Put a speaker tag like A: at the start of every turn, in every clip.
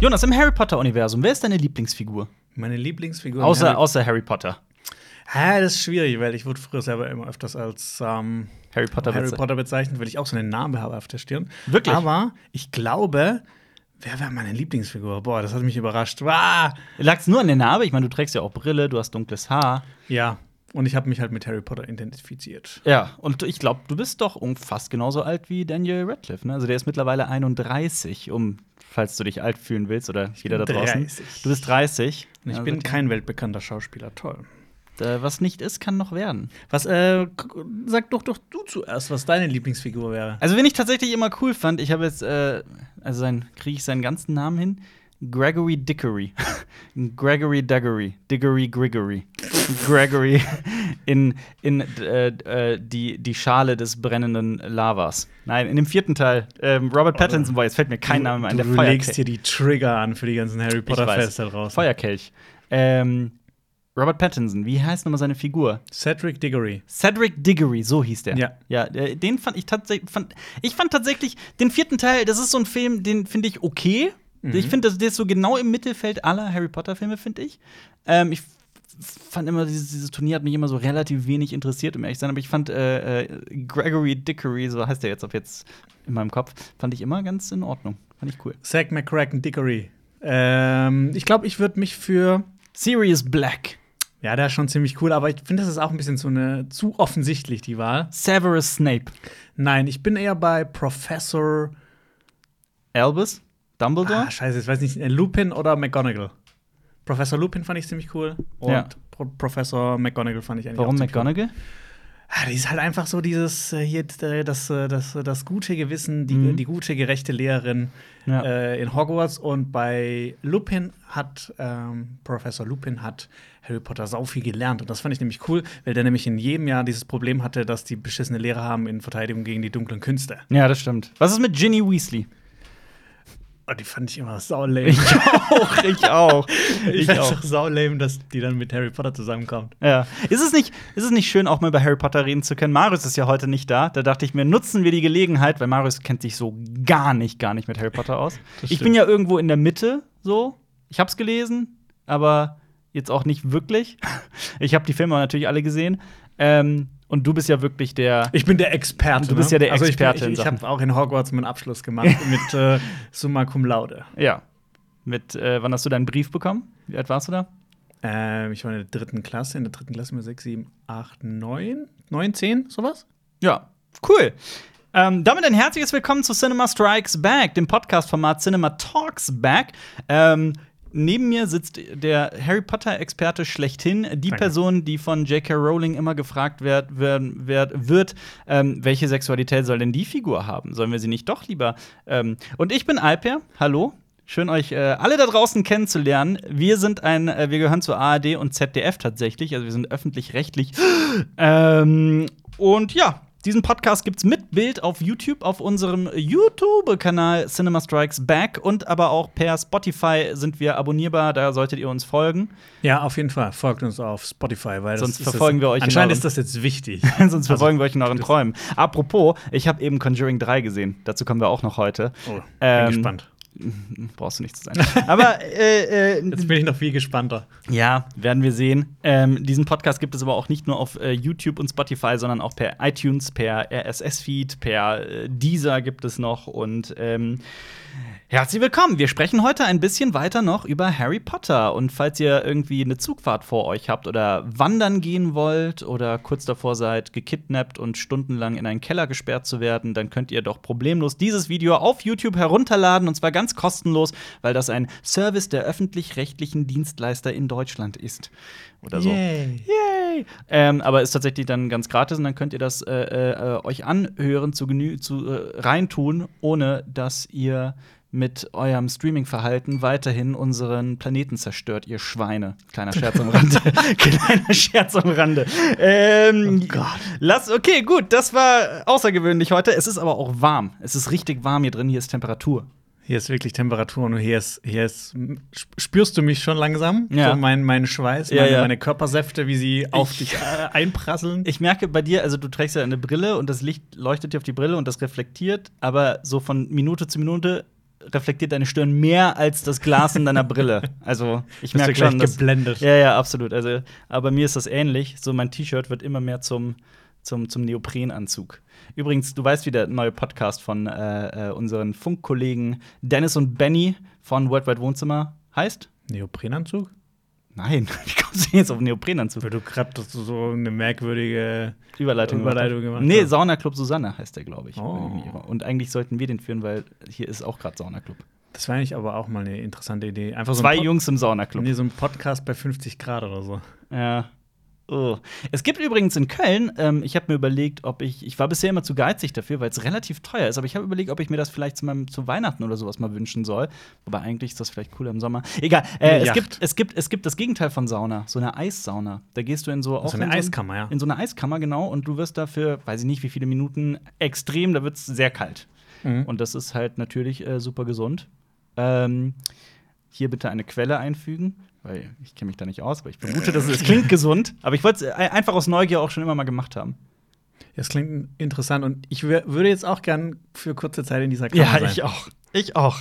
A: Jonas, im Harry Potter-Universum, wer ist deine Lieblingsfigur?
B: Meine Lieblingsfigur. in
A: Außer,
B: Harry-
A: außer Harry Potter.
B: Ah, das ist schwierig, weil ich wurde früher selber immer öfters als ähm,
A: Harry Potter
B: Harry
A: bezeichnet.
B: Potter bezeichnet, weil ich auch so einen Namen habe auf der Stirn.
A: Wirklich?
B: Aber ich glaube, wer wäre meine Lieblingsfigur? Boah, das hat mich überrascht. Ah!
A: Lag's nur an der Narbe? Ich meine, du trägst ja auch Brille, du hast dunkles Haar.
B: Ja, und ich habe mich halt mit Harry Potter identifiziert.
A: Ja, und ich glaube, du bist doch um- fast genauso alt wie Daniel Radcliffe. Ne? Also der ist mittlerweile 31, um, falls du dich alt fühlen willst oder jeder da
B: bin
A: draußen.
B: 30.
A: Du bist 30.
B: Und ich
A: Also,
B: bin kein weltbekannter Schauspieler, toll.
A: äh, was nicht ist, kann noch werden.
B: Was, äh, k- sag doch doch du zuerst, was deine Lieblingsfigur wäre.
A: Also, wen ich tatsächlich immer cool fand, ich habe jetzt, äh, also sein, kriege ich seinen ganzen Namen hin? Gregory Dickory. Gregory Duggery. Diggory Grigory. Gregory in, in äh, äh, die, die Schale des brennenden Lavas. Nein, in dem vierten Teil. Ähm, Robert Pattinson war, jetzt fällt mir kein Name mehr ein.
B: Oh. Du,
A: Der
B: du legst
A: Feuerkelch.
B: hier die Trigger an für die ganzen Harry
A: Ich weiß.
B: Potter-Fans da draußen.
A: Feuerkelch. Ähm, Robert Pattinson, wie heißt nochmal seine Figur?
B: Cedric Diggory.
A: Cedric Diggory, so hieß der.
B: Ja.
A: Ja, äh, den fand ich tatsächlich. Fand, ich fand tatsächlich den vierten Teil, das ist so ein Film, den finde ich okay.
B: Mhm.
A: Ich finde, das- der ist so genau im Mittelfeld aller Harry Potter-Filme, finde ich. Ähm, ich f- fand immer, dieses, dieses Turnier hat mich immer so relativ wenig interessiert, um ehrlich zu sein. Aber ich fand äh, äh, Gregory Dickory, so heißt der jetzt auf jetzt in meinem Kopf, fand ich immer ganz in Ordnung. Fand ich cool.
B: Zack McCracken Dickory. Ähm, ich glaube, ich würde mich für.
A: Sirius Black,
B: Ja, der ist schon ziemlich cool, aber ich finde, das ist auch ein bisschen so eine zu offensichtlich, die Wahl.
A: Severus Snape,
B: Nein, ich bin eher bei Professor.
A: Albus, Dumbledore.
B: Ah, scheiße, ich weiß nicht, äh, Lupin oder McGonagall. Professor Lupin fand ich ziemlich cool. Und
A: Ja.
B: Pro Professor McGonagall fand ich eigentlich
A: Warum
B: auch ziemlich cool.
A: McGonagall?
B: Ah, die ist halt einfach so dieses äh, hier äh, das, äh, das, äh, das gute Gewissen, die,
A: Mhm.
B: die gute, gerechte Lehrerin
A: Ja.
B: äh, in Hogwarts. Und bei Lupin hat ähm, Professor Lupin hat Harry Potter sau viel gelernt. Und das fand ich nämlich cool, weil der nämlich in jedem Jahr dieses Problem hatte, dass die beschissene Lehrer haben in Verteidigung gegen die dunklen Künste.
A: Ja, das stimmt. Was ist mit Ginny Weasley?
B: Und die fand ich immer sau lame.
A: auch, ich auch.
B: Ich
A: Ich
B: fand's
A: auch.
B: auch sau lame, dass die dann mit Harry Potter zusammenkommt.
A: Ja. Ist es, nicht, ist es nicht schön, auch mal über Harry Potter reden zu können? Marius ist ja heute nicht da. Da dachte ich mir, nutzen wir die Gelegenheit, weil Marius kennt sich so gar nicht, gar nicht mit Harry Potter aus.
B: Das
A: Ich
B: stimmt.
A: bin ja irgendwo in der Mitte, so. Ich hab's gelesen, aber jetzt auch nicht wirklich. Ich habe die Filme natürlich alle gesehen. Ähm, und du bist ja wirklich der.
B: Ich bin der Experte.
A: Du bist
B: ne?
A: ja der
B: also ich bin-
A: Experte in
B: Ich, ich,
A: Sachen.
B: habe auch in Hogwarts meinen Abschluss gemacht mit äh, Summa Cum Laude.
A: Ja. Mit, äh, wann hast du deinen Brief bekommen? Wie alt warst du da?
B: Ähm, ich war in der dritten Klasse, in der dritten Klasse mir 6, 7, 8, 9, 9, 10, sowas.
A: Ja, cool. Ähm, damit ein herzliches Willkommen zu Cinema Strikes Back, dem Podcast-Format Cinema Talks Back. Ähm, neben mir sitzt der Harry Potter-Experte schlechthin, die
B: Danke.
A: Person, die von J.K. Rowling immer gefragt wird, werden- werd, wird ähm, welche Sexualität soll denn die Figur haben? Sollen wir sie nicht doch lieber? Ähm, und ich bin Alper, hallo. Schön, euch äh, alle da draußen kennenzulernen. Wir sind ein, äh, wir gehören zur ARD und ZDF tatsächlich, also wir sind öffentlich-rechtlich. Ähm, und ja, diesen Podcast gibt's mit Bild auf YouTube, auf unserem YouTube-Kanal Cinema Strikes Back und aber auch per Spotify sind wir abonnierbar. Da solltet ihr uns folgen.
B: Ja, auf jeden Fall. Folgt uns auf Spotify, weil
A: Sonst
B: das ist
A: verfolgen wir euch in
B: Anscheinend
A: eurem-
B: ist das jetzt wichtig.
A: Sonst verfolgen wir euch in euren Träumen. Apropos, ich habe eben Conjuring 3 gesehen. Dazu kommen wir auch noch heute.
B: Oh, bin
A: Ähm,
B: gespannt.
A: Brauchst du nicht zu sein. Aber äh, äh,
B: Jetzt bin ich noch viel gespannter.
A: Ja, werden wir sehen. Ähm, diesen Podcast gibt es aber auch nicht nur auf äh, YouTube und Spotify, sondern auch per iTunes, per RSS-Feed, per äh, Deezer gibt es noch. Und ähm, herzlich willkommen. Wir sprechen heute ein bisschen weiter noch über Harry Potter. Und falls ihr irgendwie eine Zugfahrt vor euch habt oder wandern gehen wollt oder kurz davor seid, gekidnappt und stundenlang in einen Keller gesperrt zu werden, dann könnt ihr doch problemlos dieses Video auf YouTube herunterladen und zwar ganz kostenlos, weil das ein Service der öffentlich-rechtlichen Dienstleister in Deutschland ist. Oder so.
B: Yay.
A: Yay! Ähm, aber ist tatsächlich dann ganz gratis und dann könnt ihr das äh, äh, euch anhören, zu, genü zu äh, reintun, ohne dass ihr mit eurem Streaming-Verhalten weiterhin unseren Planeten zerstört, ihr Schweine. Kleiner Scherz am Rande. Kleiner Scherz am Rande. Ähm,
B: Oh Gott.
A: Lass, okay, gut, das war außergewöhnlich heute. Es ist aber auch warm. Es ist richtig warm hier drin. Hier ist Temperatur.
B: Hier ist wirklich Temperatur und hier ist, hier ist hm, sp- spürst du mich schon langsam?
A: Ja.
B: So mein, mein Schweiß,
A: Ja,
B: meine,
A: ja.
B: meine Körpersäfte, wie sie auf dich äh, einprasseln.
A: Ich merke bei dir, also du trägst ja eine Brille und das Licht leuchtet dir auf die Brille und das reflektiert, aber so von Minute zu Minute reflektiert deine Stirn mehr als das Glas in deiner Brille. Also ich merke schon, dass,
B: geblendet.
A: ja, ja, absolut. Also, aber mir ist das ähnlich. So mein T-Shirt wird immer mehr zum, zum, zum Neoprenanzug. Übrigens, du weißt, wie der neue Podcast von äh, äh, unseren Funkkollegen Dennis und Benny von Worldwide Wohnzimmer heißt?
B: Neoprenanzug?
A: Nein, wie kommst du jetzt auf Neoprenanzug?
B: Weil du gerade so eine merkwürdige
A: Überleitung,
B: Überleitung gemacht.
A: Nee,
B: hast.
A: Sauna Club Susanne heißt der, glaube ich. wenn
B: Oh.
A: ich mich irre. Und eigentlich sollten wir den führen, weil hier ist auch gerade Sauna Club.
B: das war eigentlich aber auch mal eine interessante Idee. Einfach so
A: Zwei
B: ein Pod-
A: Jungs im Sauna Club.
B: Nee, so ein Podcast bei 50 Grad oder so.
A: Ja. Oh. Es gibt übrigens in Köln, ähm, ich habe mir überlegt, ob ich, ich war bisher immer zu geizig dafür, weil es relativ teuer ist, aber ich habe überlegt, ob ich mir das vielleicht zu, meinem, zu Weihnachten oder sowas mal wünschen soll. Wobei eigentlich ist das vielleicht cooler im Sommer. Egal,
B: Eine
A: äh, es,
B: Yacht.
A: gibt, es, gibt, es gibt das Gegenteil von Sauna, so eine Eissauna. Da gehst du in so auch
B: So eine
A: in
B: Eiskammer, ja.
A: In so eine Eiskammer, genau, und du wirst dafür, weiß ich nicht, wie viele Minuten extrem, da wird es sehr kalt.
B: Mhm.
A: Und das ist halt natürlich äh, super gesund. Ähm, hier bitte eine Quelle einfügen, weil ich kenne mich da nicht aus, aber ich vermute, dass es es klingt gesund. Aber ich wollte es äh, einfach aus Neugier auch schon immer mal gemacht haben.
B: Das klingt interessant und ich wär- würde jetzt auch gern für kurze Zeit in dieser Kammer sein.
A: auch. Ich auch.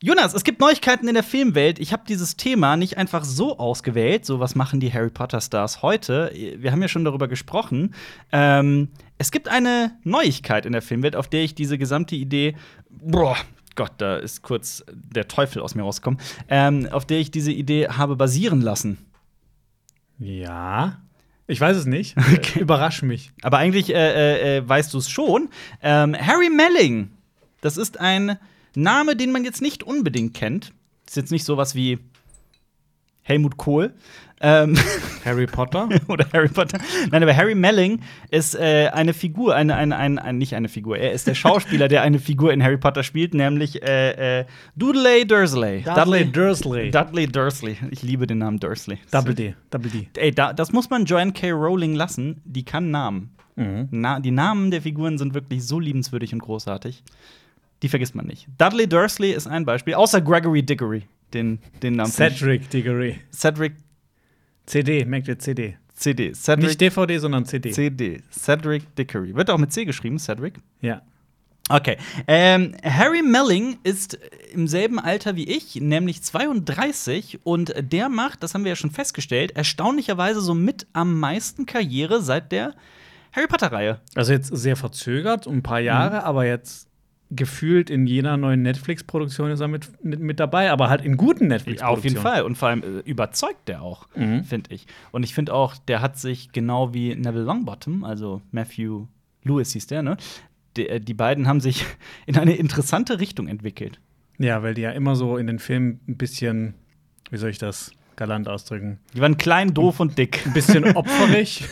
A: Jonas, es gibt Neuigkeiten in der Filmwelt. Ich habe dieses Thema nicht einfach so ausgewählt. So, was machen die Harry Potter Stars heute? Wir haben ja schon darüber gesprochen. Ähm, es gibt eine Neuigkeit in der Filmwelt, auf der ich diese gesamte Idee, boah, Gott, da ist kurz der Teufel aus mir rausgekommen, ähm, auf der ich diese Idee habe basieren lassen.
B: Ja. Ich weiß es nicht. Überrasch mich.
A: Aber eigentlich äh, äh, äh, weißt du es schon. Ähm, Harry Melling. Das ist ein Name, den man jetzt nicht unbedingt kennt. Ist jetzt nicht sowas wie Helmut Kohl ähm,
B: Harry Potter?
A: oder Harry Potter. Nein, aber Harry Melling ist äh, eine Figur, eine, eine, eine, ein- nicht eine Figur. Er ist der Schauspieler, der eine Figur in Harry Potter spielt, nämlich äh, äh, Dudley Dursley.
B: Dudley Dursley.
A: Dudley Dursley. Ich liebe den Namen Dursley.
B: Double D. Double D.
A: Ey, da, das muss man Joanne K. Rowling lassen. Die kann Namen. Na, die Namen der Figuren sind wirklich so liebenswürdig und großartig. Die vergisst man nicht. Dudley Dursley ist ein Beispiel, außer Gregory Diggory, den, den Namen. von-
B: Cedric Diggory.
A: Cedric
B: CD, merkt ihr CD.
A: CD. Cedric
B: Nicht DVD, sondern CD.
A: CD. Cedric Diggory. Wird auch mit C geschrieben, Cedric.
B: ja.
A: Okay. Ähm, Harry Melling ist im selben Alter wie ich, nämlich 32, und der macht, das haben wir ja schon festgestellt, erstaunlicherweise so mit am meisten Karriere seit der Harry Potter-Reihe.
B: Also jetzt sehr verzögert, um ein paar Jahre,
A: Mhm.
B: aber jetzt gefühlt in jeder neuen Netflix-Produktion ist er mit, mit, mit dabei, aber halt in
A: Auf
B: guten
A: jeden
B: Netflix-Produktionen.
A: Fall. Und vor allem äh, überzeugt der auch, finde ich. Und ich finde auch, der hat sich genau wie Neville Longbottom, also Matthew Lewis hieß der, ne? Die, äh, die beiden haben sich in eine interessante Richtung entwickelt.
B: Ja, weil die ja immer so in den Filmen ein bisschen, wie soll ich das galant ausdrücken,
A: Die waren klein, doof und dick.
B: ein bisschen opferig.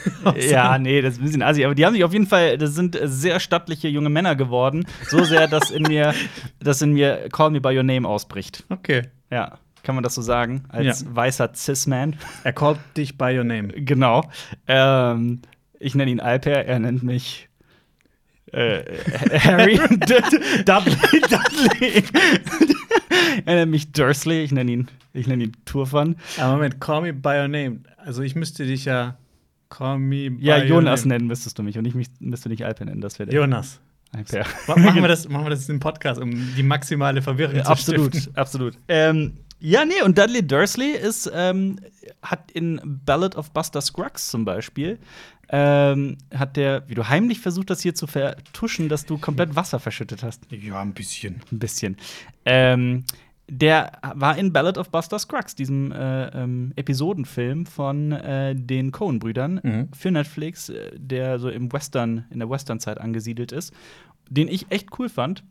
A: Ja, nee, das ist ein bisschen assi. Aber die haben sich auf jeden Fall, das sind äh, sehr stattliche junge Männer geworden. So sehr, dass in mir, dass in mir Call Me By Your Name ausbricht.
B: Okay.
A: Ja, kann man das so sagen? Als
B: Ja.
A: weißer Cis-Man.
B: Er callt dich by your name.
A: Genau. Ähm, ich nenne ihn Alper, er nennt mich äh, Harry. Dud- Dudley, Dudley. er nennt mich Dursley, ich nenne ihn, ich nenne ihn Turfan.
B: Aber Ah, Moment, call me by your name. Also ich müsste dich ja call me by
A: Ah, Ja,
B: your
A: Jonas
B: name.
A: nennen müsstest du mich und ich mich, müsste nicht Alper nennen, das wäre der
B: Jonas.
A: Alper.
B: Ma- Machen wir, das, machen wir das im Podcast, um die maximale Verwirrung
A: Genau.
B: zu stiften.
A: Absolut, absolut. Ähm, ja, nee, und Dudley Dursley ist, ähm, hat in Ballad of Buster Scruggs zum Beispiel, ähm, hat der, wie du heimlich versucht hast, hier zu vertuschen, dass du komplett Wasser verschüttet hast.
B: Ja, ein bisschen.
A: Ein bisschen. Ähm, der war in Ballad of Buster Scruggs, diesem äh, ähm, Episodenfilm von äh, den Coen-Brüdern
B: Mhm.
A: für Netflix, äh, der so im Western, in der Western-Zeit angesiedelt ist, den ich echt cool fand.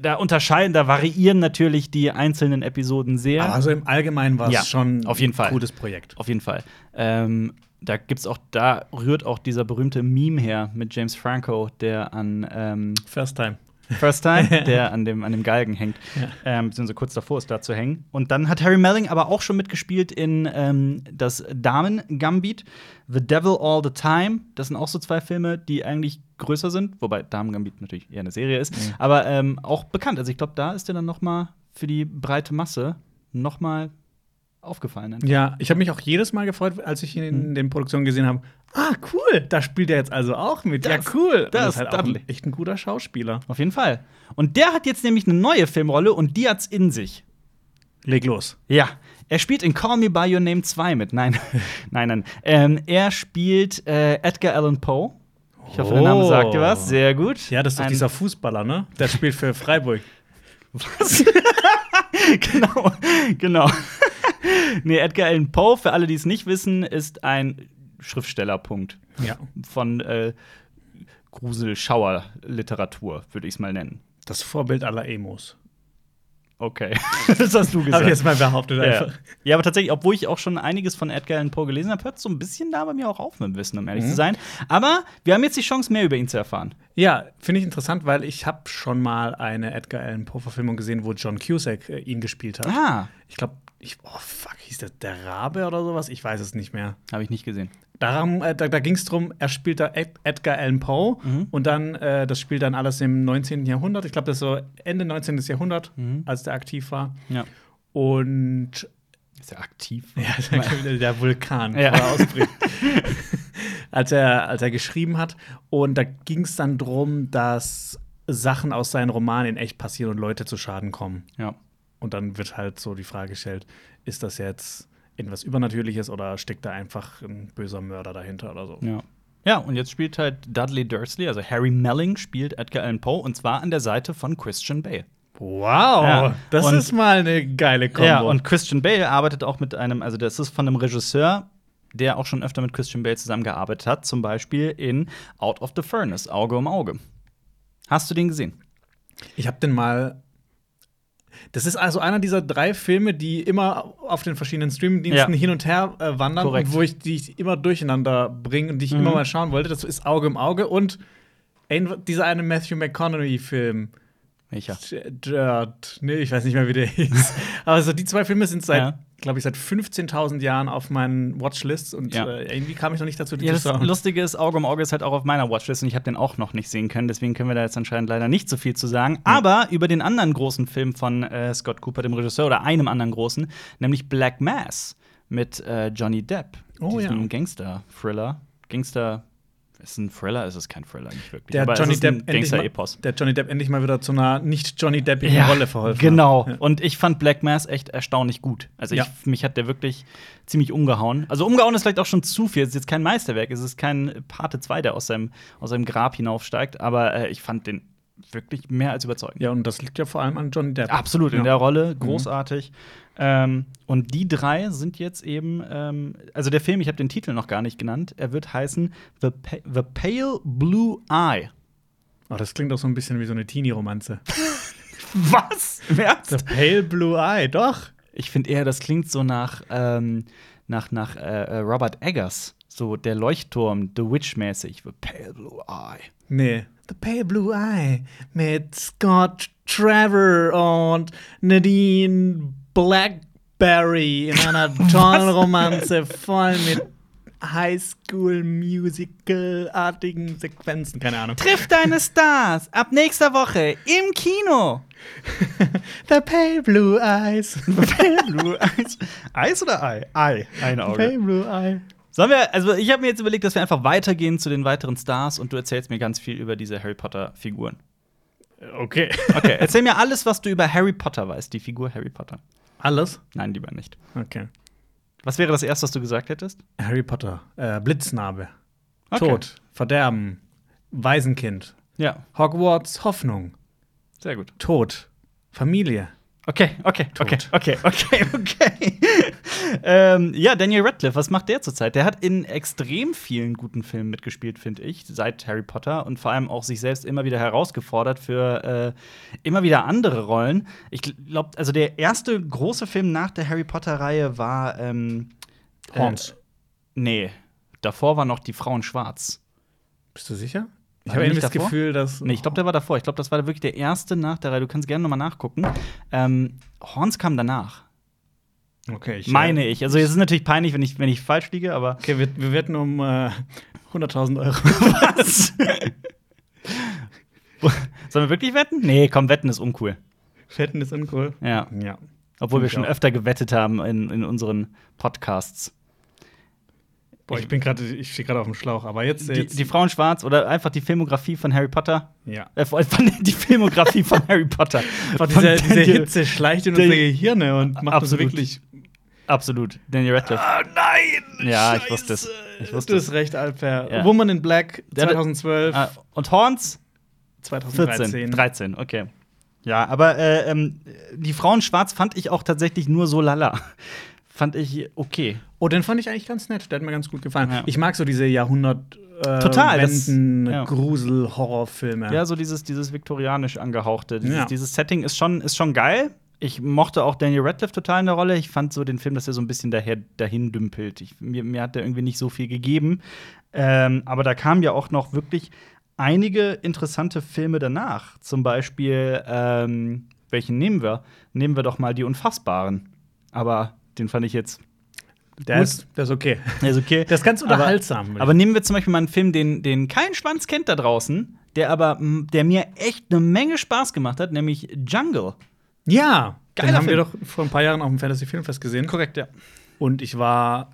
A: Da unterscheiden, da variieren natürlich die einzelnen Episoden sehr.
B: Aber also im Allgemeinen war es
A: Ja,
B: schon
A: auf jeden Fall.
B: ein gutes Projekt.
A: Auf jeden Fall. Ähm, da gibt's auch, da rührt auch dieser berühmte Meme her mit James Franco, der an ähm,
B: First time.
A: First Time, der an dem, an dem Galgen hängt. Ähm, beziehungsweise kurz davor ist da zu hängen. Und dann hat Harry Melling aber auch schon mitgespielt in ähm, das Damen-Gambit, The Devil All the Time. Das sind auch so zwei Filme, die eigentlich größer sind, wobei Damen-Gambit natürlich eher eine Serie ist, aber ähm, auch bekannt. Also ich glaube, da ist er dann noch mal für die breite Masse noch mal aufgefallen. Dann.
B: Ja, ich habe mich auch jedes Mal gefreut, als ich ihn in den Produktionen gesehen habe. Ah, cool, da spielt er jetzt also auch mit.
A: Das-
B: ja, cool. Und
A: das
B: ist halt auch
A: Dudley.
B: ein, echt ein guter Schauspieler.
A: Auf jeden Fall. Und der hat jetzt nämlich eine neue Filmrolle und die hat's in sich.
B: Leg los.
A: Ja, er spielt in Call Me By Your Name 2 mit. Nein, nein, nein. Ähm, er spielt äh, Edgar Allan Poe. Ich hoffe, der Name
B: Oh.
A: sagt dir was. Sehr gut.
B: Ja, das ist doch
A: Ein-
B: dieser Fußballer, ne? Der spielt für Freiburg.
A: Was? genau, genau. nee, Edgar Allan Poe, für alle, die es nicht wissen, ist ein Schriftstellerpunkt
B: Ja.
A: von äh, Grusel-Schauer-Literatur, würde ich es mal nennen.
B: Das Vorbild aller Emos.
A: Okay, das hast du
B: Habe
A: gesagt.
B: ich jetzt mal behauptet
A: Ja.
B: einfach.
A: ja, aber tatsächlich, obwohl ich auch schon einiges von Edgar Allan Poe gelesen habe, hört so ein bisschen da bei mir auch auf mit dem Wissen, um ehrlich zu sein. Aber wir haben jetzt die Chance, mehr über ihn zu erfahren.
B: Ja, finde ich interessant, weil ich habe schon mal eine Edgar Allan Poe-Verfilmung gesehen, wo John Cusack äh, ihn gespielt hat.
A: Ah,
B: Ich glaube, ich, oh fuck, hieß das der Rabe oder sowas? Ich weiß es nicht mehr.
A: habe ich nicht gesehen.
B: Darum, äh, da da ging es darum, er spielt da Ed Edgar Allan Poe
A: Mhm.
B: und dann, äh, das spielt dann alles im 19. Jahrhundert. Ich glaube, das ist so Ende 19. Jahrhundert,
A: Mhm.
B: als der aktiv war.
A: Ja.
B: Und
A: Ist er aktiv?
B: ja, der, der Vulkan,
A: Ja.
B: ja. er ausbricht. als, er, als er geschrieben hat. Und da ging es dann darum, dass Sachen aus seinen Romanen in echt passieren und Leute zu Schaden kommen.
A: Ja.
B: Und dann wird halt so die Frage gestellt, ist das jetzt irgendwas Übernatürliches oder steckt da einfach ein böser Mörder dahinter oder so?
A: Ja. Ja, und jetzt spielt halt Dudley Dursley, also Harry Melling spielt Edgar Allan Poe und zwar an der Seite von Christian Bale.
B: Wow,
A: Ja,
B: das
A: und-
B: ist mal eine geile Kombo.
A: Ja, und Christian Bale arbeitet auch mit einem, also das ist von einem Regisseur, der auch schon öfter mit Christian Bale zusammengearbeitet hat, zum Beispiel in Out of the Furnace, Auge um Auge. Hast du den gesehen?
B: ich habe den mal. Das ist also einer dieser drei Filme, die immer auf den verschiedenen Streamingdiensten
A: Ja.
B: hin und her äh, wandern
A: Korrekt.
B: und wo ich die ich immer durcheinander bringe und die ich immer mal schauen wollte. Das ist Auge im Auge und ein, dieser eine Matthew McConaughey-Film.
A: Welcher?
B: J- Dirt. Nee, ich weiß nicht mehr, wie der hieß. Aber so die zwei Filme sind seit,
A: Ja.
B: glaube ich, seit 15.000 Jahren auf meinen Watchlists und
A: Ja.
B: äh, irgendwie kam ich noch nicht dazu, die
A: Ja,
B: zu
A: das
B: schauen.
A: Lustige ist, Auge um Auge ist halt auch auf meiner Watchlist und ich habe den auch noch nicht sehen können, deswegen können wir da jetzt anscheinend leider nicht so viel zu sagen. Aber über den anderen großen Film von äh, Scott Cooper, dem Regisseur, oder einem anderen großen, nämlich Black Mass mit äh, Johnny Depp,
B: Oh,
A: diesem
B: ja.
A: Gangster-Thriller. Gangster. Ist ein Thriller? Ist es kein Thriller, nicht wirklich.
B: der
A: Aber
B: Johnny
A: es ist ein
B: Depp endlich mal,
A: Gangster-Epos.
B: der Johnny Depp endlich mal wieder zu einer nicht Johnny Deppigen Rolle verholfen. hat.
A: Genau.
B: Ja.
A: Und ich fand Black Mass echt erstaunlich gut. Also
B: Ja.
A: ich, mich hat der wirklich ziemlich umgehauen. Also umgehauen ist vielleicht auch schon zu viel. Es ist jetzt kein Meisterwerk. Es ist kein Pate 2, der aus seinem, aus seinem Grab hinaufsteigt. Aber äh, ich fand den wirklich mehr als überzeugend.
B: Ja, und das liegt ja vor allem an Johnny Depp.
A: Absolut, in
B: Ja. Mhm.
A: der Rolle, großartig. Ähm, und die drei sind jetzt eben, ähm, also der Film, ich habe den Titel noch gar nicht genannt, er wird heißen The, pa The Pale Blue Eye.
B: Oh, das klingt auch so ein bisschen wie so eine Teenie-Romanze.
A: Was? Im Ernst?
B: The Pale Blue Eye, doch.
A: Ich finde eher, das klingt so nach, ähm, nach, nach äh, äh, Robert Eggers. So der Leuchtturm, The Witch mäßig. The Pale Blue Eye.
B: Nee. The Pale Blue Eye mit Scott Trevor und Nadine Blackberry in einer tollen Romanze voll mit Highschool-Musical-artigen Sequenzen. Keine Ahnung.
A: Triff deine Stars ab nächster Woche im Kino.
B: The Pale Blue Eyes.
A: Pale Blue Eyes. Eis oder Ei? Ei. Ein
B: Pale Blue Eye.
A: Sollen wir, also ich habe mir jetzt überlegt, dass wir einfach weitergehen zu den weiteren Stars und du erzählst mir ganz viel über diese Harry Potter-Figuren.
B: Okay.
A: Okay, erzähl mir alles, was du über Harry Potter weißt, die Figur Harry Potter.
B: Alles?
A: Nein, lieber nicht.
B: Okay.
A: Was wäre das erste, was du gesagt hättest?
B: Harry Potter. Äh, Blitznarbe.
A: Okay.
B: Tod. Verderben. Waisenkind.
A: Ja,
B: Hogwarts. Hoffnung.
A: sehr gut.
B: Tod. Familie.
A: Okay, okay, okay, okay, okay, okay. ähm, ja, Daniel Radcliffe, was macht der zurzeit? Der hat in extrem vielen guten Filmen mitgespielt, finde ich, seit Harry Potter und vor allem auch sich selbst immer wieder herausgefordert für äh, immer wieder andere Rollen. Ich glaube, also der erste große Film nach der Harry Potter-Reihe war ähm,
B: Horns.
A: Äh, nee, davor war noch Die Frau in Schwarz.
B: Bist du sicher? Ich
A: War
B: habe
A: der
B: irgendwie
A: nicht
B: das
A: davor?
B: Gefühl, dass.
A: Nee, ich glaube, der war davor. Ich glaube, das war wirklich der erste nach der Reihe. Du kannst gerne noch mal nachgucken. Ähm, Horns kam danach.
B: Oh, Okay, ich. äh,
A: Meine ich. Also, es ist natürlich peinlich, wenn ich, wenn ich falsch liege, aber.
B: Okay, wir, wir wetten um äh, 100.000 Euro.
A: Was? Sollen wir wirklich wetten? Nee, komm, wetten ist uncool.
B: Wetten ist uncool.
A: Ja.
B: Ja.
A: Obwohl wir
B: Ich
A: schon
B: auch.
A: öfter gewettet haben in, in unseren Podcasts.
B: Boah, ich bin gerade, ich stehe gerade auf dem Schlauch, aber jetzt.
A: Die,
B: jetzt
A: die Frauen schwarz oder einfach die Filmografie von Harry Potter.
B: ja.
A: Äh, von, von- die Filmografie von Harry Potter. Von
B: Diese, diese
A: Daniel-
B: Hitze schleicht in
A: der-
B: unsere Gehirne und macht
A: Absolut.
B: uns wirklich.
A: Absolut. Daniel Radcliffe.
B: Ah, nein!
A: Ja, ich wusste es. Ich wusste
B: du hast recht, Alper.
A: Ja.
B: Woman in Black
A: Der-
B: 2012,
A: Ah, und Horns? 14.
B: 2013.
A: 13, okay. Ja, aber äh, ähm, die Frauen schwarz fand ich auch tatsächlich nur so lala. Fand ich okay.
B: Oh, den fand ich eigentlich ganz nett. Der hat mir ganz gut gefallen.
A: Ja.
B: Ich mag so diese Jahrhundert. Äh,
A: Total, das-
B: Wenden,
A: ja.
B: Grusel, Horrorfilme.
A: Ja, so dieses, dieses viktorianisch angehauchte. Dieses,
B: Ja.
A: dieses Setting ist schon, ist schon geil. Ich mochte auch Daniel Radcliffe total in der Rolle. Ich fand so den Film, dass er so ein bisschen daher, dahin dümpelt. Ich, mir, mir hat der irgendwie nicht so viel gegeben. Ähm, aber da kamen ja auch noch wirklich einige interessante Filme danach. Zum Beispiel, ähm, welchen nehmen wir? Nehmen wir doch mal die Unfassbaren. Aber den fand ich jetzt.
B: der,
A: gut.
B: ist, der ist okay.
A: Der ist okay.
B: Der ist ganz unterhaltsam. würde ich
A: Aber nehmen wir zum Beispiel mal einen Film, den, den kein Schwanz kennt da draußen, der aber, m, der mir echt eine Menge Spaß gemacht hat, nämlich Jungle.
B: Ja,
A: Geiler
B: den haben wir
A: Film.
B: doch vor ein paar Jahren auf dem Fantasy Filmfest gesehen.
A: Korrekt, ja.
B: Und ich war,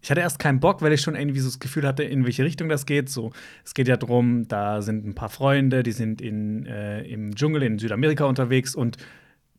B: ich hatte erst keinen Bock, weil ich schon irgendwie so das Gefühl hatte, in welche Richtung das geht. So, es geht ja drum, da sind ein paar Freunde, die sind in, äh, im Dschungel in Südamerika unterwegs und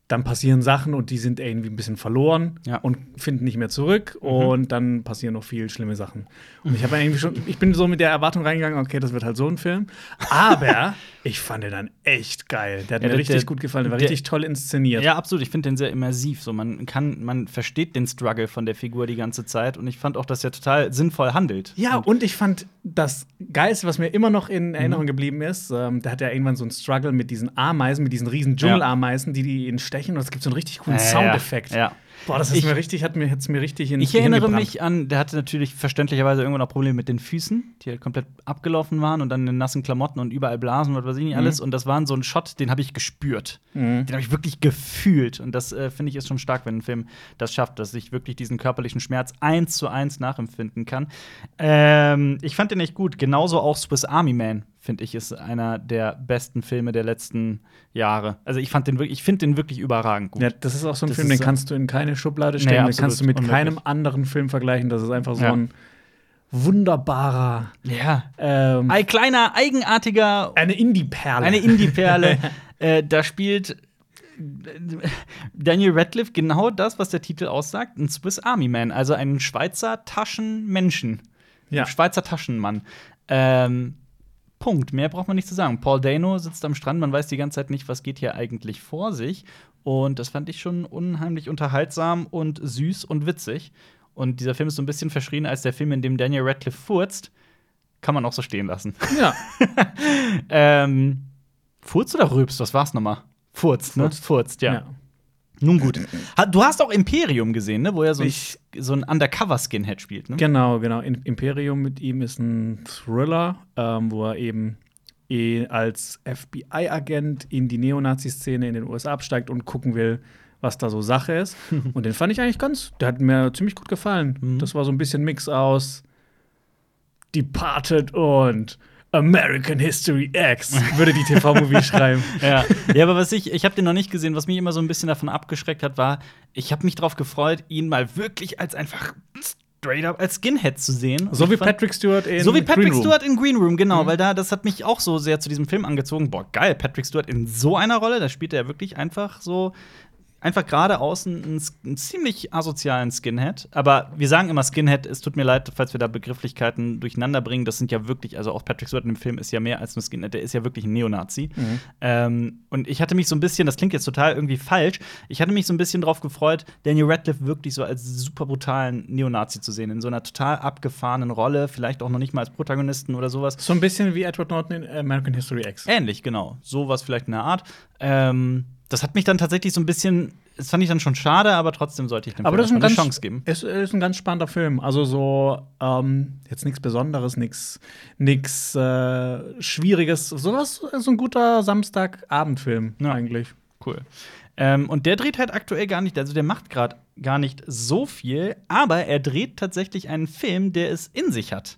B: dann passieren Sachen und die sind irgendwie ein bisschen verloren
A: Ja. Mhm.
B: und finden nicht mehr zurück und dann passieren noch viel schlimme Sachen. Und ich habe irgendwie schon, ich bin so mit der Erwartung reingegangen, okay, das wird halt so ein Film. Aber ich fand den dann echt geil. Der hat
A: Ja,
B: mir
A: der-
B: richtig
A: der-
B: gut gefallen, der war
A: der-
B: richtig toll inszeniert.
A: Ja, absolut. Ich finde den sehr immersiv. So, man kann, man versteht den Struggle von der Figur die ganze Zeit und ich fand auch, dass er total sinnvoll handelt.
B: Ja, und ich fand das Geilste, was mir immer noch
A: Mhm.
B: in Erinnerung geblieben ist, ähm, da hat er irgendwann so einen Struggle mit diesen Ameisen, mit diesen riesen Dschungelameisen, die die ihn stechen und es gibt so einen richtig coolen
A: Ja, ja,
B: Soundeffekt.
A: ja.
B: Boah, das ist
A: Ich-
B: mir richtig, hat mir, hat's mir richtig in
A: Ich erinnere mich an, der hatte natürlich verständlicherweise irgendwann auch Probleme mit den Füßen, die halt komplett abgelaufen waren und dann in nassen Klamotten und überall Blasen und was weiß ich nicht alles. Und das war so ein Shot, den habe ich gespürt. Den habe ich wirklich gefühlt. Und das äh, finde ich ist schon stark, wenn ein Film das schafft, dass ich wirklich diesen körperlichen Schmerz eins zu eins nachempfinden kann. Ähm, ich fand den echt gut. Genauso auch Swiss Army Man, finde ich, ist einer der besten Filme der letzten Jahre. Also ich fand den wirklich, ich finde den wirklich überragend gut.
B: Ja, das ist auch so ein
A: Das
B: Film,
A: ist
B: den
A: so-
B: kannst du in keine Schublade stellen,
A: Nee,
B: den kannst du
A: absolut,
B: mit keinem
A: unmöglich.
B: anderen Film vergleichen. Das ist einfach so
A: Ja.
B: ein wunderbarer,
A: ja.
B: ähm,
A: Ein kleiner, eigenartiger
B: eine Indie-Perle.
A: Eine Indie-Perle. äh, da spielt äh, Daniel Radcliffe genau das, was der Titel aussagt: ein Swiss Army Man, also einen Schweizer Taschenmenschen.
B: ja.
A: Schweizer Taschenmann. Ähm, Punkt. Mehr braucht man nicht zu sagen. Paul Dano sitzt am Strand, man weiß die ganze Zeit nicht, was geht hier eigentlich vor sich. Und das fand ich schon unheimlich unterhaltsam und süß und witzig. Und dieser Film ist so ein bisschen verschrien als der Film, in dem Daniel Radcliffe furzt. Kann man auch so stehen lassen.
B: ja.
A: Ähm, Furz oder Rübs? Was war's nochmal? Furz, ne?
B: Furz.
A: Furz, ja. Nun gut. Ha- Du hast auch Imperium gesehen, ne? Wo er so ein,
B: Ich-
A: so ein Undercover-Skinhead spielt, ne?
B: Genau, genau. In Imperium mit ihm ist ein Thriller, ähm, wo er eben eh als FBI-Agent in die Neonazi-Szene in den USA absteigt und gucken will, was da so Sache ist. und den fand ich eigentlich ganz, der hat mir ziemlich gut gefallen.
A: Mhm.
B: Das war so ein bisschen Mix aus Departed und American History X, würde die TV-Movie schreiben.
A: Ja. ja, aber was ich, ich habe den noch nicht gesehen, was mich immer so ein bisschen davon abgeschreckt hat, war, ich habe mich darauf gefreut, ihn mal wirklich als einfach straight up als Skinhead zu sehen.
B: So
A: Und
B: wie
A: ich fand-
B: Patrick Stewart in
A: So wie Patrick
B: Green Room. Mhm.
A: Stewart in Green Room, genau, weil da, das hat mich auch so sehr zu diesem Film angezogen. Boah, geil, Patrick Stewart in so einer Rolle, da spielt er wirklich einfach so, einfach gerade außen einen, einen ziemlich asozialen Skinhead. Aber wir sagen immer Skinhead, es tut mir leid, falls wir da Begrifflichkeiten durcheinander bringen. Das sind ja wirklich, also auch Patrick Stewart in dem Film ist ja mehr als nur Skinhead, der ist ja wirklich ein Neonazi. Ähm, und ich hatte mich so ein bisschen, das klingt jetzt total irgendwie falsch, ich hatte mich so ein bisschen drauf gefreut, Daniel Radcliffe wirklich so als super brutalen Neonazi zu sehen, in so einer total abgefahrenen Rolle, vielleicht auch noch nicht mal als Protagonisten oder sowas.
B: So ein bisschen wie Edward Norton in American History X.
A: Ähnlich, genau. Sowas vielleicht in der Art. Ähm, das hat mich dann tatsächlich so ein bisschen. Das fand ich dann schon schade, aber trotzdem sollte ich dem
B: Aber
A: Film
B: das ist ein
A: erstmal
B: ganz,
A: eine Chance geben.
B: Es ist ein ganz spannender Film. Also so ähm, jetzt nichts Besonderes, nichts nix, äh, Schwieriges. Sowas ist ein guter Samstagabendfilm
A: Ja.
B: eigentlich.
A: Cool. Ähm, und der dreht halt aktuell gar nicht, also der macht gerade gar nicht so viel, aber er dreht tatsächlich einen Film, der es in sich hat.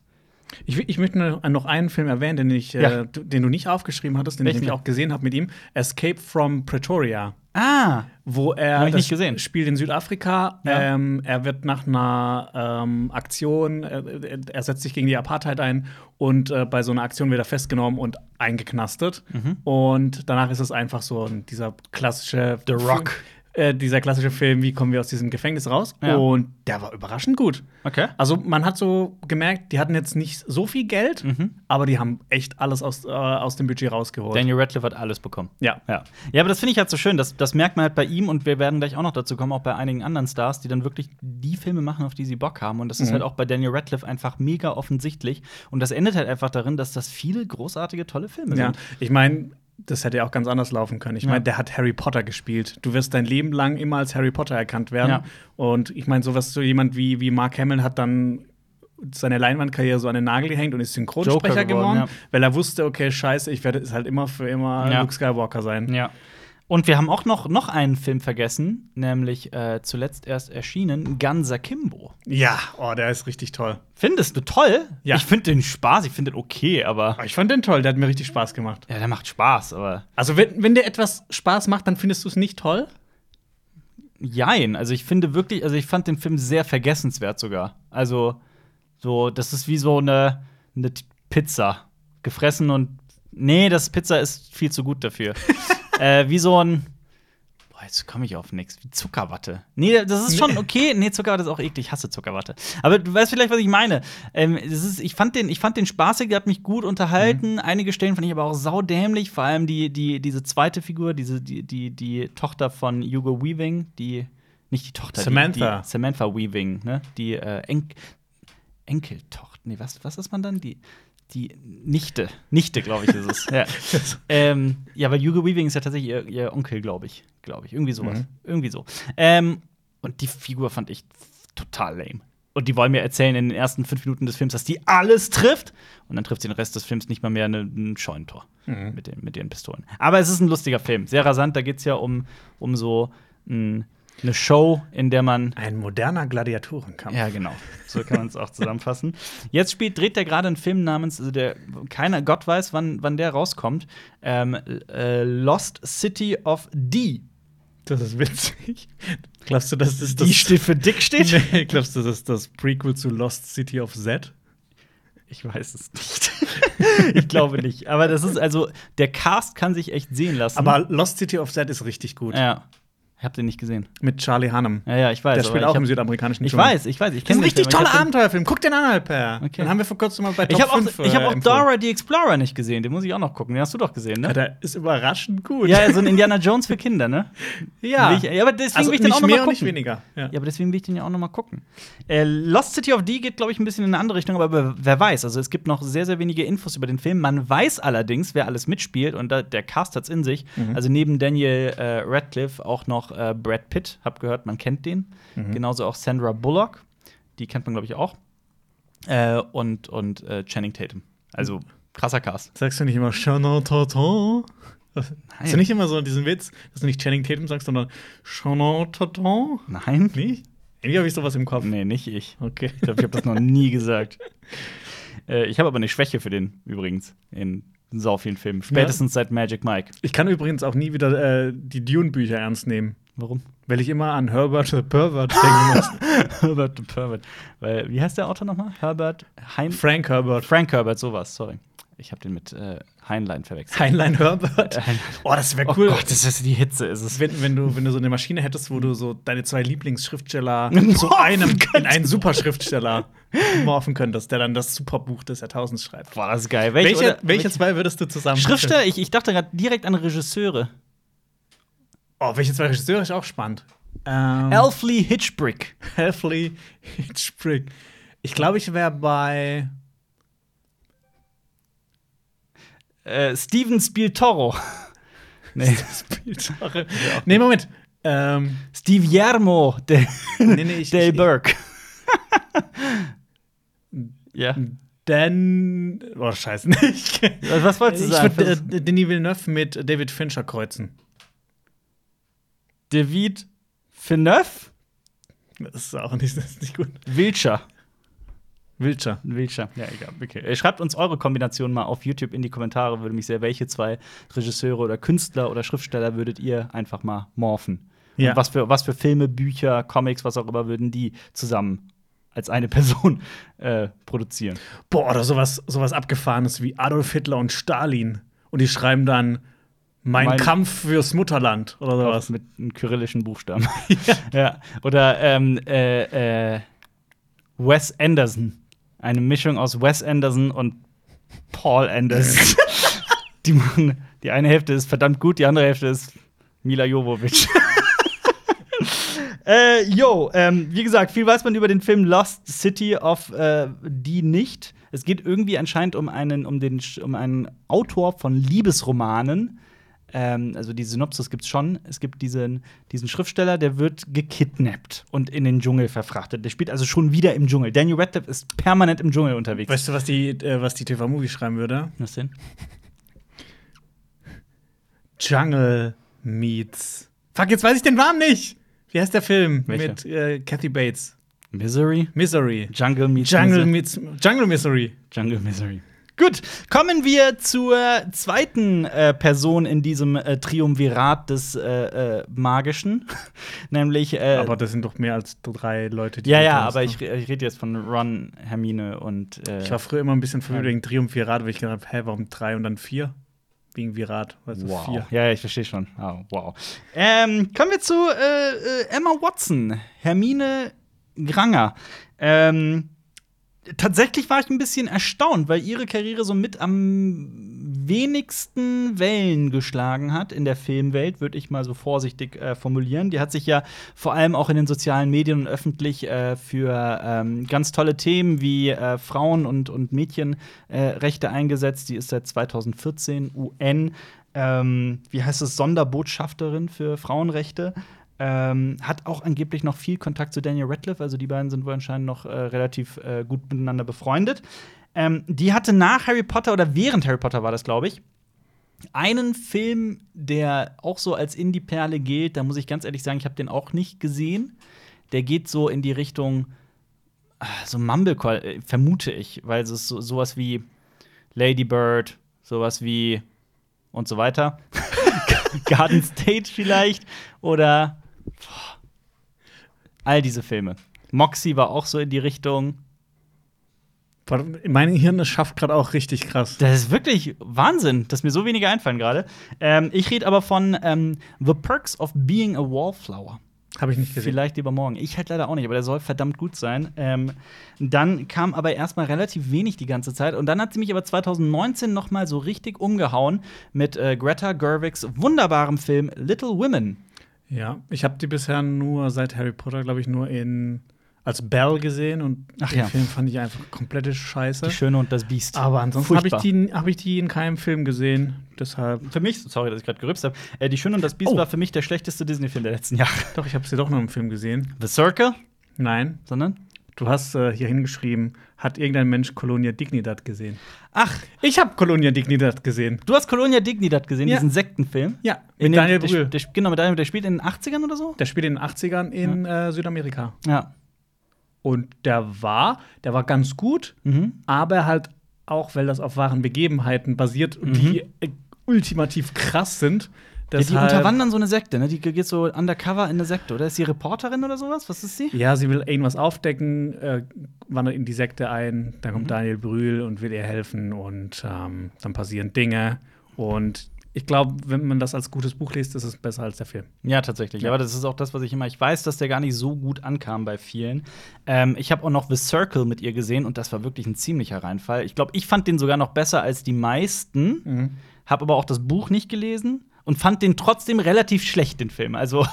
B: Ich, ich möchte nur noch einen Film erwähnen, den, ich,
A: Ja.
B: äh, du- den du nicht aufgeschrieben hattest, den
A: Welchen
B: ich nämlich
A: denn?
B: auch gesehen habe mit ihm. Escape from Pretoria.
A: Ah,
B: wo er
A: Hab ich
B: das
A: nicht gesehen.
B: spielt in Südafrika.
A: Ja.
B: Ähm, er wird nach einer ähm, Aktion, äh, äh, er setzt sich gegen die Apartheid ein und äh, bei so einer Aktion wird er festgenommen und eingeknastet.
A: Mhm.
B: Und danach ist es einfach so ein- dieser klassische The
A: Rock.
B: Äh, dieser klassische Film, wie kommen wir aus diesem Gefängnis raus?
A: Ja.
B: Und der war überraschend gut.
A: okay.
B: Also man hat so gemerkt, die hatten jetzt nicht so viel Geld, aber die haben echt alles aus, äh, aus dem Budget rausgeholt.
A: Mhm. Daniel Radcliffe hat alles bekommen.
B: ja.
A: Ja. ja, aber das finde ich halt so schön. Das, das merkt man halt bei ihm und wir werden gleich auch noch dazu kommen, auch bei einigen anderen Stars, die dann wirklich die Filme machen, auf die sie Bock haben. Und das
B: Mhm.
A: ist halt auch bei Daniel Radcliffe einfach mega offensichtlich. Und das endet halt einfach darin, dass das viele großartige, tolle Filme
B: Ja,
A: sind.
B: ich meine, das hätte ja auch ganz anders laufen können. Ich meine, der hat Harry Potter gespielt. Du wirst dein Leben lang immer als Harry Potter erkannt werden.
A: Ja.
B: Und ich meine, sowas so jemand wie, wie Mark Hamill hat dann seine Leinwandkarriere so an den Nagel gehängt und ist
A: Joker
B: Synchronsprecher
A: geworden,
B: geworden,
A: ja.
B: weil er wusste, okay, scheiße, ich werde es halt immer für immer
A: Ja.
B: Luke Skywalker sein.
A: Ja. Und wir haben auch noch, noch einen Film vergessen, nämlich äh, zuletzt erst erschienen, Ganser Kimbo.
B: Ja, oh, der ist richtig toll.
A: Findest du toll?
B: Ja.
A: Ich finde den Spaß, ich finde den okay, aber.
B: Aber ich fand den toll, der hat mir richtig Spaß gemacht.
A: Ja, der macht Spaß, aber.
B: Also, wenn, wenn dir etwas Spaß macht, dann findest du es nicht toll?
A: Jein. Also ich finde wirklich, also ich fand den Film sehr vergessenswert sogar. Also so, das ist wie so eine, eine T- Pizza. Gefressen und. Nee, das Pizza ist viel zu gut dafür. äh, wie so ein. Boah, jetzt komme ich auf nichts. Wie Zuckerwatte. Nee, das ist schon
B: Nee.
A: okay. Nee, Zuckerwatte ist auch eklig. Ich hasse Zuckerwatte. Aber du weißt vielleicht, was ich meine. Ähm, das ist, ich, fand den, ich fand den spaßig, der hat mich gut unterhalten. Einige Stellen fand ich aber auch saudämlich. Vor allem die, die, diese zweite Figur, diese, die, die, die Tochter von Hugo Weaving, die nicht die Tochter,
B: Samantha.
A: Die, die Samantha Weaving, ne? Die äh, Enk Enkeltochter. Nee, was, was ist man dann? Die, die Nichte. Nichte, glaube ich, ist es. ja. Ähm, ja, weil Hugo Weaving ist ja tatsächlich ihr, ihr Onkel, glaube ich. Glaube ich. Irgendwie sowas.
B: Mhm.
A: Irgendwie so. Ähm, und die Figur fand ich total lame. Und die wollen mir erzählen in den ersten fünf Minuten des Films, dass die alles trifft. Und dann trifft sie den Rest des Films nicht mal mehr eine, ein Scheunentor mit, den, mit ihren Pistolen. Aber es ist ein lustiger Film. Sehr rasant. Da geht es ja um, um so mm, eine Show, in der man
B: Ein moderner Gladiatorenkampf.
A: ja, genau. So kann man es auch zusammenfassen. Jetzt spielt, dreht er gerade einen Film namens, also der keiner Gott weiß, wann, wann der rauskommt. Ähm, äh, Lost City of D.
B: Das ist witzig. Glaubst du, das ist
A: D steht für dick steht?
B: Nee, glaubst du, das ist das Prequel zu Lost City of Z?
A: Ich weiß es nicht. ich glaube nicht. Aber das ist also, der Cast kann sich echt sehen lassen.
B: Aber Lost City of Z ist richtig gut.
A: Hm. ja. Ich hab den nicht gesehen.
B: Mit Charlie Hunnam.
A: Ja, ja, ich weiß.
B: Der
A: aber
B: spielt
A: ich
B: auch
A: hab-
B: im südamerikanischen
A: Ich
B: Dschungel.
A: weiß, ich weiß. Ich
B: Das ist
A: kenne
B: ein richtig toller
A: Abend.
B: Abenteuerfilm. Guck den an, Alper.
A: Okay.
B: Okay. Dann haben wir vor kurzem mal bei Top äh,
A: Ich habe auch,
B: 5
A: ich hab auch
B: empfohlen.
A: Dora the Explorer nicht gesehen. Den muss ich auch noch gucken. Den hast du doch gesehen,
B: Ja,
A: ne?
B: der ist überraschend gut.
A: Ja, so ein Indiana Jones für Kinder, ne?
B: ja.
A: Will Ich, ja, aber deswegen
B: also
A: will ich den
B: nicht
A: auch noch
B: mehr
A: mal
B: und nicht
A: gucken.
B: weniger. Ja.
A: Ja, aber deswegen will ich den ja auch noch mal gucken. Äh, Lost City of D geht, glaube ich, ein bisschen in eine andere Richtung, aber wer, wer weiß. Also es gibt noch sehr, sehr wenige Infos über den Film. Man weiß allerdings, wer alles mitspielt und da, der Cast hat's in sich.
B: Mhm.
A: Also neben Daniel äh, Radcliffe auch noch äh, Brad Pitt. Hab gehört, man kennt den.
B: Mhm.
A: Genauso auch Sandra Bullock. Die kennt man, glaube ich, auch. Äh, und und äh, Channing Tatum. Also krasser Cast.
B: Sagst du nicht immer Chanel Taton? Hast du nicht immer so diesen Witz, dass du nicht Channing Tatum sagst, sondern Chanel Taton?
A: Nein?
B: Nicht? Irgendwie habe ich sowas im Kopf.
A: Nee, nicht ich.
B: Okay.
A: Ich glaube, ich habe das noch nie gesagt. Äh, ich habe aber eine Schwäche für den übrigens in so vielen Filmen. Spätestens seit Magic Mike.
B: Ich kann übrigens auch nie wieder äh, die Dune-Bücher ernst nehmen,
A: Warum?
B: weil ich immer an Herbert the Pervert denken muss.
A: Herbert the Pervert. Weil, wie heißt der Autor nochmal? Herbert Hein.
B: Frank Herbert.
A: Frank Herbert, sowas, sorry. Ich habe den mit äh, Heinlein verwechselt.
B: Heinlein Herbert. Oh, das wäre cool.
A: Oh Gott, das ist die Hitze, ist es.
B: wenn, wenn, du, wenn du so eine Maschine hättest, wo du so deine zwei Lieblingsschriftsteller
A: Morphen
B: zu einem in
A: könntest.
B: einen Superschriftsteller morphen könntest, der dann das Superbuch des Jahrtausends schreibt.
A: Boah, das ist geil.
B: Welche,
A: oder-
B: welche zwei würdest du zusammen?
A: Schriftsteller? Ich, ich dachte gerade direkt an Regisseure.
B: Oh, welche zwei Regisseure ist auch spannend. Ähm,
A: Alfley Hitchbrick.
B: Healthy Hitchbrick. Ich glaube, ich wäre bei.
A: Äh, Steven Spieltoro. nee.
B: nee, Moment. Ähm,
A: Steve Yermo. Der
B: nee, nee, ich,
A: Dale
B: ich,
A: Burke. ja.
B: Dan. Oh, scheiße. Ich, ich
A: Was wolltest du sagen?
B: würde äh, Denis Villeneuve mit David Fincher kreuzen.
A: David Finneuf?
B: Das ist auch nicht, das ist nicht gut.
A: Wilcher.
B: Wiltshire.
A: Wiltshire. Ja, egal. Okay. Äh, Schreibt uns eure Kombination mal auf YouTube in die Kommentare. Würde mich sehr, welche zwei Regisseure oder Künstler oder Schriftsteller würdet ihr einfach mal morphen?
B: Ja.
A: Und was für, was für Filme, Bücher, Comics, was auch immer, würden die zusammen als eine Person äh, produzieren?
B: Boah, oder sowas, sowas Abgefahrenes wie Adolf Hitler und Stalin. Und die schreiben dann Mein,
A: Mein-
B: Kampf fürs Mutterland oder sowas.
A: Mit einem kyrillischen Buchstaben. ja. Oder ähm, äh, äh, Wes Anderson. Eine Mischung aus Wes Anderson und Paul Anderson. die, machen, die eine Hälfte ist verdammt gut, die andere Hälfte ist Mila Jovovich. Äh, yo, ähm, wie gesagt, viel weiß man über den Film Lost City of äh, die nicht. Es geht irgendwie anscheinend um einen, um den, um einen Autor von Liebesromanen. Ähm, also die Synopsis gibt's schon. Es gibt diesen, diesen Schriftsteller, der wird gekidnappt und in den Dschungel verfrachtet. Der spielt also schon wieder im Dschungel. Daniel Radcliffe ist permanent im Dschungel unterwegs.
B: Weißt du, was die, äh, was die TV-Movie schreiben würde?
A: Was denn?
B: Jungle Meets. Fuck, jetzt weiß ich den Namen nicht! Wie heißt der Film?
A: Welcher?
B: Mit äh, Kathy Bates.
A: Misery?
B: Misery.
A: Jungle meets
B: Jungle
A: Misery.
B: Meets. Jungle Misery.
A: Jungle Misery. Gut, kommen wir zur zweiten äh, Person in diesem äh, Triumvirat des äh, äh, Magischen, nämlich. Äh,
B: Aber das sind doch mehr als drei Leute, die.
A: ja,
B: du
A: ja,
B: kennst,
A: aber
B: ne?
A: ich, re- ich rede jetzt von Ron, Hermine und. Äh,
B: Ich war früher immer ein bisschen verwirrt wegen Triumvirat, weil ich gedacht habe, hä, warum drei und dann vier? Wegen Virat, also
A: wow.
B: vier.
A: Ja, ja, ich verstehe schon. Ah, wow. Ähm, kommen wir zu äh, äh, Emma Watson, Hermine Granger. Ähm, tatsächlich war ich ein bisschen erstaunt, weil ihre Karriere so mit am wenigsten Wellen geschlagen hat in der Filmwelt, würde ich mal so vorsichtig äh, formulieren. Die hat sich ja vor allem auch in den sozialen Medien und öffentlich äh, für ähm, ganz tolle Themen wie äh, Frauen- und, und Mädchenrechte äh, Rechte eingesetzt. Die ist seit 2014 UN, ähm, wie heißt es, Sonderbotschafterin für Frauenrechte. Ähm, hat auch angeblich noch viel Kontakt zu Daniel Radcliffe, also die beiden sind wohl anscheinend noch äh, relativ äh, gut miteinander befreundet. Ähm, die hatte nach Harry Potter oder während Harry Potter war das, glaube ich, einen Film, der auch so als Indie-Perle gilt. Da muss ich ganz ehrlich sagen, ich habe den auch nicht gesehen. Der geht so in die Richtung ah, so Mumblecore, äh, vermute ich, weil es ist so, sowas wie Lady Bird, sowas wie und so weiter. Garden State vielleicht oder boah, all diese Filme. Moxie war auch so in die Richtung.
B: Warte, Mein Hirn das schafft gerade auch richtig krass.
A: Das ist wirklich Wahnsinn, dass mir so wenige einfallen gerade. Ähm, ich rede aber von ähm, The Perks of Being a Wallflower.
B: Habe ich nicht gesehen.
A: Vielleicht übermorgen. Ich halt leider auch nicht, aber der soll verdammt gut sein. Ähm, dann kam aber erstmal relativ wenig die ganze Zeit. Und dann hat sie mich aber 2019 noch mal so richtig umgehauen mit äh, Greta Gerwigs wunderbarem Film Little Women.
B: Ja, ich habe die bisher nur seit Harry Potter, glaube ich, nur in als Bell gesehen und
A: Ach
B: den
A: ja.
B: Film fand ich einfach komplette Scheiße.
A: Die Schöne und das Biest.
B: Aber ansonsten habe ich,
A: Furchtbar.
B: die- hab ich die in keinem Film gesehen. Deshalb.
A: Für mich, sorry, dass ich gerade gerübst habe, äh, Die Schöne und das Biest
B: Oh.
A: war für mich der schlechteste Disney-Film der letzten Jahre.
B: Doch, ich habe sie doch noch im Film gesehen.
A: The Circle,
B: Nein,
A: sondern?
B: du hast äh, hier hingeschrieben, hat irgendein Mensch Colonia Dignidad gesehen?
A: Ach,
B: Ich habe Colonia Dignidad gesehen.
A: Du hast Colonia Dignidad gesehen,
B: Ja.
A: diesen Sektenfilm.
B: Ja,
A: In
B: mit
A: dem-
B: Daniel
A: der,
B: Brühl.
A: Der, genau, mit Daniel, der spielt in den 80ern oder so?
B: Der spielt in den 80ern in äh, Südamerika.
A: Ja.
B: Und der war, der war ganz gut,
A: Mhm.
B: aber halt auch, weil das auf wahren Begebenheiten basiert, und die äh, ultimativ krass sind.
A: Mhm. Ja, die
B: Deshalb-
A: unterwandern so eine Sekte, ne? Die geht so undercover in eine Sekte, oder? Ist sie Reporterin oder sowas? Was ist sie?
B: Ja, sie will irgendwas aufdecken, äh, wandert in die Sekte ein, dann
A: Mhm.
B: kommt Daniel Brühl und will ihr helfen und ähm, dann passieren Dinge. Und ich glaube, wenn man das als gutes Buch liest, ist es besser als der Film.
A: Ja, tatsächlich. Aber das ist auch das, was ich immer. Ich weiß, dass der gar nicht so gut ankam bei vielen. Ähm, ich habe auch noch The Circle mit ihr gesehen und das war wirklich ein ziemlicher Reinfall. Ich glaube, ich fand den sogar noch besser als die meisten, habe aber auch das Buch nicht gelesen und fand den trotzdem relativ schlecht, den Film. Also,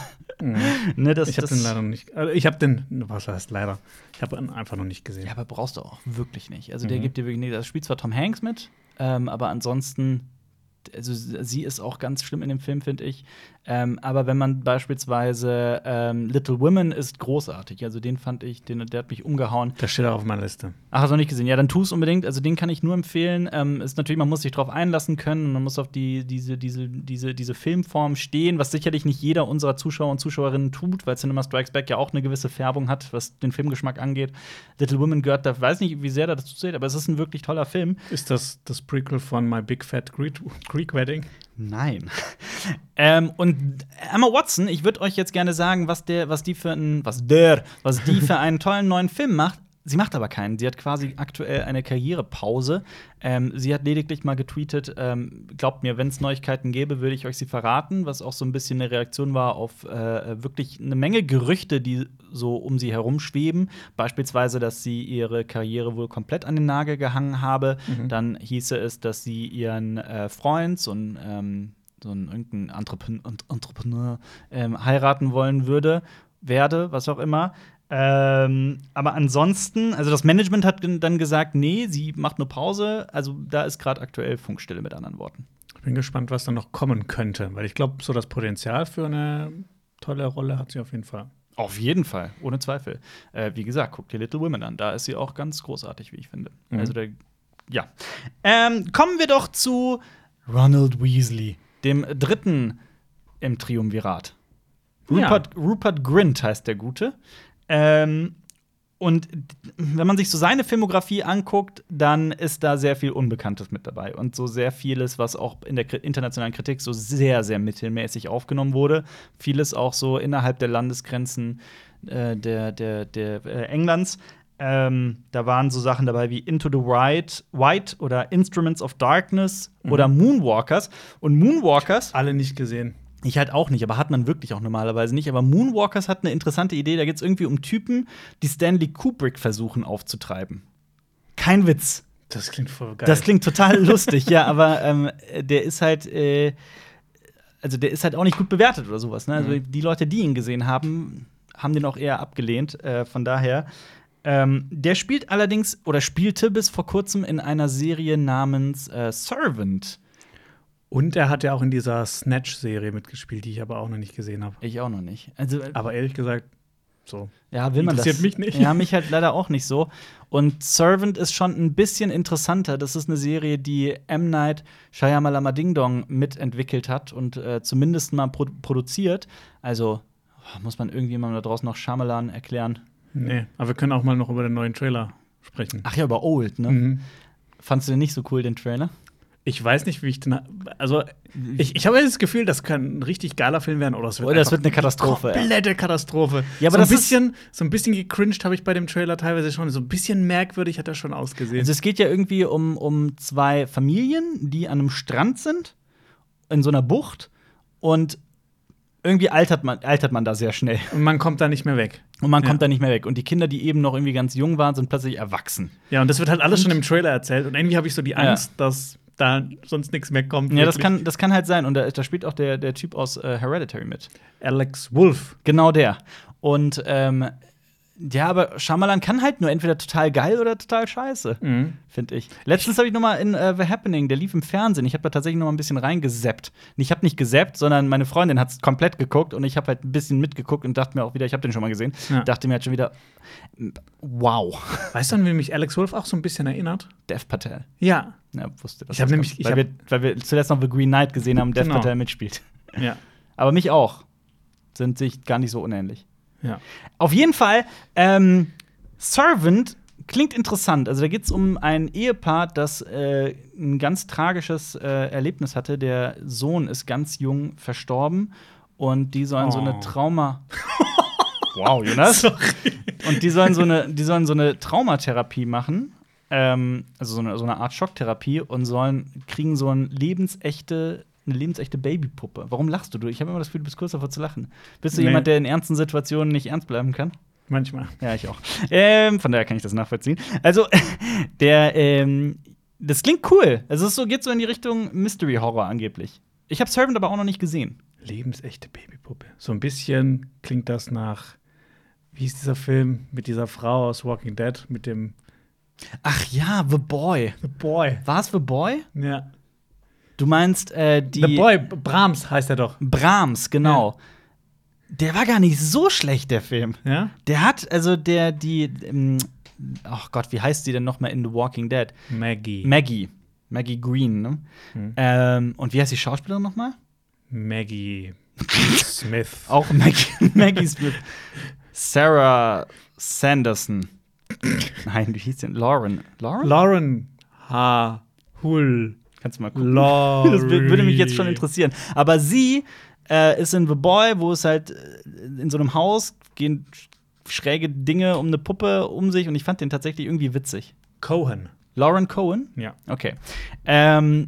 A: ne, das
B: Ich habe
A: das-
B: den leider noch nicht. Also ich habe den, was heißt leider? Ich habe ihn einfach noch nicht gesehen.
A: Ja, aber brauchst du auch wirklich nicht. Also der gibt dir wirklich nicht. Das spielt zwar Tom Hanks mit, ähm, aber ansonsten also sie ist auch ganz schlimm in dem Film, finde ich. Ähm, aber wenn man beispielsweise ähm, Little Women ist großartig, also den fand ich, den, der hat mich umgehauen.
B: Das steht auch auf meiner Liste.
A: Ach, hast du noch nicht gesehen? Ja, dann tu es unbedingt. Also den kann ich nur empfehlen. Ähm, ist natürlich, man muss sich drauf einlassen können, man muss auf die, diese, diese, diese, diese Filmform stehen, was sicherlich nicht jeder unserer Zuschauer und Zuschauerinnen tut, weil Cinema Strikes Back ja auch eine gewisse Färbung hat, was den Filmgeschmack angeht. Little Women gehört da, weiß nicht, wie sehr da dazu zählt, aber es ist ein wirklich toller Film.
B: Ist das das Prequel von My Big Fat Greek, Greek Wedding?
A: Nein. ähm, und Emma Watson, ich würde euch jetzt gerne sagen, was der, was die für einen, was der, was die für einen tollen neuen Film macht. Sie macht aber keinen. Sie hat quasi aktuell eine Karrierepause. Ähm, sie hat lediglich mal getweetet, ähm, glaubt mir, wenn es Neuigkeiten gäbe, würde ich euch sie verraten, was auch so ein bisschen eine Reaktion war auf äh, wirklich eine Menge Gerüchte, die so um sie herumschweben. Beispielsweise, dass sie ihre Karriere wohl komplett an den Nagel gehangen habe.
B: Mhm.
A: Dann hieße es, dass sie ihren äh, Freund, so ein ähm, so einen irgendeinen Entrepen Ent- Entrepreneur ähm, heiraten wollen würde, werde, was auch immer. Ähm, aber ansonsten, also das Management hat gen- dann gesagt, nee, sie macht eine Pause. Also da ist gerade aktuell Funkstille mit anderen Worten.
B: Ich bin gespannt, was da noch kommen könnte, weil ich glaube, so das Potenzial für eine tolle Rolle hat sie auf jeden Fall.
A: Auf jeden Fall, ohne Zweifel. Äh, wie gesagt, guckt die Little Women an. Da ist sie auch ganz großartig, wie ich finde.
B: Mhm.
A: Also der, ja. Ähm, kommen wir doch zu Ronald Weasley, dem dritten im Triumvirat.
B: Ja.
A: Rupert, Rupert Grint heißt der Gute. Ähm, und d- wenn man sich so seine Filmografie anguckt, dann ist da sehr viel Unbekanntes mit dabei und so sehr vieles, was auch in der Kri- internationalen Kritik so sehr, sehr mittelmäßig aufgenommen wurde. Vieles auch so innerhalb der Landesgrenzen äh, der, der, der äh, Englands. Ähm, da waren so Sachen dabei wie Into the White, White oder Instruments of Darkness oder Moonwalkers. Und Moonwalkers
B: Alle nicht gesehen.
A: ich halt auch nicht, aber hat man wirklich auch normalerweise nicht. Aber Moonwalkers hat eine interessante Idee. Da geht es irgendwie um Typen, die Stanley Kubrick versuchen aufzutreiben. Kein Witz.
B: Das klingt voll geil.
A: Das klingt total lustig, ja, aber ähm, der ist halt. Äh, also der ist halt auch nicht gut bewertet oder sowas. Ne? Also die Leute, die ihn gesehen haben, haben den auch eher abgelehnt. Äh, von daher. Ähm, der spielt allerdings oder spielte bis vor kurzem in einer Serie namens äh, Servant.
B: Und er hat ja auch in dieser Snatch-Serie mitgespielt, die ich aber auch noch nicht gesehen habe.
A: Ich auch noch nicht. Also
B: Aber ehrlich gesagt, so.
A: Ja, will man
B: Interessiert
A: das?
B: mich nicht.
A: Ja, mich halt leider auch nicht so. Und Servant ist schon ein bisschen interessanter. Das ist eine Serie, die M. Night Shyamalama Ding Dong mitentwickelt hat und äh, zumindest mal pro produziert. Also oh, muss man irgendjemandem da draußen noch Shyamalan erklären.
B: Nee, aber wir können auch mal noch über den neuen Trailer sprechen.
A: Ach ja, über Old, ne?
B: Mhm.
A: Fandst du den nicht so cool, den Trailer?
B: Ich weiß nicht, wie ich den. Also, ich, ich habe das Gefühl, das kann ein richtig geiler Film werden. Oder es wird,
A: Oder es
B: einfach
A: wird eine Katastrophe, ja.
B: Komplette Katastrophe.
A: Ja, aber
B: so ein
A: das ist-
B: bisschen, so ein bisschen gecringed habe ich bei dem Trailer teilweise schon. So ein bisschen merkwürdig hat er schon ausgesehen.
A: Also es geht ja irgendwie um, um zwei Familien, die an einem Strand sind, in so einer Bucht. Und irgendwie altert man, altert man da sehr schnell.
B: Und man kommt da nicht mehr weg.
A: Und man
B: Ja.
A: kommt da nicht mehr weg. Und die Kinder, die eben noch irgendwie ganz jung waren, sind plötzlich erwachsen.
B: Ja, und das wird halt alles schon im Trailer erzählt. Und irgendwie habe ich so die
A: Ja.
B: Angst, dass da sonst nichts mehr kommt.
A: Ja, das
B: wirklich.
A: kann, das kann halt sein. Und da, da spielt auch der, der Typ aus äh, Hereditary mit.
B: Alex Wolf.
A: Genau der. Und ähm, ja, aber Shyamalan kann halt nur entweder total geil oder total scheiße, finde ich. Letztens habe ich noch mal in äh, The Happening, der lief im Fernsehen. Ich habe da tatsächlich noch mal ein bisschen reingeseppt. Und Ich habe nicht geseppt, sondern meine Freundin hat es komplett geguckt und ich habe halt ein bisschen mitgeguckt und dachte mir auch wieder, ich habe den schon mal gesehen,
B: Ja.
A: dachte mir halt schon wieder, wow,
B: Weißt du, an wen mich Alex Wolf auch so ein bisschen erinnert?
A: Dev Patel.
B: Ja.
A: Ja, wusste das.
B: Ich hab
A: jetzt
B: nämlich-
A: kommt.
B: ich
A: weil, wir, weil wir zuletzt noch The Green Knight gesehen haben, Death
B: Genau.
A: Patel mitspielt.
B: Ja.
A: Aber mich auch. Sind sich gar nicht so unähnlich.
B: ja.
A: Auf jeden Fall, ähm, Servant klingt interessant. Also da geht es um ein Ehepaar, das äh, ein ganz tragisches äh, Erlebnis hatte. Der Sohn ist ganz jung verstorben und die sollen so eine
B: Oh.
A: Trauma. wow, Jonas. Und die sollen so eine, die sollen so eine Traumatherapie machen, ähm, also so eine, so eine Art Schocktherapie und sollen kriegen so ein lebensechte, eine lebensechte Babypuppe. Warum lachst du? du? Ich habe immer das Gefühl, du bist kurz davor zu lachen. Bist du
B: Nee.
A: jemand, der in ernsten Situationen nicht ernst bleiben kann?
B: Manchmal.
A: Ja, ich auch. Ähm, von daher kann ich das nachvollziehen. Also, der, ähm, das klingt cool. Also, es ist so, geht so in die Richtung Mystery Horror angeblich. Ich habe Servant aber auch noch nicht gesehen.
B: Lebensechte Babypuppe. So ein bisschen klingt das nach, wie hieß dieser Film mit dieser Frau aus Walking Dead, mit dem
A: Ach ja, The Boy.
B: The Boy.
A: War es The Boy?
B: Ja.
A: Du meinst äh, die
B: The Boy, Brahms heißt er doch.
A: Brahms, genau. Der war gar nicht so schlecht, der Film.
B: Ja?
A: Der hat, also der, die, ähm, ach Gott, wie heißt sie denn nochmal in The Walking Dead?
B: Maggie.
A: Maggie. Maggie Green, ne? Ähm, und wie heißt die Schauspielerin nochmal?
B: Maggie Smith.
A: Auch Maggie, Maggie Smith. Sarah Sanderson. Nein, wie hieß denn? Lauren. Lauren?
B: Lauren H. Hull.
A: Kannst du mal gucken.
B: Lauren.
A: Oh, Das wür- würde mich jetzt schon interessieren. Aber sie äh, ist in The Boy, wo es halt äh, in so einem Haus gehen sch- schräge Dinge um eine Puppe um sich und ich fand den tatsächlich irgendwie witzig.
B: Cohen.
A: Lauren Cohen?
B: Ja.
A: Okay. Ähm,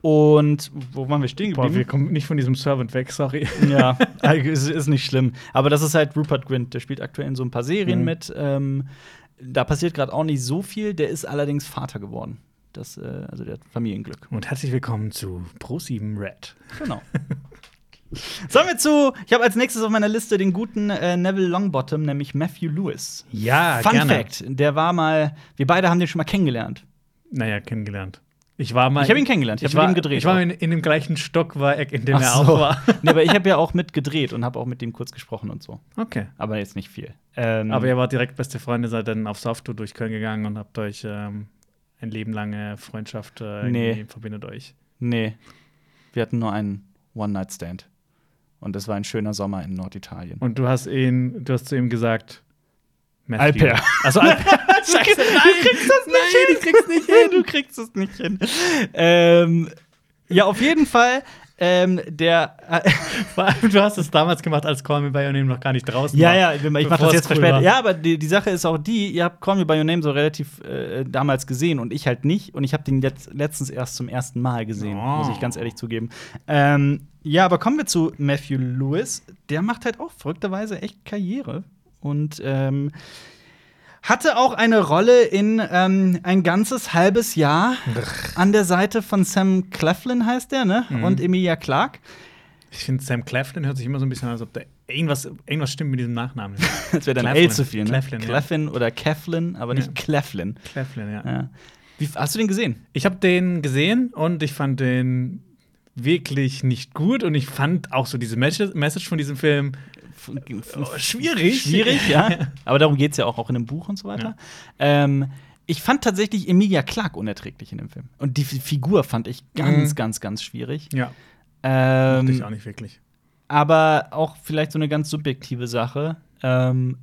A: und wo waren wir stehen
B: Boah, wir
A: geblieben?
B: kommen nicht von diesem Servant weg, sorry.
A: ja, es ist nicht schlimm. Aber das ist halt Rupert Grint. Der spielt aktuell in so ein paar Serien
B: Mhm.
A: mit. Ähm, da passiert gerade auch nicht so viel. Der ist allerdings Vater geworden. Das, äh, also der hat Familienglück.
B: Und herzlich willkommen zu Pro7 Red.
A: Genau. Sollen wir zu, ich habe als nächstes auf meiner Liste den guten äh, Neville Longbottom, nämlich Matthew Lewis.
B: Ja,
A: Fun
B: gerne.
A: Fact, der war mal, wir beide haben den schon mal kennengelernt.
B: Naja, kennengelernt. Ich war mal.
A: Ich hab ihn kennengelernt, ich hab
B: war,
A: mit ihm gedreht
B: Ich war
A: auch.
B: in, in dem gleichen Stockwerk, in dem er
A: Ach so.
B: auch war.
A: nee, aber ich habe ja auch mitgedreht und habe auch mit dem kurz gesprochen und so.
B: Okay.
A: Aber jetzt nicht viel. Ähm,
B: Aber ihr wart direkt beste Freunde, seid dann auf Softtour durch Köln gegangen und habt euch ähm, ein Leben lange Freundschaft äh,
A: Nee.
B: irgendwie verbindet euch.
A: nee, wir hatten nur einen One-Night-Stand. Und es war ein schöner Sommer in Norditalien.
B: Und du hast ihn, du hast zu ihm gesagt, Matthew.
A: Alper.
B: Also Alper. Scheiße,
A: du kriegst das nicht hin. Du kriegst nicht hin. Du kriegst es nicht hin. Ähm, ja, auf jeden Fall. Ähm, der
B: Vor allem, du hast es damals gemacht, als Call Me By Your Name noch gar nicht draußen
A: Ja,
B: war.
A: ja, ich mach
B: Bevor
A: das
B: es
A: jetzt
B: cool
A: verspätet.
B: war.
A: Ja, aber die, die Sache ist auch die, ihr habt Call Me By Your Name so relativ äh, damals gesehen und ich halt nicht. Und ich habe den jetzt letztens erst zum ersten Mal gesehen,
B: Oh.
A: muss ich ganz ehrlich zugeben. Ähm, ja, aber kommen wir zu Matthew Lewis. Der macht halt auch verrückterweise echt Karriere. Und ähm, hatte auch eine Rolle in ähm, ein ganzes halbes Jahr an der Seite von Sam Claflin heißt der, ne?
B: Mhm.
A: Und Emilia Clarke.
B: Ich finde, Sam Claflin hört sich immer so ein bisschen an, als ob da irgendwas, irgendwas stimmt mit diesem Nachnamen.
A: Das wäre dann
B: Claflin.
A: L zu viel, ne?
B: Claflin, ja.
A: oder Keflin, aber nicht Cleflin.
B: Claflin, ja.
A: Ja. Wie, hast du den gesehen?
B: Ich habe den gesehen und ich fand den wirklich nicht gut und ich fand auch so diese Message Message von diesem Film oh, schwierig.
A: Schwierig, ja. Aber darum geht es ja auch, auch in dem Buch und so weiter. Ähm, ich fand tatsächlich Emilia Clarke unerträglich in dem Film. Und die F- Figur fand ich ganz,
B: Mhm.
A: ganz, ganz schwierig.
B: Ja, mochte ich
A: Ähm,
B: auch nicht wirklich.
A: aber auch vielleicht so eine ganz subjektive Sache. Ähm,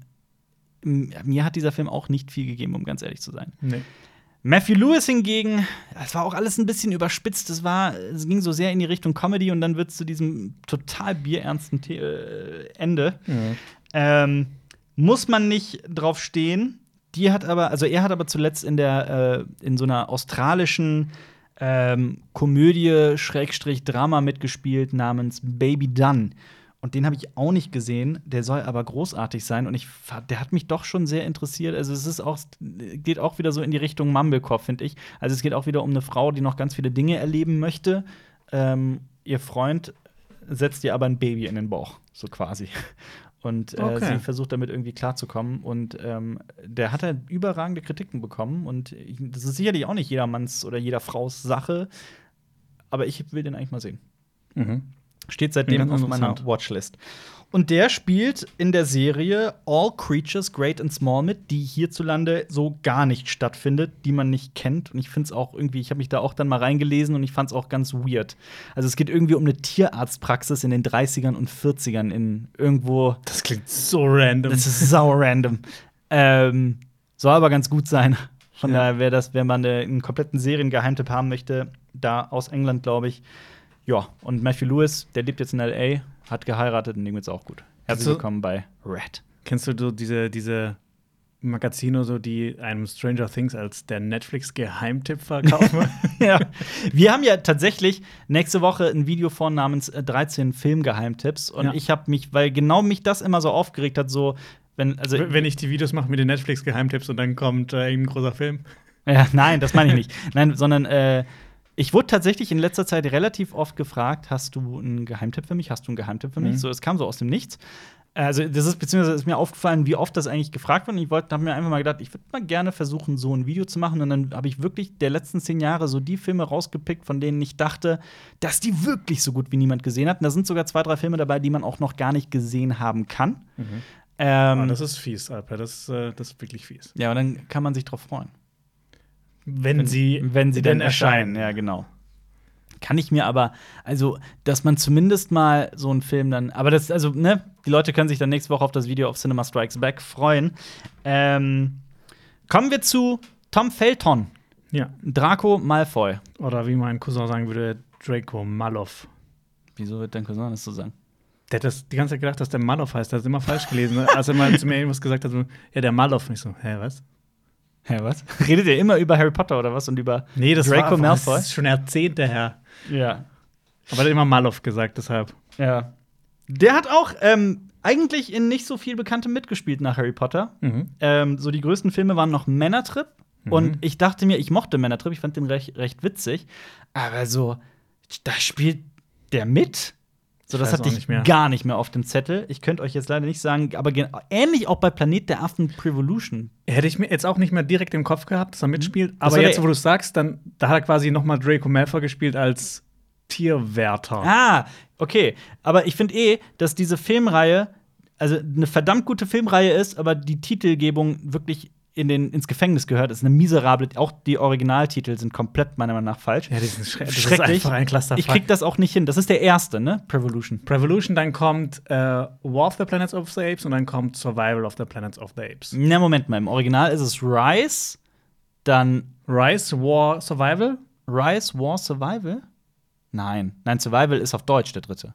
A: m- mir hat dieser Film auch nicht viel gegeben, um ganz ehrlich zu sein.
B: Nee.
A: Matthew Lewis hingegen, es war auch alles ein bisschen überspitzt. Es war, es ging so sehr in die Richtung Comedy und dann wird es zu diesem total bierernsten The äh, Ende. Ähm, muss man nicht drauf stehen. Die hat aber, also er hat aber zuletzt in der, äh, in so einer australischen ähm, Komödie Schrägstrich Drama mitgespielt namens Baby Dunn. Und den habe ich auch nicht gesehen. Der soll aber großartig sein. Und ich, fa- der hat mich doch schon sehr interessiert. Also es ist auch, geht auch wieder so in die Richtung Mumblecore, finde ich. Also es geht auch wieder um eine Frau, die noch ganz viele Dinge erleben möchte. Ähm, ihr Freund setzt ihr aber ein Baby in den Bauch, so quasi. Und äh,
B: Okay.
A: sie versucht damit irgendwie klarzukommen. Und ähm, der hat halt überragende Kritiken bekommen. Und ich, das ist sicherlich auch nicht jedermanns oder jeder Fraus Sache. Aber ich will den eigentlich mal sehen. Mhm. Steht seitdem
B: Ganz
A: auf meiner
B: interessant.
A: Watchlist. Und der spielt in der Serie All Creatures Great and Small mit, die hierzulande so gar nicht stattfindet, die man nicht kennt. Und ich finde es auch irgendwie, ich habe mich da auch dann mal reingelesen und ich fand es auch ganz weird. Also es geht irgendwie um eine Tierarztpraxis in den 30ern und 40ern in irgendwo.
B: Das klingt so random.
A: Das ist sau random. Ähm, soll aber ganz gut sein. Von
B: Ja.
A: daher wäre das, wenn man äh, einen kompletten Seriengeheimtipp haben möchte, da aus England, glaube ich. Ja, und Matthew Lewis, der lebt jetzt in L.A., hat geheiratet und dem geht's auch gut. Herzlich
B: Dazu-
A: willkommen bei Red.
B: Kennst du so diese, diese Magazine, so, die einem Stranger Things als der Netflix-Geheimtipp verkaufen?
A: ja. Wir haben ja tatsächlich nächste Woche ein Video vor namens äh, 13 Filmgeheimtipps und
B: Ja.
A: ich habe mich, weil genau mich das immer so aufgeregt hat, so wenn also
B: Wenn ich die Videos mache mit den
A: Mhm.
B: Netflix-Geheimtipps und dann kommt äh, irgendein großer Film.
A: Ja, nein, das meine ich nicht. Nein, sondern äh, Ich wurde tatsächlich in letzter Zeit relativ oft gefragt: Hast du einen Geheimtipp für mich? Hast du einen Geheimtipp für mich?
B: Mhm.
A: So, es kam so aus dem Nichts. Also, das ist beziehungsweise ist mir aufgefallen, wie oft das eigentlich gefragt wird. Und ich wollte, habe mir einfach mal gedacht, ich würde mal gerne versuchen, so ein Video zu machen. Und dann habe ich wirklich der letzten zehn Jahre so die Filme rausgepickt, von denen ich dachte, dass die wirklich so gut wie niemand gesehen hat. Und da sind sogar zwei, drei Filme dabei, die man auch noch gar nicht gesehen haben kann. Ähm,
B: Mhm. Ah, das ist fies, Alper. Das, ist, äh, das ist wirklich fies.
A: ja, und dann kann man sich drauf freuen.
B: Wenn,
A: wenn sie denn erscheinen. Ja, genau. Kann ich mir aber, also, dass man zumindest mal so einen Film dann, aber das, also, ne, die Leute können sich dann nächste Woche auf das Video auf Cinema Strikes Back freuen. Ähm, kommen wir zu Tom Felton,
B: Ja.
A: Draco Malfoy.
B: Oder wie mein Cousin sagen würde, Draco Maloff.
A: Wieso wird dein Cousin das so sagen?
B: Der hat das die ganze Zeit gedacht, dass der Maloff heißt. Der hat es immer falsch gelesen. ne? Als er mal zu mir irgendwas gesagt hat, so, ja, der Maloff. Und ich so, hä, was?
A: Hä, was? Redet ihr immer über Harry Potter oder was und über
B: Nee, das
A: Draco
B: war,
A: Malfoy?
B: Das ist schon Jahrzehnte her.
A: Ja.
B: Aber der hat immer Maloff gesagt, deshalb.
A: Ja. Der hat auch ähm, eigentlich in nicht so viel Bekanntem mitgespielt nach Harry Potter.
B: Mhm.
A: Ähm, so die größten Filme waren noch Männertrip. Und ich dachte mir, ich mochte Männertrip, ich fand den recht, recht witzig. Aber so, da spielt der mit. So, das
B: Ich weiß
A: hatte
B: auch
A: ich
B: nicht mehr.
A: gar nicht mehr auf dem Zettel. Ich könnte euch jetzt leider nicht sagen, aber gen- ähnlich auch bei Planet der Affen Prevolution.
B: Hätte ich mir jetzt auch nicht mehr direkt im Kopf gehabt, dass er mitspielt.
A: Mhm. war
B: Aber
A: der- E-
B: jetzt, wo du es sagst, dann da hat er quasi noch mal Draco Malfoy gespielt als Tierwärter.
A: Ah, okay. Aber ich finde eh, dass diese Filmreihe, also eine verdammt gute Filmreihe ist, aber die Titelgebung wirklich in den, ins Gefängnis gehört. ist eine miserable. Auch die Originaltitel sind komplett meiner Meinung nach falsch.
B: Ja, das ist, schrä das ist
A: Schrecklich.
B: einfach ein
A: ich
B: Clusterfuck.
A: krieg das auch nicht hin. Das ist der erste, ne? Prevolution.
B: Revolution, dann kommt äh, War of the Planets of the Apes und dann kommt Survival of the Planets of the Apes.
A: Na, Moment mal. Im Original ist es Rise, dann
B: Rise, War, Survival?
A: Rise, War, Survival? Nein. Nein, Survival ist auf Deutsch der dritte.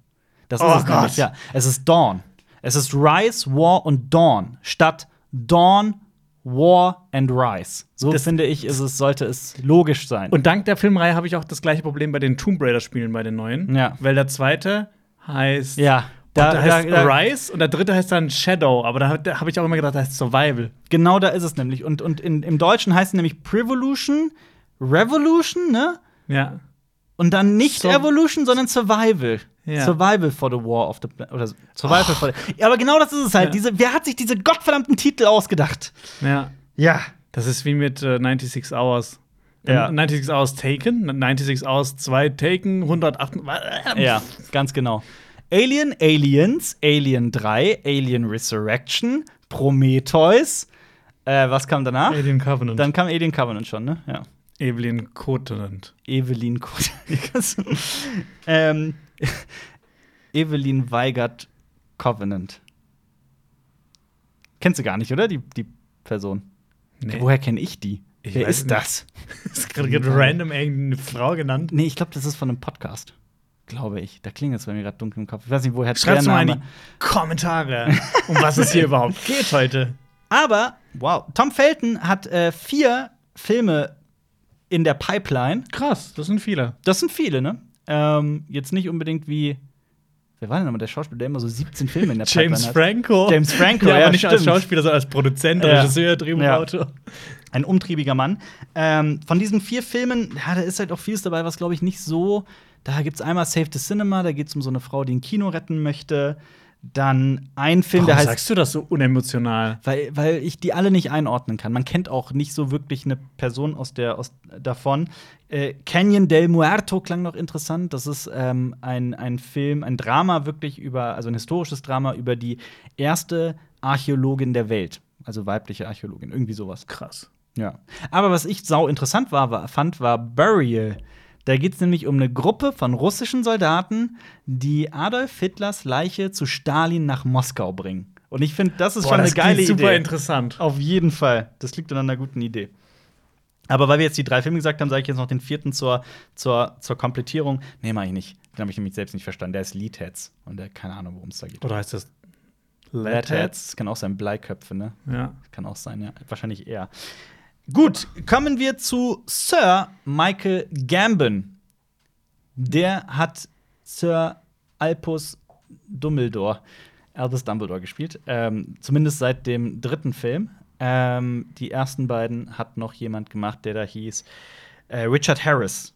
A: Das
B: Oh
A: es nämlich,
B: Gott.
A: ja. Es ist Dawn. Es ist Rise, War und Dawn statt Dawn, War and Rise. So
B: Das-
A: finde ich, ist es, sollte es logisch sein.
B: Und dank der Filmreihe habe ich auch das gleiche Problem bei den Tomb Raider-Spielen, bei den neuen.
A: Ja.
B: Weil der zweite heißt.
A: ja, da,
B: Da, der
A: da,
B: heißt
A: da,
B: Rise und der dritte heißt dann Shadow, aber da, hab- da habe ich auch immer gedacht, der heißt Survival.
A: genau da ist es nämlich. Und, und in, im Deutschen heißt es nämlich Prevolution, Revolution, ne?
B: Ja.
A: Und dann nicht
B: So-
A: Evolution, sondern Survival.
B: Ja. Oh.
A: Survival for the War of the Planet. Oder Survival for the. Aber genau das ist es halt.
B: Ja.
A: Diese, wer hat sich diese gottverdammten Titel ausgedacht?
B: Ja.
A: Ja.
B: Das ist wie mit äh, 96 Hours.
A: Ja.
B: 96 Hours Taken, 96 Hours 2 Taken, 108.
A: Ja, ganz genau. Alien, Aliens, Alien 3, Alien Resurrection, Prometheus. Äh, was kam danach?
B: Alien Covenant.
A: Dann kam Alien Covenant schon, ne? Ja.
B: Alien Covenant.
A: Evelyn Kot. ähm, Evelyn Weigert Covenant. Kennst du gar nicht, oder? Die, die Person.
B: Nee.
A: Woher kenne ich die?
B: Ich
A: Wer
B: weiß
A: ist
B: nicht.
A: das?
B: Es wird random irgendeine Frau genannt.
A: Nee, ich glaube, das ist von einem Podcast. Glaube ich. Da klingt es bei mir gerade dunkel im Kopf. Ich weiß nicht, woher
B: Schreibt
A: der
B: mal in
A: Name.
B: die Kommentare, um was es hier überhaupt geht heute.
A: Aber, wow, Tom Felton hat äh, vier Filme in der Pipeline.
B: Krass, das sind viele.
A: Das sind viele, ne? Ähm, jetzt nicht unbedingt wie. Wer war denn nochmal der Schauspieler, der immer so 17 Filme in der
B: James
A: Pipeline hat?
B: Franco.
A: James Franco,
B: ja, aber
A: ja,
B: nicht als
A: stimmt.
B: Schauspieler, sondern als Produzent,
A: Ja.
B: Regisseur, Drehbuchautor.
A: ein umtriebiger Mann. Ähm, von diesen vier Filmen, ja, da ist halt auch vieles dabei, was glaube ich nicht so. Da gibt es einmal Save the Cinema, da geht es um so eine Frau, die ein Kino retten möchte. Dann ein Film, der
B: Warum
A: heißt.
B: sagst du das so unemotional?
A: Weil, weil ich die alle nicht einordnen kann. Man kennt auch nicht so wirklich eine Person aus der aus, davon. Äh, Canyon del Muerto klang noch interessant. Das ist ähm, ein, ein Film, ein Drama wirklich über, also ein historisches Drama über die erste Archäologin der Welt. Also weibliche Archäologin, irgendwie sowas.
B: Krass.
A: Ja. Aber was ich sau interessant war, war, fand, war Burial. Da geht es nämlich um eine Gruppe von russischen Soldaten, die Adolf Hitlers Leiche zu Stalin nach Moskau bringen. Und ich finde, das ist schon eine
B: das
A: geile
B: klingt super
A: Idee.
B: interessant.
A: Auf jeden Fall. Das liegt an einer guten Idee. Aber weil wir jetzt die drei Filme gesagt haben, sage ich jetzt noch den vierten zur, zur, zur Komplettierung. Nee, mach ich nicht. Den habe ich nämlich selbst nicht verstanden. Der ist Leadheads. Und der keine Ahnung, worum es da geht.
B: Oder heißt das
A: Leadheads. Kann auch sein Bleiköpfe, ne?
B: Ja.
A: Kann auch sein, ja. Wahrscheinlich eher. Gut, kommen wir zu Sir Michael Gambon. Der hat Sir Alpus Dumbledore, Albus Dumbledore gespielt. Ähm, zumindest seit dem dritten Film. Ähm, die ersten beiden hat noch jemand gemacht, der da hieß äh, Richard Harris.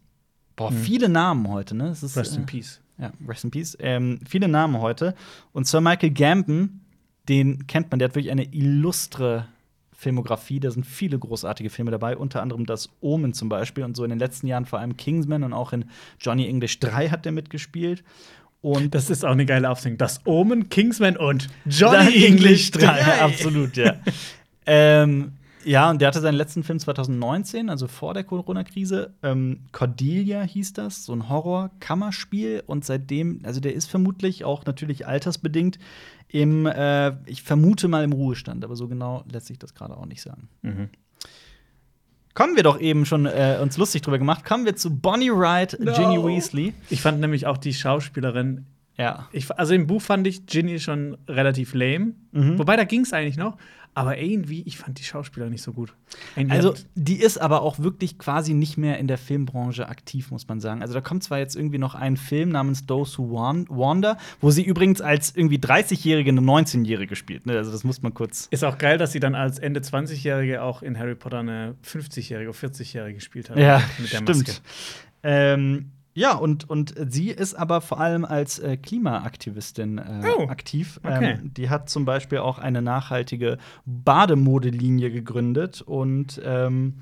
A: Boah, viele Namen heute, ne? Es ist,
B: Hm. Rest in
A: äh,
B: Peace.
A: Ja, Rest in Peace. Ähm, viele Namen heute. Und Sir Michael Gambon, den kennt man, der hat wirklich eine illustre Filmografie. Da sind viele großartige Filme dabei, unter anderem das Omen zum Beispiel. Und so in den letzten Jahren vor allem Kingsman und auch in Johnny English 3 hat der mitgespielt. Und
B: Das ist auch eine geile Aufzählung. Das Omen, Kingsman und
A: Johnny
B: Johnny English 3.
A: Absolut, ja. ähm, ja, und der hatte seinen letzten Film 2019, also vor der Corona-Krise. Ähm, Cordelia hieß das, so ein Horror-Kammerspiel. Und seitdem, also der ist vermutlich auch natürlich altersbedingt im, äh, ich vermute mal im Ruhestand, aber so genau lässt sich das gerade auch nicht sagen.
B: Mhm.
A: Kommen wir doch eben schon äh, uns lustig drüber gemacht. Kommen wir zu Bonnie Wright,
B: No.
A: Ginny Weasley.
B: Ich fand nämlich auch die Schauspielerin
A: Ja.
B: Ich, also im Buch fand ich Ginny schon relativ lame.
A: Mhm.
B: Wobei da ging es eigentlich noch. Aber irgendwie, ich fand die Schauspieler nicht so gut. Irgendwie
A: Also,
B: hat-
A: die ist aber auch wirklich quasi nicht mehr in der Filmbranche aktiv, muss man sagen. Also, da kommt zwar jetzt irgendwie noch ein Film namens Those Who Wan- Wander, wo sie übrigens als irgendwie 30-Jährige eine 19-Jährige spielt. Ne? Also, das muss man kurz.
B: ist auch geil, dass sie dann als Ende 20-Jährige auch in Harry Potter eine 50-Jährige oder 40-Jährige gespielt hat.
A: Ja,
B: mit der Maske.
A: stimmt. Ähm, ja, und, und sie ist aber vor allem als äh, Klimaaktivistin äh,
B: Oh,
A: aktiv.
B: okay.
A: Ähm, die hat zum Beispiel auch eine nachhaltige Bademodelinie gegründet und ähm,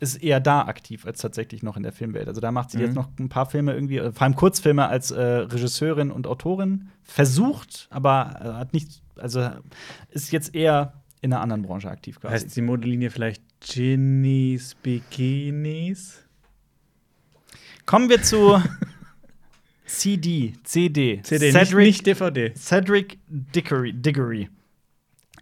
A: ist eher da aktiv als tatsächlich noch in der Filmwelt. Also da macht sie
B: Mhm.
A: jetzt noch ein paar Filme irgendwie, äh, vor allem Kurzfilme als äh, Regisseurin und Autorin versucht, aber äh, hat nicht, also ist jetzt eher in einer anderen Branche aktiv quasi.
B: Heißt die Modelinie vielleicht Ginny's Bikinis?
A: Kommen wir zu CD, CD,
B: CD, nicht,
A: Cedric,
B: nicht DVD.
A: Cedric Diggory. Diggory.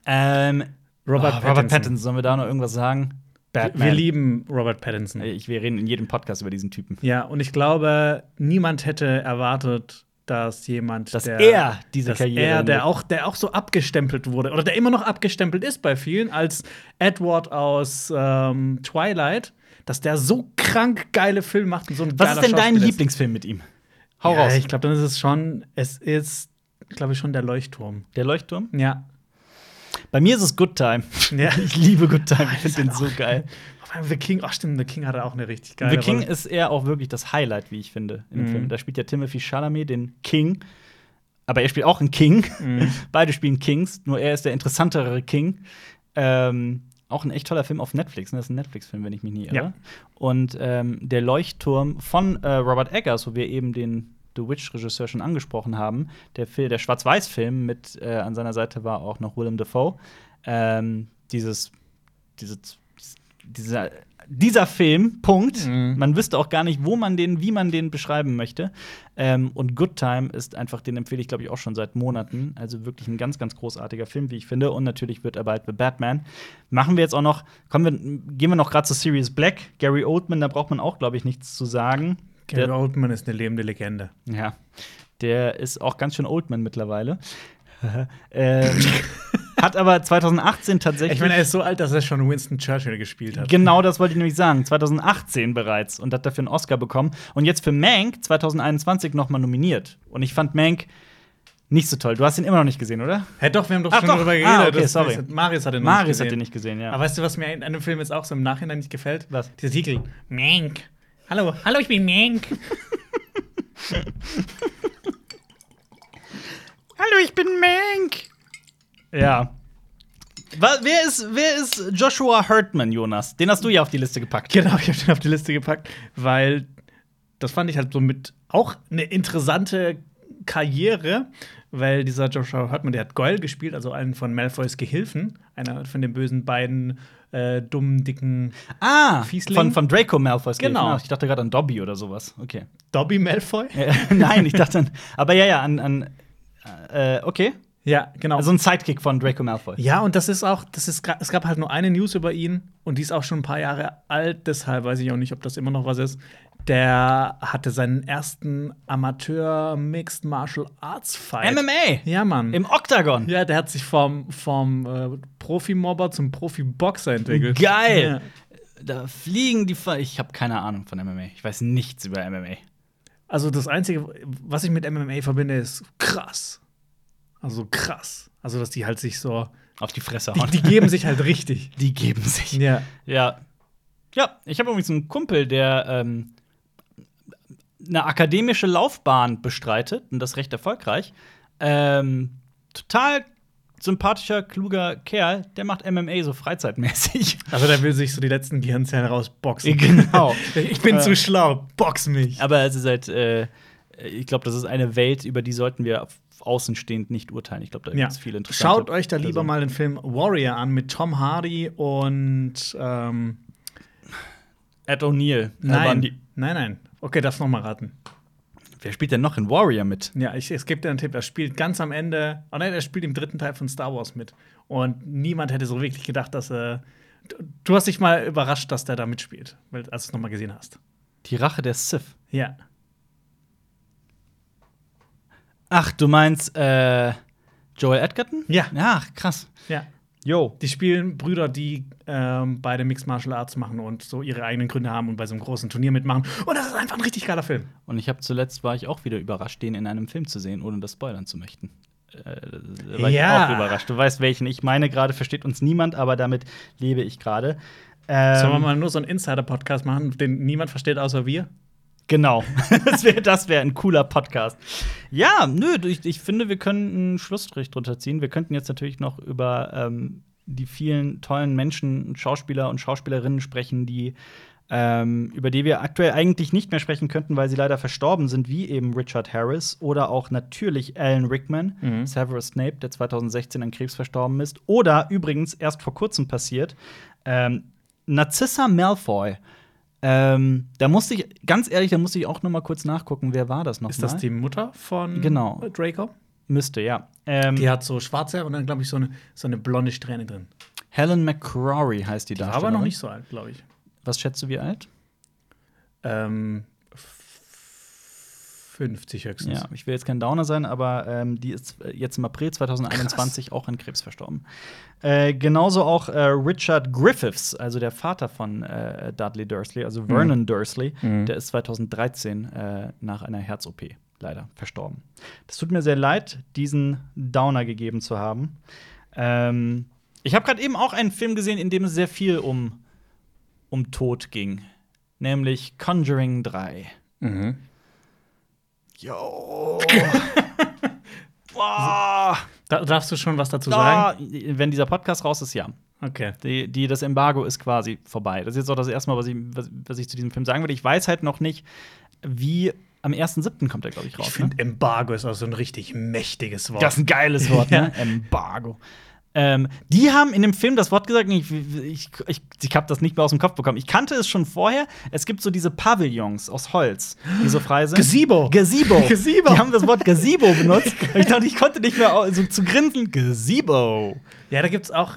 A: Ähm,
B: Robert
A: oh,
B: Pattinson.
A: Robert Pattinson, sollen wir da noch irgendwas sagen?
B: Wir lieben Robert Pattinson.
A: Ich, wir reden in jedem Podcast über diesen Typen.
B: Ja, und ich glaube, niemand hätte erwartet, dass jemand,
A: Dass
B: der,
A: er diese
B: dass
A: Karriere
B: er,
A: nimmt.
B: der auch, der auch so abgestempelt wurde oder der immer noch abgestempelt ist bei vielen als Edward aus ähm, Twilight, dass der so krank geile Filme macht und so ein
A: Was
B: geiler
A: ist denn dein
B: Schauspieler
A: Lieblingsfilm mit ihm? Hau
B: ja,
A: raus.
B: Ich glaube, dann ist es schon, es ist, glaube ich, schon der Leuchtturm.
A: der Leuchtturm?
B: Ja,
A: Bei mir ist es Good Time.
B: Ja.
A: Ich liebe Good Time. Ich
B: das
A: finde den
B: hat
A: so geil.
B: Aber The King, ach stimmt, The King hatte auch eine richtig geile
A: The King
B: Rolle.
A: ist eher auch wirklich das Highlight, wie ich finde, in dem
B: Mhm.
A: Film. Da spielt ja Timothy Chalamet den King. Aber er spielt auch einen King.
B: Mhm.
A: Beide spielen Kings, nur er ist der interessantere King. Ähm, auch ein echt toller Film auf Netflix. Ne? Das ist ein Netflix-Film, wenn ich mich nicht irre.
B: Ja.
A: Und ähm, der Leuchtturm von äh, Robert Eggers, wo wir eben den The Witch-Regisseur schon angesprochen haben, der, Fil- der Schwarz-Weiß-Film mit äh, an seiner Seite war auch noch Willem Dafoe. Ähm, dieses, diese, dieser, dieser Film, Punkt.
B: Mhm.
A: Man wüsste auch gar nicht, wo man den, wie man den beschreiben möchte. Ähm, und Good Time ist einfach, den empfehle ich, glaube ich, auch schon seit Monaten. Also wirklich ein ganz, ganz großartiger Film, wie ich finde. Und natürlich wird er bald The Batman. Machen wir jetzt auch noch, kommen wir, gehen wir noch gerade zu Sirius Black. Gary Oldman, da braucht man auch, glaube ich, nichts zu sagen.
B: Gary Oldman ist eine lebende Legende.
A: Ja, der ist auch ganz schön Oldman mittlerweile. ähm, hat aber 2018 tatsächlich.
B: Ich meine, er ist so alt, dass er schon Winston Churchill gespielt hat.
A: Genau das wollte ich nämlich sagen. 2018 bereits und hat dafür einen Oscar bekommen. Und jetzt für Mank 2021 nochmal nominiert. Und ich fand Mank nicht so toll. Du hast ihn immer noch nicht gesehen, oder?
B: Hä, doch, wir haben doch
A: Ach,
B: schon
A: doch.
B: drüber
A: Ah,
B: geredet.
A: okay,
B: Das-
A: sorry.
B: das- Marius hat den noch
A: Marius
B: nicht
A: hat
B: gesehen.
A: den nicht gesehen, ja.
B: Aber weißt du, was mir an einem Film jetzt auch so im Nachhinein nicht gefällt?
A: Was?
B: Dieser Titel. Mank. Hallo, hallo, ich bin Mank.
A: Hallo, ich bin Mank. Ja. Wa- Wer ist, wer ist Joshua Hurtman, Jonas? Den hast du ja auf die Liste gepackt.
B: genau, ich habe den auf die Liste gepackt, weil das fand ich halt so mit auch eine interessante Karriere, weil dieser Joshua Hartman, der hat Goyle gespielt, also einen von Malfoys Gehilfen, einer von den bösen beiden äh, dummen, dicken
A: Ah,
B: Fiesling?
A: Von, von Draco Malfoys. geht.
B: Genau.
A: Ich dachte gerade an Dobby oder sowas. Okay.
B: Dobby Malfoy.
A: Äh, Nein, ich dachte an. Aber ja, ja, an. an äh, okay.
B: Ja, genau.
A: Also ein Sidekick von Draco Malfoy.
B: Ja, und das ist auch, das ist, gra- es gab halt nur eine News über ihn und die ist auch schon ein paar Jahre alt, deshalb weiß ich auch nicht, ob das immer noch was ist. Der hatte seinen ersten Amateur Mixed Martial Arts Fight.
A: MMA!
B: Ja, Mann.
A: Im Oktagon.
B: ja, der hat sich vom, vom äh, Profi-Mobber zum Profi-Boxer entwickelt.
A: Geil!
B: Ja.
A: Da fliegen die. Fa ich habe keine Ahnung von MMA. Ich weiß nichts über MMA.
B: Also das Einzige, was ich mit MMA verbinde, ist krass. Also krass. Also, dass die halt sich so.
A: Auf die Fresse
B: Die,
A: hauen.
B: die geben sich halt richtig.
A: Die geben sich.
B: Ja.
A: Ja. Ja, ich habe übrigens einen Kumpel, der ähm, eine akademische Laufbahn bestreitet und das recht erfolgreich. Ähm, total sympathischer, kluger Kerl, der macht MMA so freizeitmäßig.
B: Also der will sich so die letzten Gehirnzellen rausboxen.
A: Genau.
B: ich bin zu schlau, box mich.
A: Aber es ist halt, äh, ich glaube, das ist eine Welt, über die sollten wir auf- außenstehend nicht urteilen. Ich glaube, da
B: Ja.
A: gibt es viele interessante
B: Schaut euch da lieber
A: Personen.
B: mal den Film Warrior an mit Tom Hardy und ähm,
A: Ed O'Neill. Da waren
B: nein,
A: die-
B: nein, nein. Okay, darfst noch mal raten.
A: Wer spielt denn noch in Warrior mit?
B: Ja, ich, es gibt dir einen Tipp. Er spielt ganz am Ende. Oh nein, er spielt im dritten Teil von Star Wars mit. Und niemand hätte so wirklich gedacht, dass er. Du, du hast dich mal überrascht, dass der da mitspielt, weil- als du es noch mal gesehen hast.
A: Die Rache der Sith.
B: Ja.
A: Ach, du meinst äh, Joel Edgerton?
B: Ja.
A: Ach, krass.
B: Ja.
A: Yo.
B: Die spielen Brüder, die ähm, beide Mixed Martial Arts machen und so ihre eigenen Gründe haben und bei so einem großen Turnier mitmachen. Und das ist einfach ein richtig geiler Film.
A: Und ich habe zuletzt war ich auch wieder überrascht, den in einem Film zu sehen, ohne das spoilern zu möchten. Äh, da war
B: Ja.
A: ich auch überrascht. Du weißt, welchen ich meine. Gerade versteht uns niemand, aber damit lebe ich gerade.
B: Sollen wir
A: Ähm,
B: mal nur so einen Insider-Podcast machen, den niemand versteht außer wir?
A: genau. das wäre das wär ein cooler Podcast. Ja, nö, ich, ich finde, wir können einen Schlussstrich drunter ziehen. Wir könnten jetzt natürlich noch über ähm, die vielen tollen Menschen, Schauspieler und Schauspielerinnen sprechen, die ähm, über die wir aktuell eigentlich nicht mehr sprechen könnten, weil sie leider verstorben sind, wie eben Richard Harris oder auch natürlich Alan Rickman,
B: Mhm.
A: Severus Snape, der 2016 an Krebs verstorben ist, oder übrigens erst vor kurzem passiert, ähm, Narcissa Malfoy. Ähm, da musste ich, ganz ehrlich, da musste ich auch noch mal kurz nachgucken, wer war das noch
B: Ist das die Mutter von
A: Genau.
B: Draco?
A: Müsste, ja. Ähm,
B: Die hat so schwarze und dann, glaube ich, so eine, so eine blonde Strähne drin.
A: Helen McCrory heißt die,
B: Die war
A: Darstellerin.
B: aber noch nicht so alt, glaube ich.
A: Was schätzt du, wie alt?
B: Ähm, f- 50 höchstens.
A: Ja, ich will jetzt kein Downer sein, aber ähm, die ist äh, jetzt im April 2021 auch an Krebs verstorben. Äh, genauso auch äh, Richard Griffiths, also der Vater von äh, Dudley Dursley, also Vernon Dursley, der ist 2013 äh, nach einer Herz-OP leider verstorben. Das tut mir sehr leid, diesen Downer gegeben zu haben. Ähm, ich habe gerade eben auch einen Film gesehen, in dem es sehr viel um, um Tod ging, nämlich Conjuring 3.
B: Mhm.
A: Yo. Boah.
B: Da, darfst du schon was dazu sagen?
A: Da, wenn dieser Podcast raus ist, ja.
B: Okay.
A: Die, die, das Embargo ist quasi vorbei. Das ist jetzt auch das erste Mal, was ich, was, was ich zu diesem Film sagen würde. Ich weiß halt noch nicht, wie am 1.7. kommt er, glaube ich, raus.
B: Ich
A: ne?
B: finde, Embargo ist auch so ein richtig mächtiges Wort.
A: Das ist ein geiles Wort, ne? Embargo. Ähm, die haben in dem Film das Wort gesagt, und ich, ich, ich, ich habe das nicht mehr aus dem Kopf bekommen. Ich kannte es schon vorher. Es gibt so diese Pavillons aus Holz, die so frei sind.
B: Gazebo.
A: Gazebo.
B: Gazebo.
A: Die haben das Wort Gazebo benutzt. und ich dachte, ich konnte nicht mehr au- so zu grinsen. Gazebo.
B: Ja, da gibt's auch.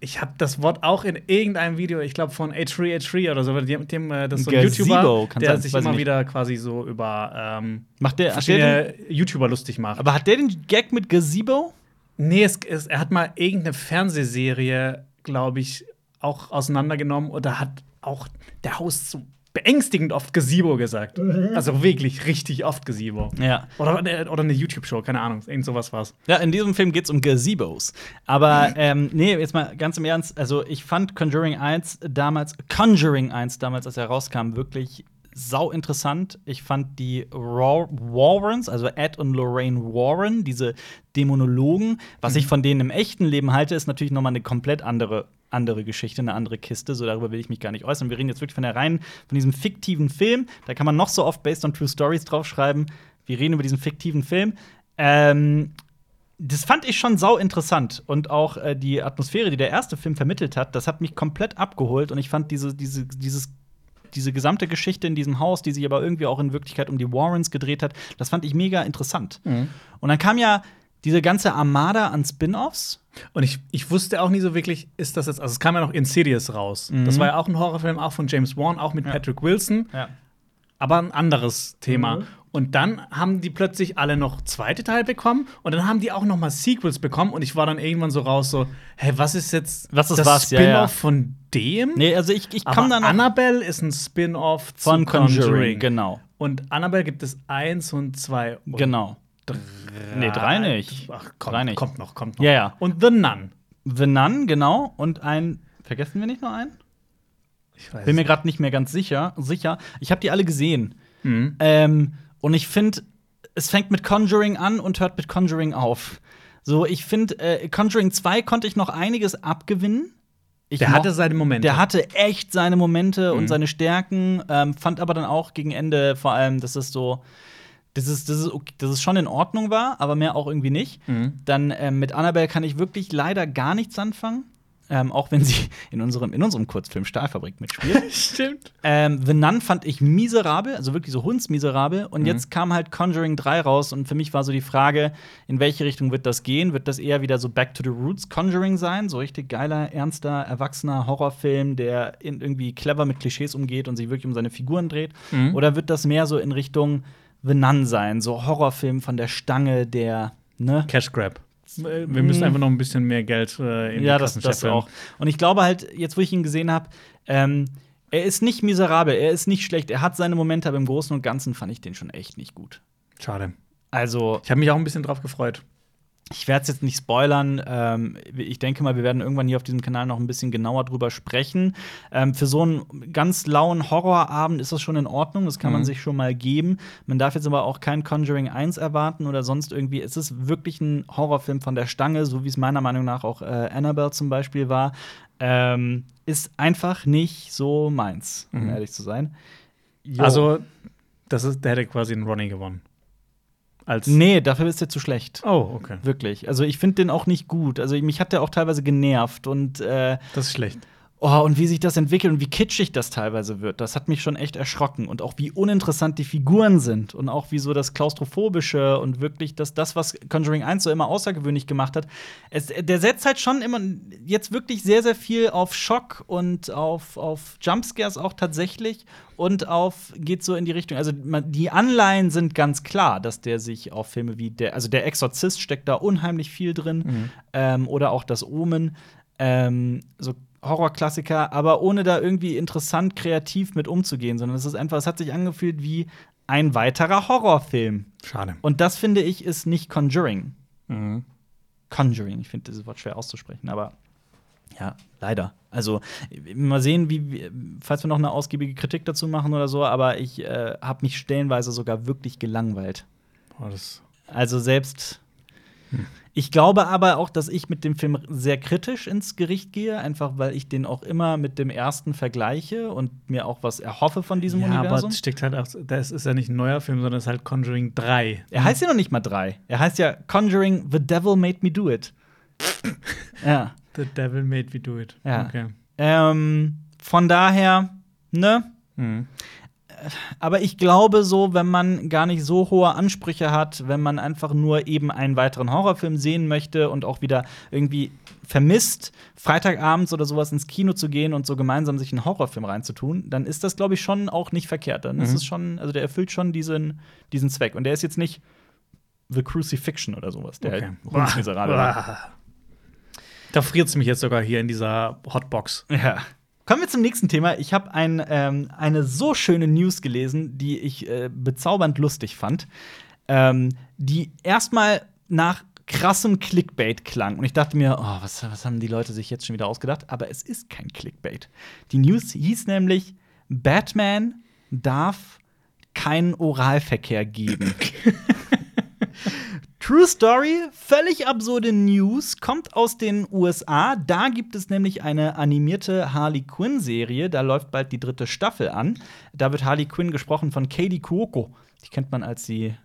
B: Ich habe das Wort auch in irgendeinem Video, ich glaube von H3H3 oder so, dem, dem äh, das ist so ein
A: Gazebo,
B: YouTuber,
A: kann
B: der
A: sein,
B: sich
A: weiß ich
B: immer
A: nicht.
B: wieder quasi so über ähm,
A: Macht der, hat der den,
B: verschiedene YouTuber lustig macht.
A: aber hat der den Gag mit Gazebo?
B: Nee, es, es, er hat mal irgendeine Fernsehserie, glaube ich, auch auseinandergenommen und da hat auch der Host so beängstigend oft Gazebo gesagt. Also wirklich richtig oft Gazebo.
A: Ja.
B: Oder, oder eine YouTube-Show, keine Ahnung, irgend sowas war's.
A: Ja, in diesem Film geht's um Gazebos. Aber ähm, nee, jetzt mal ganz im Ernst. Also, ich fand Conjuring 1 damals, Conjuring 1 damals, als er rauskam, wirklich sau interessant. Ich fand die Raw Warrens, also Ed und Lorraine Warren, diese Dämonologen, was ich von denen im echten Leben halte, ist natürlich noch mal eine komplett andere andere Geschichte, eine andere Kiste, so darüber will ich mich gar nicht äußern. Wir reden jetzt wirklich von der reinen, von diesem fiktiven Film. Da kann man noch so oft based on true stories draufschreiben. Wir reden über diesen fiktiven Film. Ähm, das fand ich schon sau interessant und auch äh, die Atmosphäre, die der erste Film vermittelt hat, das hat mich komplett abgeholt und ich fand diese, diese, dieses, diese gesamte Geschichte in diesem Haus, die sich aber irgendwie auch in Wirklichkeit um die Warrens gedreht hat, das fand ich mega interessant. Und dann kam ja diese ganze Armada an Spin-offs.
B: Und ich, ich wusste auch nie so wirklich, ist das jetzt, also es kam ja noch Insidious raus. Das war ja auch ein Horrorfilm, auch von James Wan, auch mit Patrick Wilson,
A: Mhm. Ja.
B: aber ein anderes Thema.
A: Mhm.
B: Und dann haben die plötzlich alle noch zweite Teil bekommen und dann haben die auch noch mal Sequels bekommen und ich war dann irgendwann so raus so, hey, was ist jetzt
A: Was ist
B: das
A: was? Ja,
B: Spin-off
A: ja.
B: von dem?
A: Nee, also ich, ich
B: aber
A: kam dann
B: Annabelle ist ein Spin-off zu
A: von Conjuring. Genau.
B: Und Annabelle gibt es eins und zwei und
A: Genau. Nee, drei nicht.
B: Ach, kommt,
A: Drei nicht.
B: kommt noch, kommt noch.
A: Ja, ja.
B: Und The Nun.
A: The Nun, genau. Und ein. Vergessen wir nicht noch einen?
B: Ich weiß
A: Bin mir gerade nicht mehr ganz sicher. sicher. Ich habe die alle gesehen.
B: Mhm.
A: Ähm, und ich finde, es fängt mit Conjuring an und hört mit Conjuring auf. So, ich finde, äh, Conjuring 2 konnte ich noch einiges abgewinnen. Ich
B: Der
A: mo-
B: hatte seine Momente.
A: der hatte echt seine Momente
B: Mhm.
A: und seine Stärken, ähm, fand aber dann auch gegen Ende vor allem, dass es so, dass es, dass es, ok- dass es schon in Ordnung war, aber mehr auch irgendwie nicht.
B: Mhm.
A: Dann ähm, mit Annabelle kann ich wirklich leider gar nichts anfangen. Ähm, auch wenn sie in unserem, in unserem Kurzfilm Stahlfabrik mitspielt.
B: Stimmt.
A: ähm, The Nun fand ich miserabel, also wirklich so hundsmiserabel. Und
B: Mhm.
A: jetzt kam halt Conjuring 3 raus und für mich war so die Frage, in welche Richtung wird das gehen? Wird das eher wieder so Back to the Roots Conjuring sein? So richtig geiler, ernster, erwachsener Horrorfilm, der in irgendwie clever mit Klischees umgeht und sich wirklich um seine Figuren dreht?
B: Mhm.
A: Oder wird das mehr so in Richtung The Nun sein? So Horrorfilm von der Stange, der, ne?
B: Cash Grab. Äh, Wir müssen einfach noch ein bisschen mehr Geld äh, in
A: mm. ja,
B: die
A: das, das
B: Kassenchefin.
A: auch. Und ich glaube halt, jetzt wo ich ihn gesehen habe, ähm, er ist nicht miserabel, er ist nicht schlecht, er hat seine Momente, aber im Großen und Ganzen fand ich den schon echt nicht gut.
B: Schade.
A: Also,
B: Ich habe mich auch ein bisschen drauf gefreut.
A: ich werde es jetzt nicht spoilern. Ähm, ich denke mal, wir werden irgendwann hier auf diesem Kanal noch ein bisschen genauer drüber sprechen. Ähm, für so einen ganz lauen Horrorabend ist das schon in Ordnung. Das kann
B: Mhm.
A: man sich schon mal geben. Man darf jetzt aber auch kein Conjuring 1 erwarten oder sonst irgendwie. Es ist wirklich ein Horrorfilm von der Stange, so wie es meiner Meinung nach auch äh, Annabelle zum Beispiel war. Ähm, ist einfach nicht so meins, um
B: Mhm.
A: ehrlich zu sein. Jo.
B: Also, das ist, der hätte quasi einen Ronnie gewonnen. Als.
A: nee, dafür ist er zu schlecht.
B: Oh, okay.
A: Wirklich. Also ich finde den auch nicht gut. Also mich hat der auch teilweise genervt und äh,
B: Das ist schlecht.
A: oh, und wie sich das entwickelt und wie kitschig das teilweise wird. Das hat mich schon echt erschrocken und auch wie uninteressant die Figuren sind und auch wie so das claustrophobische und wirklich das das was Conjuring 1 so immer außergewöhnlich gemacht hat. Es, der setzt halt schon immer jetzt wirklich sehr sehr viel auf Schock und auf auf Jumpscares auch tatsächlich und auf geht so in die Richtung. Also man, die Anleihen sind ganz klar, dass der sich auf Filme wie der, also der Exorzist steckt da unheimlich viel drin ähm, oder auch das Omen, ähm, so Horrorklassiker, aber ohne da irgendwie interessant kreativ mit umzugehen, sondern es ist einfach, es hat sich angefühlt wie ein weiterer Horrorfilm.
B: Schade.
A: Und das finde ich ist nicht Conjuring.
B: Mhm.
A: Conjuring. Ich finde dieses Wort schwer auszusprechen, aber ja, leider. Also mal sehen, wie- wie, falls wir noch eine ausgiebige Kritik dazu machen oder so, aber ich äh, habe mich stellenweise sogar wirklich gelangweilt.
B: Oh, das
A: Also selbst. Ich glaube aber auch, dass ich mit dem Film sehr kritisch ins Gericht gehe, einfach weil ich den auch immer mit dem ersten vergleiche und mir auch was erhoffe von diesem
B: ja, aber
A: Universum.
B: es steckt halt auch, das ist ja nicht ein neuer Film, sondern es ist halt Conjuring 3.
A: er heißt ja noch nicht mal drei. Er heißt ja Conjuring The Devil Made Me Do It. ja.
B: The Devil Made We Do It.
A: Ja.
B: Okay.
A: Ähm, von daher, ne?
B: Mhm.
A: Aber ich glaube so, wenn man gar nicht so hohe Ansprüche hat, wenn man einfach nur eben einen weiteren Horrorfilm sehen möchte und auch wieder irgendwie vermisst, Freitagabends oder sowas ins Kino zu gehen und so gemeinsam sich einen Horrorfilm reinzutun, dann ist das, glaube ich, schon auch nicht verkehrt. Dann ist
B: Mhm.
A: es schon, also der erfüllt schon diesen, diesen Zweck. Und der ist jetzt nicht The Crucifixion oder sowas, der halt
B: Okay.
A: okay. hundsmiserabel war.
B: Uah. Da friert es mich jetzt sogar hier in dieser Hotbox.
A: Ja. Kommen wir zum nächsten Thema. Ich habe ein, ähm, eine so schöne News gelesen, die ich äh, bezaubernd lustig fand, ähm, die erstmal nach krassem Clickbait klang. Und ich dachte mir, oh, was, was haben die Leute sich jetzt schon wieder ausgedacht? Aber es ist kein Clickbait. Die News hieß nämlich, Batman darf keinen Oralverkehr geben. True Story, völlig absurde News, kommt aus den USA. Da gibt es nämlich eine animierte Harley Quinn-Serie. Da läuft bald die dritte Staffel an. Da wird Harley Quinn gesprochen von Katie Cuoco. Die kennt man als die, du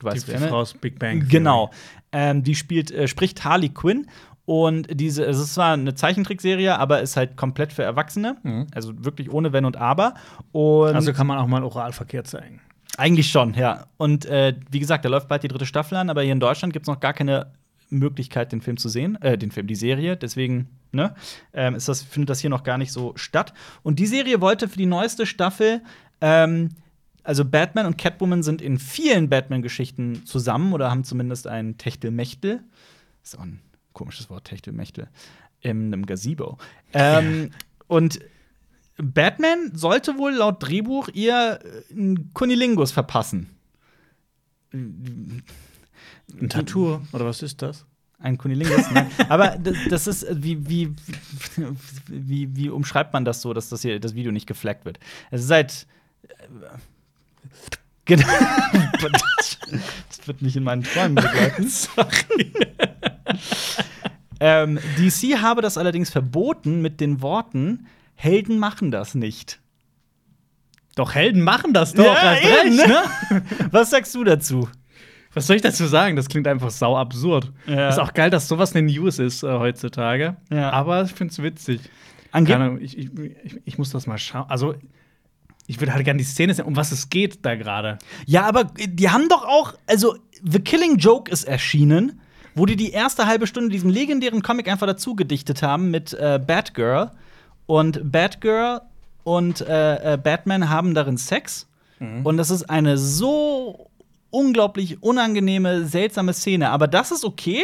B: Die
A: weißt wer, ne?
B: Frau aus Big Bang. Theory.
A: Genau. Ähm, die spielt, äh, spricht Harley Quinn. Und diese, es ist zwar eine Zeichentrickserie, aber ist halt komplett für Erwachsene.
B: Mhm.
A: Also wirklich ohne Wenn und Aber. Und
B: Also kann man auch mal Oralverkehr zeigen.
A: eigentlich schon, ja. Und äh, wie gesagt, da läuft bald die dritte Staffel an, aber hier in Deutschland gibt es noch gar keine Möglichkeit, den Film zu sehen, äh, den Film, die Serie. Deswegen, ne, ähm, ist das, findet das hier noch gar nicht so statt. Und die Serie wollte für die neueste Staffel, ähm, also Batman und Catwoman sind in vielen Batman-Geschichten zusammen oder haben zumindest ein Techtelmechtel. Ist auch ein komisches Wort, Techtelmechtel. In einem Gazebo. Ähm, und Batman sollte wohl laut Drehbuch ihr äh, einen Kunilingus verpassen.
B: Ein Tattoo. Oder was ist das?
A: Ein Kunilingus, nein. Aber das, das ist, äh, wie, wie, wie, wie umschreibt man das so, dass das hier das Video nicht geflaggt wird? Es ist halt. äh, Genau. das wird mich in meinen Träumen begleiten.
B: Sorry.
A: Ähm, DC habe das allerdings verboten mit den Worten: Helden machen das nicht.
B: Doch Helden machen das doch. hast
A: eben,
B: recht.
A: ne? Was sagst du dazu?
B: Was soll ich dazu sagen? Das klingt einfach sau absurd.
A: Ja.
B: Ist auch geil, dass sowas in den News ist äh, heutzutage.
A: Ja.
B: Aber ich find's witzig.
A: Ange
B: Keine Ahnung, ich, ich, ich, ich muss das mal schauen. Also, ich würde halt gerne die Szene sehen, um was es geht da gerade.
A: ja, aber die haben doch auch, also The Killing Joke ist erschienen, wo die die erste halbe Stunde diesem legendären Comic einfach dazu gedichtet haben mit äh, Batgirl. Und Batgirl und äh, äh, Batman haben darin Sex. Und das ist eine so unglaublich unangenehme, seltsame Szene. Aber das ist okay.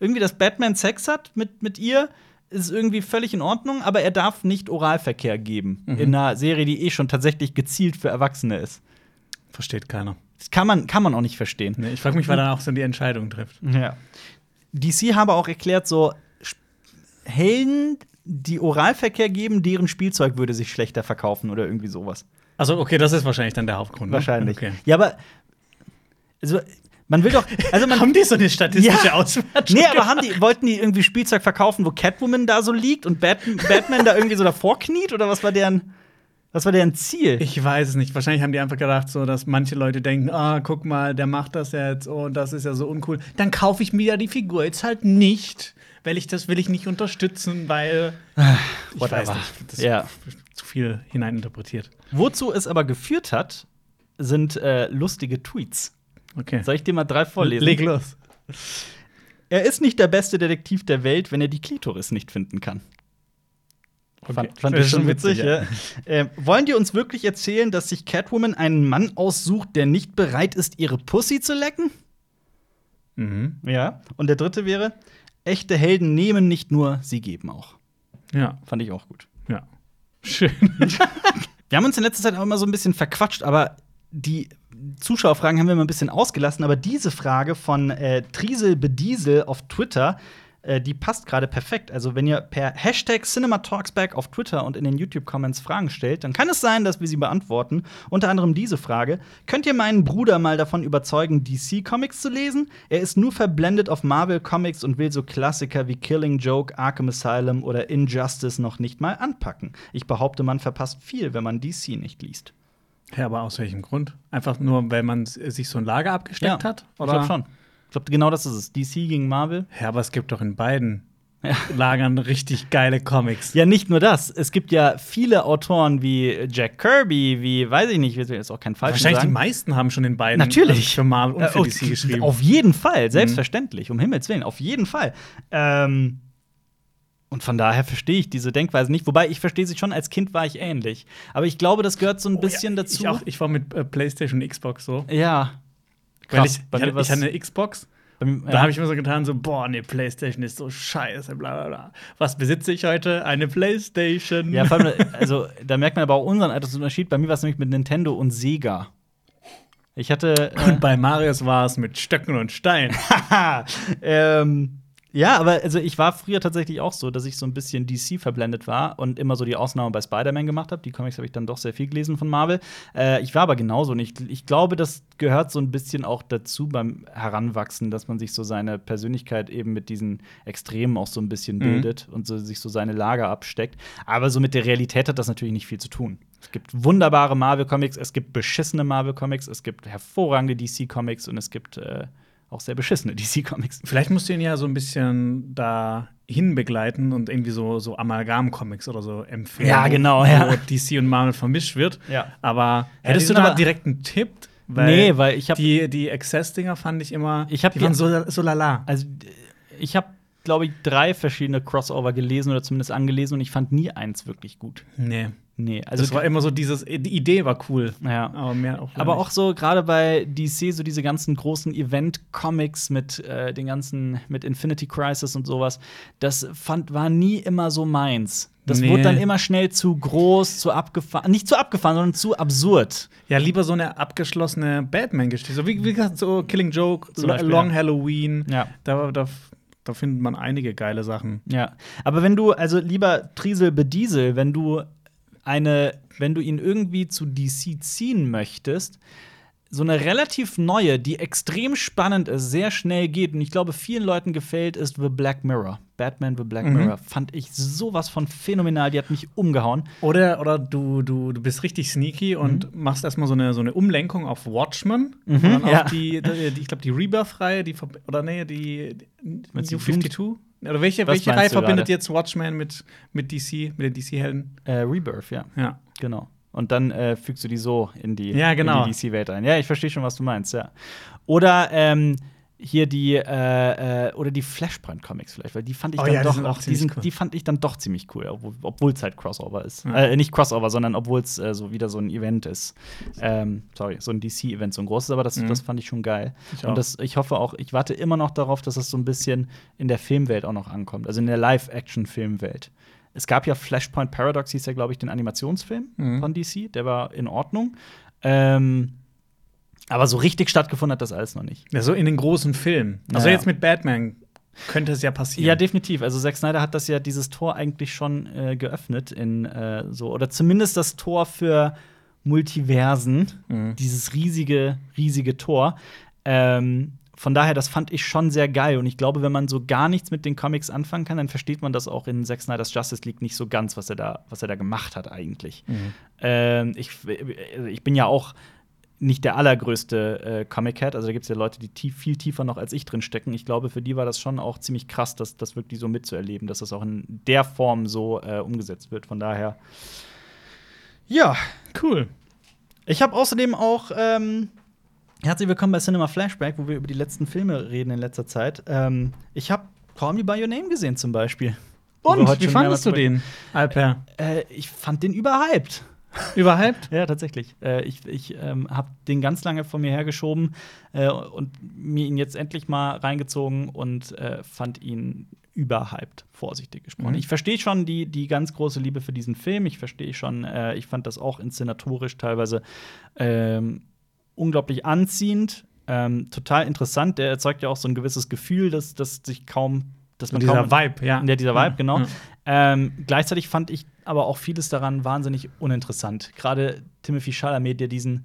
A: Irgendwie, dass Batman Sex hat mit, mit ihr, ist irgendwie völlig in Ordnung, aber er darf nicht Oralverkehr geben. In einer Serie, die eh schon tatsächlich gezielt für Erwachsene ist.
B: Versteht keiner.
A: Das kann man, kann man auch nicht verstehen.
B: Nee, Ne, ich frage mich, wer dann auch so die Entscheidung trifft.
A: Ja. DC habe auch erklärt, so Sp- Helden, die Oralverkehr geben, deren Spielzeug würde sich schlechter verkaufen oder irgendwie sowas.
B: Also, okay, das ist wahrscheinlich dann der Hauptgrund. ne?
A: Wahrscheinlich.
B: Okay.
A: Ja, aber also, man will doch, also man
B: Haben die so eine statistische
A: Ja.
B: Auswertung?
A: Nee, aber haben die, wollten die irgendwie Spielzeug verkaufen, wo Catwoman da so liegt und Bat Batman da irgendwie so davor kniet? Oder was war deren, was war deren Ziel?
B: Ich weiß es nicht. Wahrscheinlich haben die einfach gedacht, so, dass manche Leute denken, ah, guck mal, der macht das jetzt und das ist ja so uncool. Dann kaufe ich mir ja die Figur jetzt halt nicht, weil ich das will ich nicht unterstützen, weil ich weiß
A: Ah, whatever.
B: nicht, das
A: Ja.
B: ist zu viel hineininterpretiert.
A: Wozu es aber geführt hat, sind äh, lustige Tweets.
B: Okay.
A: Soll ich dir mal drei vorlesen?
B: Leg los.
A: er ist nicht der beste Detektiv der Welt, wenn er die Klitoris nicht finden kann. Fand, fand
B: Das
A: ich
B: ist
A: schon witzig.
B: ja.
A: ja. Ähm, wollen die uns wirklich erzählen, dass sich Catwoman einen Mann aussucht, der nicht bereit ist, ihre Pussy zu lecken?
B: Mhm.
A: Ja. Und der dritte wäre: Echte Helden nehmen nicht nur, sie geben auch.
B: Ja,
A: Fand ich auch gut.
B: ja. Schön.
A: Wir haben uns in letzter Zeit auch immer so ein bisschen verquatscht, aber die Zuschauerfragen haben wir immer ein bisschen ausgelassen. Aber diese Frage von äh, Triesel Bediesel auf Twitter, äh, die passt gerade perfekt. Also, wenn ihr per Hashtag CinemaTalksback auf Twitter und in den YouTube-Comments Fragen stellt, dann kann es sein, dass wir sie beantworten. Unter anderem diese Frage: Könnt ihr meinen Bruder mal davon überzeugen, DC-Comics zu lesen? Er ist nur verblendet auf Marvel-Comics und will so Klassiker wie Killing Joke, Arkham Asylum oder Injustice noch nicht mal anpacken. Ich behaupte, man verpasst viel, wenn man DC nicht liest.
B: Ja, aber aus welchem Grund? Einfach nur, weil man s- sich so ein Lager abgesteckt hat?
A: Ich glaube schon. Ich glaube, genau das ist es. DC gegen Marvel.
B: Ja, aber es gibt doch in beiden Lagern richtig geile Comics.
A: Ja, nicht nur das. Es gibt ja viele Autoren wie Jack Kirby, wie, weiß ich nicht, wir jetzt auch kein falsches
B: Wahrscheinlich die
A: sagen.
B: meisten haben schon in beiden
A: Natürlich.
B: also für Marvel und für
A: Äh,
B: DC geschrieben. Mhm.
A: Auf jeden Fall, selbstverständlich, um Himmels Willen, auf jeden Fall. Ähm, und von daher verstehe ich diese Denkweise nicht. Wobei ich verstehe sie schon, als Kind war ich ähnlich. Aber ich glaube, das gehört so ein bisschen
B: Oh, Ja,
A: dazu.
B: Ich, auch, ich war mit äh, PlayStation und Xbox so.
A: Ja.
B: Weil
A: Krass,
B: ich,
A: bei
B: ich,
A: mir
B: hatte,
A: war's-
B: ich hatte eine Xbox.
A: Bei mir-
B: Da habe ich immer so getan, so, boah, nee, PlayStation ist so scheiße, bla bla bla. Was besitze ich heute? Eine PlayStation.
A: ja, vor allem, also da merkt man aber auch unseren Altersunterschied. Bei mir war es nämlich mit Nintendo und Sega. Ich hatte. äh,
B: und bei Marius war es mit Stöcken und Stein.
A: Haha. ähm, ja, aber also ich war früher tatsächlich auch so, dass ich so ein bisschen DC verblendet war und immer so die Ausnahme bei Spider-Man gemacht habe. Die Comics habe ich dann doch sehr viel gelesen von Marvel. Äh, ich war aber genauso und ich, ich glaube, das gehört so ein bisschen auch dazu beim Heranwachsen, dass man sich so seine Persönlichkeit eben mit diesen Extremen auch so ein bisschen bildet und so, sich so seine Lager absteckt. Aber so mit der Realität hat das natürlich nicht viel zu tun. Es gibt wunderbare Marvel-Comics, es gibt beschissene Marvel-Comics, es gibt hervorragende DC-Comics und es gibt äh, auch sehr beschissene DC-Comics.
B: Vielleicht musst du ihn ja so ein bisschen da hinbegleiten und irgendwie so, so Amalgam-Comics oder so empfehlen.
A: Ja,
B: wo-
A: genau,
B: wo
A: ja.
B: DC und Marvel vermischt wird.
A: Ja.
B: Aber
A: Ja, die
B: hättest
A: sind
B: du da
A: aber-
B: direkt einen Tipp?
A: Nee, weil ich hab-
B: Die, die Access-Dinger fand ich immer.
A: Ich hab
B: die
A: die-
B: waren so, so lala.
A: Also d- ich habe, glaube ich, drei verschiedene Crossover gelesen oder zumindest angelesen und ich fand nie eins wirklich gut.
B: Nee.
A: Nee, also
B: Also es war immer so dieses, die Idee war cool.
A: ja.
B: Aber mehr auch.
A: Aber auch so gerade bei DC, so diese ganzen großen Event-Comics mit äh, den ganzen, mit Infinity Crisis und sowas, das fand, war nie immer so meins. Das
B: Nee.
A: wurde dann immer schnell zu groß, zu abgefahren. Nicht zu abgefahren, sondern zu absurd.
B: Ja, lieber so eine abgeschlossene Batman-Geschichte. So wie, wie gesagt, so Killing Joke,
A: Zum
B: Lo-
A: Beispiel,
B: Long
A: ja.
B: Halloween.
A: Ja.
B: Da, da, da findet man einige geile Sachen.
A: Ja. Aber wenn du, also lieber Triesel Bediesel, wenn du eine, wenn du ihn irgendwie zu DC ziehen möchtest, so eine relativ neue, die extrem spannend ist, sehr schnell geht und ich glaube, vielen Leuten gefällt, ist The Black Mirror. Batman The Black
B: Mhm.
A: Mirror. Fand ich sowas von phänomenal, die hat mich umgehauen.
B: Oder, oder du, du, du bist richtig sneaky und
A: Mhm.
B: machst erstmal so eine, so eine Umlenkung auf Watchmen. und dann
A: ja.
B: auf die, die, die- ich glaube, die Rebirth-Reihe, die verb- oder nee, die, die New
A: Meinst du
B: 52. Oder welche,
A: Was
B: welche
A: meinst
B: Reihe
A: du
B: verbindet
A: gerade?
B: jetzt Watchmen mit, mit DC, mit den DC-Helden?
A: Äh, Rebirth, ja,
B: Ja.
A: genau. Und dann äh, fügst du die so in die,
B: Ja, genau.
A: in die DC-Welt ein. Ja, ich verstehe schon, was du meinst, ja. Oder ähm, hier die äh, äh, oder die Flashpoint-Comics vielleicht, weil die fand ich
B: Oh
A: dann
B: ja, die
A: doch
B: sind auch
A: die,
B: ziemlich
A: sind,
B: cool.
A: die fand ich dann doch ziemlich cool, obwohl es halt Crossover ist.
B: Ja.
A: Äh, nicht Crossover, sondern obwohl es äh, so wieder so ein Event ist. Ähm, sorry, so ein DC-Event, so ein großes, aber das,
B: Mhm.
A: das fand ich schon geil.
B: Ich auch.
A: Und das, ich hoffe auch, ich warte immer noch darauf, dass das so ein bisschen in der Filmwelt auch noch ankommt, also in der Live-Action-Filmwelt. Es gab ja Flashpoint Paradox, hieß ja, glaube ich, den Animationsfilm
B: Mhm.
A: von DC, der war in Ordnung. Ähm, aber so richtig stattgefunden hat das alles noch nicht.
B: Ja, so in den großen Filmen. Also
A: Ja.
B: jetzt mit Batman könnte es ja
A: Ja,
B: passieren.
A: definitiv. Also Zack Snyder hat das ja dieses Tor eigentlich schon äh, geöffnet in äh, so oder zumindest das Tor für Multiversen,
B: Mhm.
A: dieses riesige riesige Tor. Ähm, von daher, das fand ich schon sehr geil. Und ich glaube, wenn man so gar nichts mit den Comics anfangen kann, dann versteht man das auch in Zack Snyder's Justice League nicht so ganz, was er da, was er da gemacht hat eigentlich. Ähm, ich, also ich bin ja auch nicht der allergrößte äh, Comic-Cat. Also da gibt es ja Leute, die tief, viel tiefer noch als ich drin stecken. Ich glaube, für die war das schon auch ziemlich krass, das, das wirklich so mitzuerleben, dass das auch in der Form so äh, umgesetzt wird. Von daher. Ja,
B: cool.
A: ich habe außerdem auch ähm, herzlich willkommen bei Cinema Flashback, wo wir über die letzten Filme reden in letzter Zeit. Ähm, ich habe Call Me by Your Name gesehen zum Beispiel. Wo wir
B: Und
A: heute
B: wie
A: schon
B: fandest du
A: mehrmals
B: den, Alper?
A: drüber- Äh, ich fand den überhyped.
B: Überhaupt?
A: Ja, tatsächlich. Äh, ich ich ähm, habe den ganz lange von mir hergeschoben äh, und mir ihn jetzt endlich mal reingezogen und äh, fand ihn überhyped, vorsichtig gesprochen.
B: Mhm.
A: Ich verstehe schon die, die ganz große Liebe für diesen Film. Ich verstehe schon, äh, ich fand das auch inszenatorisch teilweise ähm, unglaublich anziehend, ähm, total interessant. Der erzeugt ja auch so ein gewisses Gefühl, dass, dass sich kaum, dass man kaum
B: Dieser Vibe, ja.
A: ja, dieser Vibe, genau.
B: Ja.
A: Ähm, gleichzeitig fand ich aber auch vieles daran wahnsinnig uninteressant. Gerade Timothy Chalamet, der diesen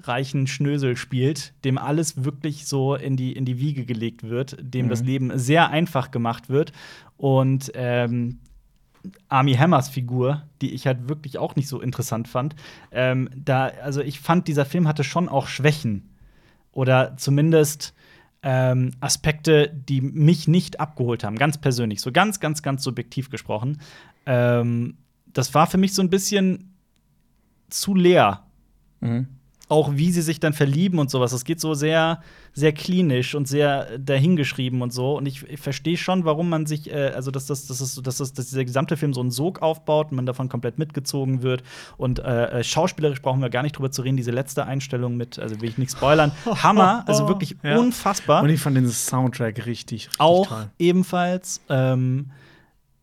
A: reichen Schnösel spielt, dem alles wirklich so in die, in die Wiege gelegt wird, dem
B: Mhm.
A: das Leben sehr einfach gemacht wird. Und ähm, Army Hammers Figur, die ich halt wirklich auch nicht so interessant fand. Ähm, da, also ich fand, dieser Film hatte schon auch Schwächen. Oder zumindest ähm, Aspekte, die mich nicht abgeholt haben, ganz persönlich, so ganz, ganz, ganz subjektiv gesprochen. Ähm, das war für mich so ein bisschen zu leer.
B: Mhm.
A: Auch wie sie sich dann verlieben und sowas. Das geht so sehr, sehr klinisch und sehr dahingeschrieben und so. Und ich, ich verstehe schon, warum man sich, äh, also dass, das, dass, das, dass, das, dass dieser gesamte Film so einen Sog aufbaut und man davon komplett mitgezogen wird. Und äh, äh, schauspielerisch brauchen wir gar nicht drüber zu reden. Diese letzte Einstellung mit, also will ich nicht spoilern, Hammer, also wirklich
B: Ja.
A: unfassbar.
B: Und ich fand den Soundtrack richtig, richtig
A: auch
B: toll.
A: ebenfalls. Ähm,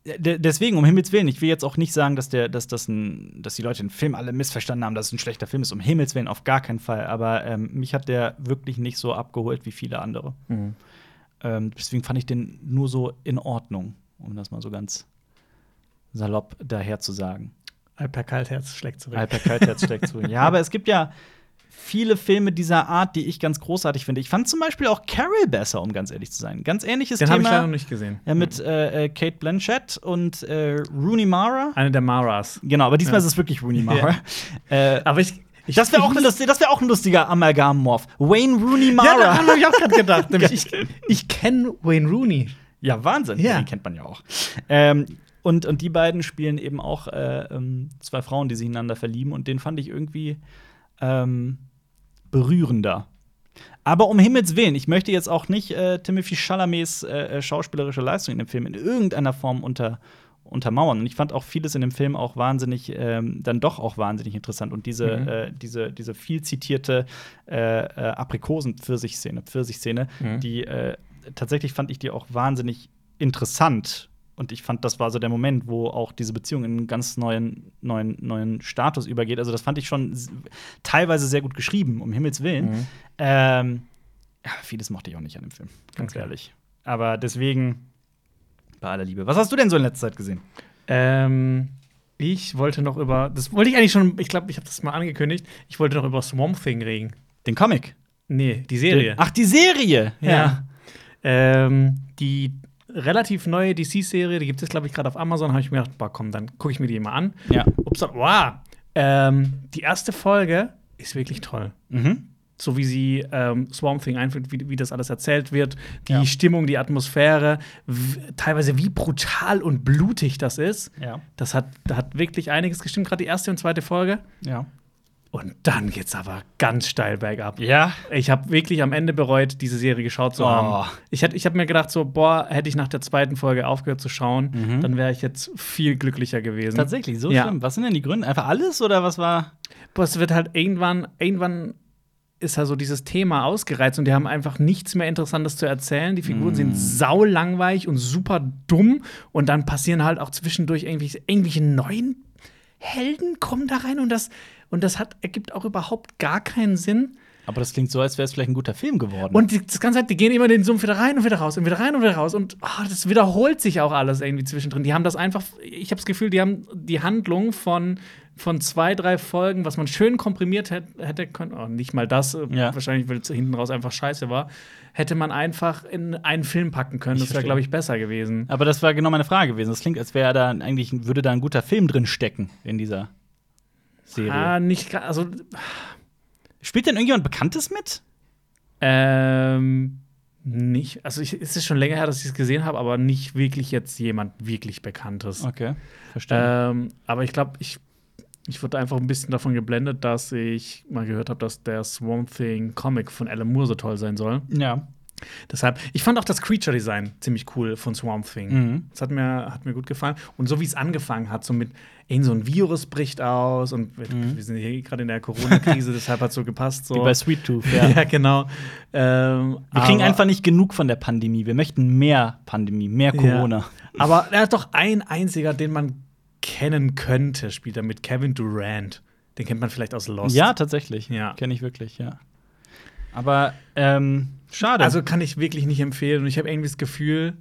A: de- deswegen, um Himmels Willen, ich will jetzt auch nicht sagen, dass, der, dass, das ein, dass die Leute den Film alle missverstanden haben, dass es ein schlechter Film ist. Um Himmels Willen, auf gar keinen Fall. Aber ähm, mich hat der wirklich nicht so abgeholt wie viele andere.
B: Mhm.
A: Ähm, deswegen fand ich den nur so in Ordnung, um das mal so ganz salopp daher zu sagen.
B: Alper Kaltherz schlägt zurück.
A: Alper Kaltherz steckt zu. Ja, aber es gibt ja viele Filme dieser Art, die ich ganz großartig finde. Ich fand zum Beispiel auch Carol besser, um ganz ehrlich zu sein. Ganz ähnliches
B: den habe ich
A: Thema.
B: leider noch nicht gesehen.
A: Ja, mit äh, äh, Kate Blanchett und äh, Rooney Mara.
B: Eine der Maras.
A: Genau, aber diesmal
B: Ja.
A: ist es wirklich Rooney Mara. Äh,
B: Aber ich. ich
A: das wäre auch, ein lusti- das wär auch ein lustiger Amalgam-Morph. Wayne Rooney
B: Ja,
A: Mara.
B: daran habe ich auch gerade gedacht. Nämlich, ich ich kenne Wayne Rooney.
A: Ja, Wahnsinn.
B: Ja.
A: Den kennt man ja auch. Ähm, und, und die beiden spielen eben auch äh, ähm, zwei Frauen, die sich ineinander verlieben. Und den fand ich irgendwie ähm, berührender. Aber um Himmels Willen, ich möchte jetzt auch nicht äh, Timothy Chalamets äh, äh, schauspielerische Leistung in dem Film in irgendeiner Form unter, untermauern. Und ich fand auch vieles in dem Film auch wahnsinnig, ähm, dann doch auch wahnsinnig interessant. Und diese,
B: Mhm.
A: äh, diese, diese viel zitierte äh, äh, Aprikosen-Pfirsich-Szene, Pfirsich-Szene,
B: Mhm.
A: die äh, tatsächlich fand ich die auch wahnsinnig interessant. Und ich fand, das war so der Moment, wo auch diese Beziehung in einen ganz neuen, neuen, neuen Status übergeht. Also, das fand ich schon s- teilweise sehr gut geschrieben, um Himmels Willen.
B: Mhm.
A: Ähm, ja, vieles mochte ich auch nicht an dem Film, ganz
B: Okay.
A: ehrlich. Aber deswegen, bei aller Liebe. Was hast du denn so in letzter Zeit gesehen?
B: Ähm, Ich wollte noch über, das wollte ich eigentlich schon, ich glaube, ich habe das mal angekündigt, ich wollte noch über Swamp Thing reden.
A: Den Comic.
B: Nee, die Serie.
A: Ach, die Serie!
B: Ja. Ähm, die relativ neue DC-Serie, die gibt es, glaube ich, gerade auf Amazon, habe ich mir gedacht, boah, komm, dann gucke ich mir die mal an.
A: Ja.
B: Ups, dann, wow. Ähm, die erste Folge ist wirklich toll.
A: Mhm.
B: So wie sie ähm, Swamp Thing einführt, wie, wie das alles erzählt wird, die
A: Ja.
B: Stimmung, die Atmosphäre, w- teilweise wie brutal und blutig das ist.
A: Ja.
B: Das hat, da hat wirklich einiges gestimmt, gerade die erste und zweite Folge.
A: Ja.
B: Und dann geht's aber ganz steil bergab.
A: Ja.
B: Ich habe wirklich am Ende bereut, diese Serie geschaut zu
A: Oh.
B: haben. Ich, hätt- ich habe mir gedacht, so, boah, hätte ich nach der zweiten Folge aufgehört zu schauen,
A: Mhm.
B: dann wäre ich jetzt viel glücklicher gewesen.
A: Tatsächlich, so
B: Ja.
A: schlimm. Was sind denn die Gründe? Einfach alles oder was war?
B: Boah, es wird halt irgendwann, irgendwann ist also dieses Thema ausgereizt und die haben einfach nichts mehr Interessantes zu erzählen. Die Figuren sind saulangweich und super dumm und dann passieren halt auch zwischendurch irgendwelche, irgendwelche neuen Helden kommen da rein und das, und das hat, ergibt auch überhaupt gar keinen Sinn.
A: Aber das klingt so, als wäre es vielleicht ein guter Film geworden.
B: Und die, das ganze Zeit, die gehen immer in den Sumpf wieder rein und wieder raus und wieder rein und wieder raus. Und ah, das wiederholt sich auch alles irgendwie zwischendrin. Die haben das einfach, ich habe das Gefühl, die haben die Handlung von, von zwei, drei Folgen, was man schön komprimiert hätt, hätte können, oh, nicht mal das, äh,
A: Ja.
B: wahrscheinlich, weil es hinten raus einfach scheiße war, hätte man einfach in einen Film packen können.
A: Ich
B: das wäre,
A: verstehe.
B: glaube ich, besser gewesen.
A: aber das war genau meine Frage gewesen. Das klingt, als wäre da eigentlich würde da ein guter Film drin stecken in dieser Serie.
B: Ah, nicht, gra- also,
A: Spielt denn irgendjemand Bekanntes mit?
B: ähm, nicht, also ich, es ist schon länger her, dass ich es gesehen habe, aber nicht wirklich jetzt jemand wirklich Bekanntes.
A: Okay, verstehe.
B: Ähm, aber ich glaube, ich, ich wurde einfach ein bisschen davon geblendet, dass ich mal gehört habe, dass der Swamp Thing Comic von Alan Moore so toll sein soll.
A: ja.
B: Deshalb, ich fand auch das Creature Design ziemlich cool von Swamp Thing.
A: Mhm.
B: Das hat mir, hat mir gut gefallen. Und so wie es angefangen hat, so mit, ey, so ein Virus bricht aus und wir, wir sind hier gerade in der Corona-Krise, deshalb hat es so gepasst. So.
A: Mhm. Wie bei Sweet Tooth,
B: oh. ja.
A: ja.
B: genau. Ähm,
A: Wir kriegen
B: aber-
A: einfach nicht genug von der Pandemie. Wir möchten mehr Pandemie, mehr Corona.
B: Ja. Aber er hat doch einen einziger, den man kennen könnte, spielt er mit Kevin Durant. Den kennt man vielleicht aus Lost.
A: Ja, tatsächlich.
B: Ja.
A: Kenne ich wirklich, ja. Aber ähm, schade.
B: Also kann ich wirklich nicht empfehlen. Und ich habe irgendwie das Gefühl,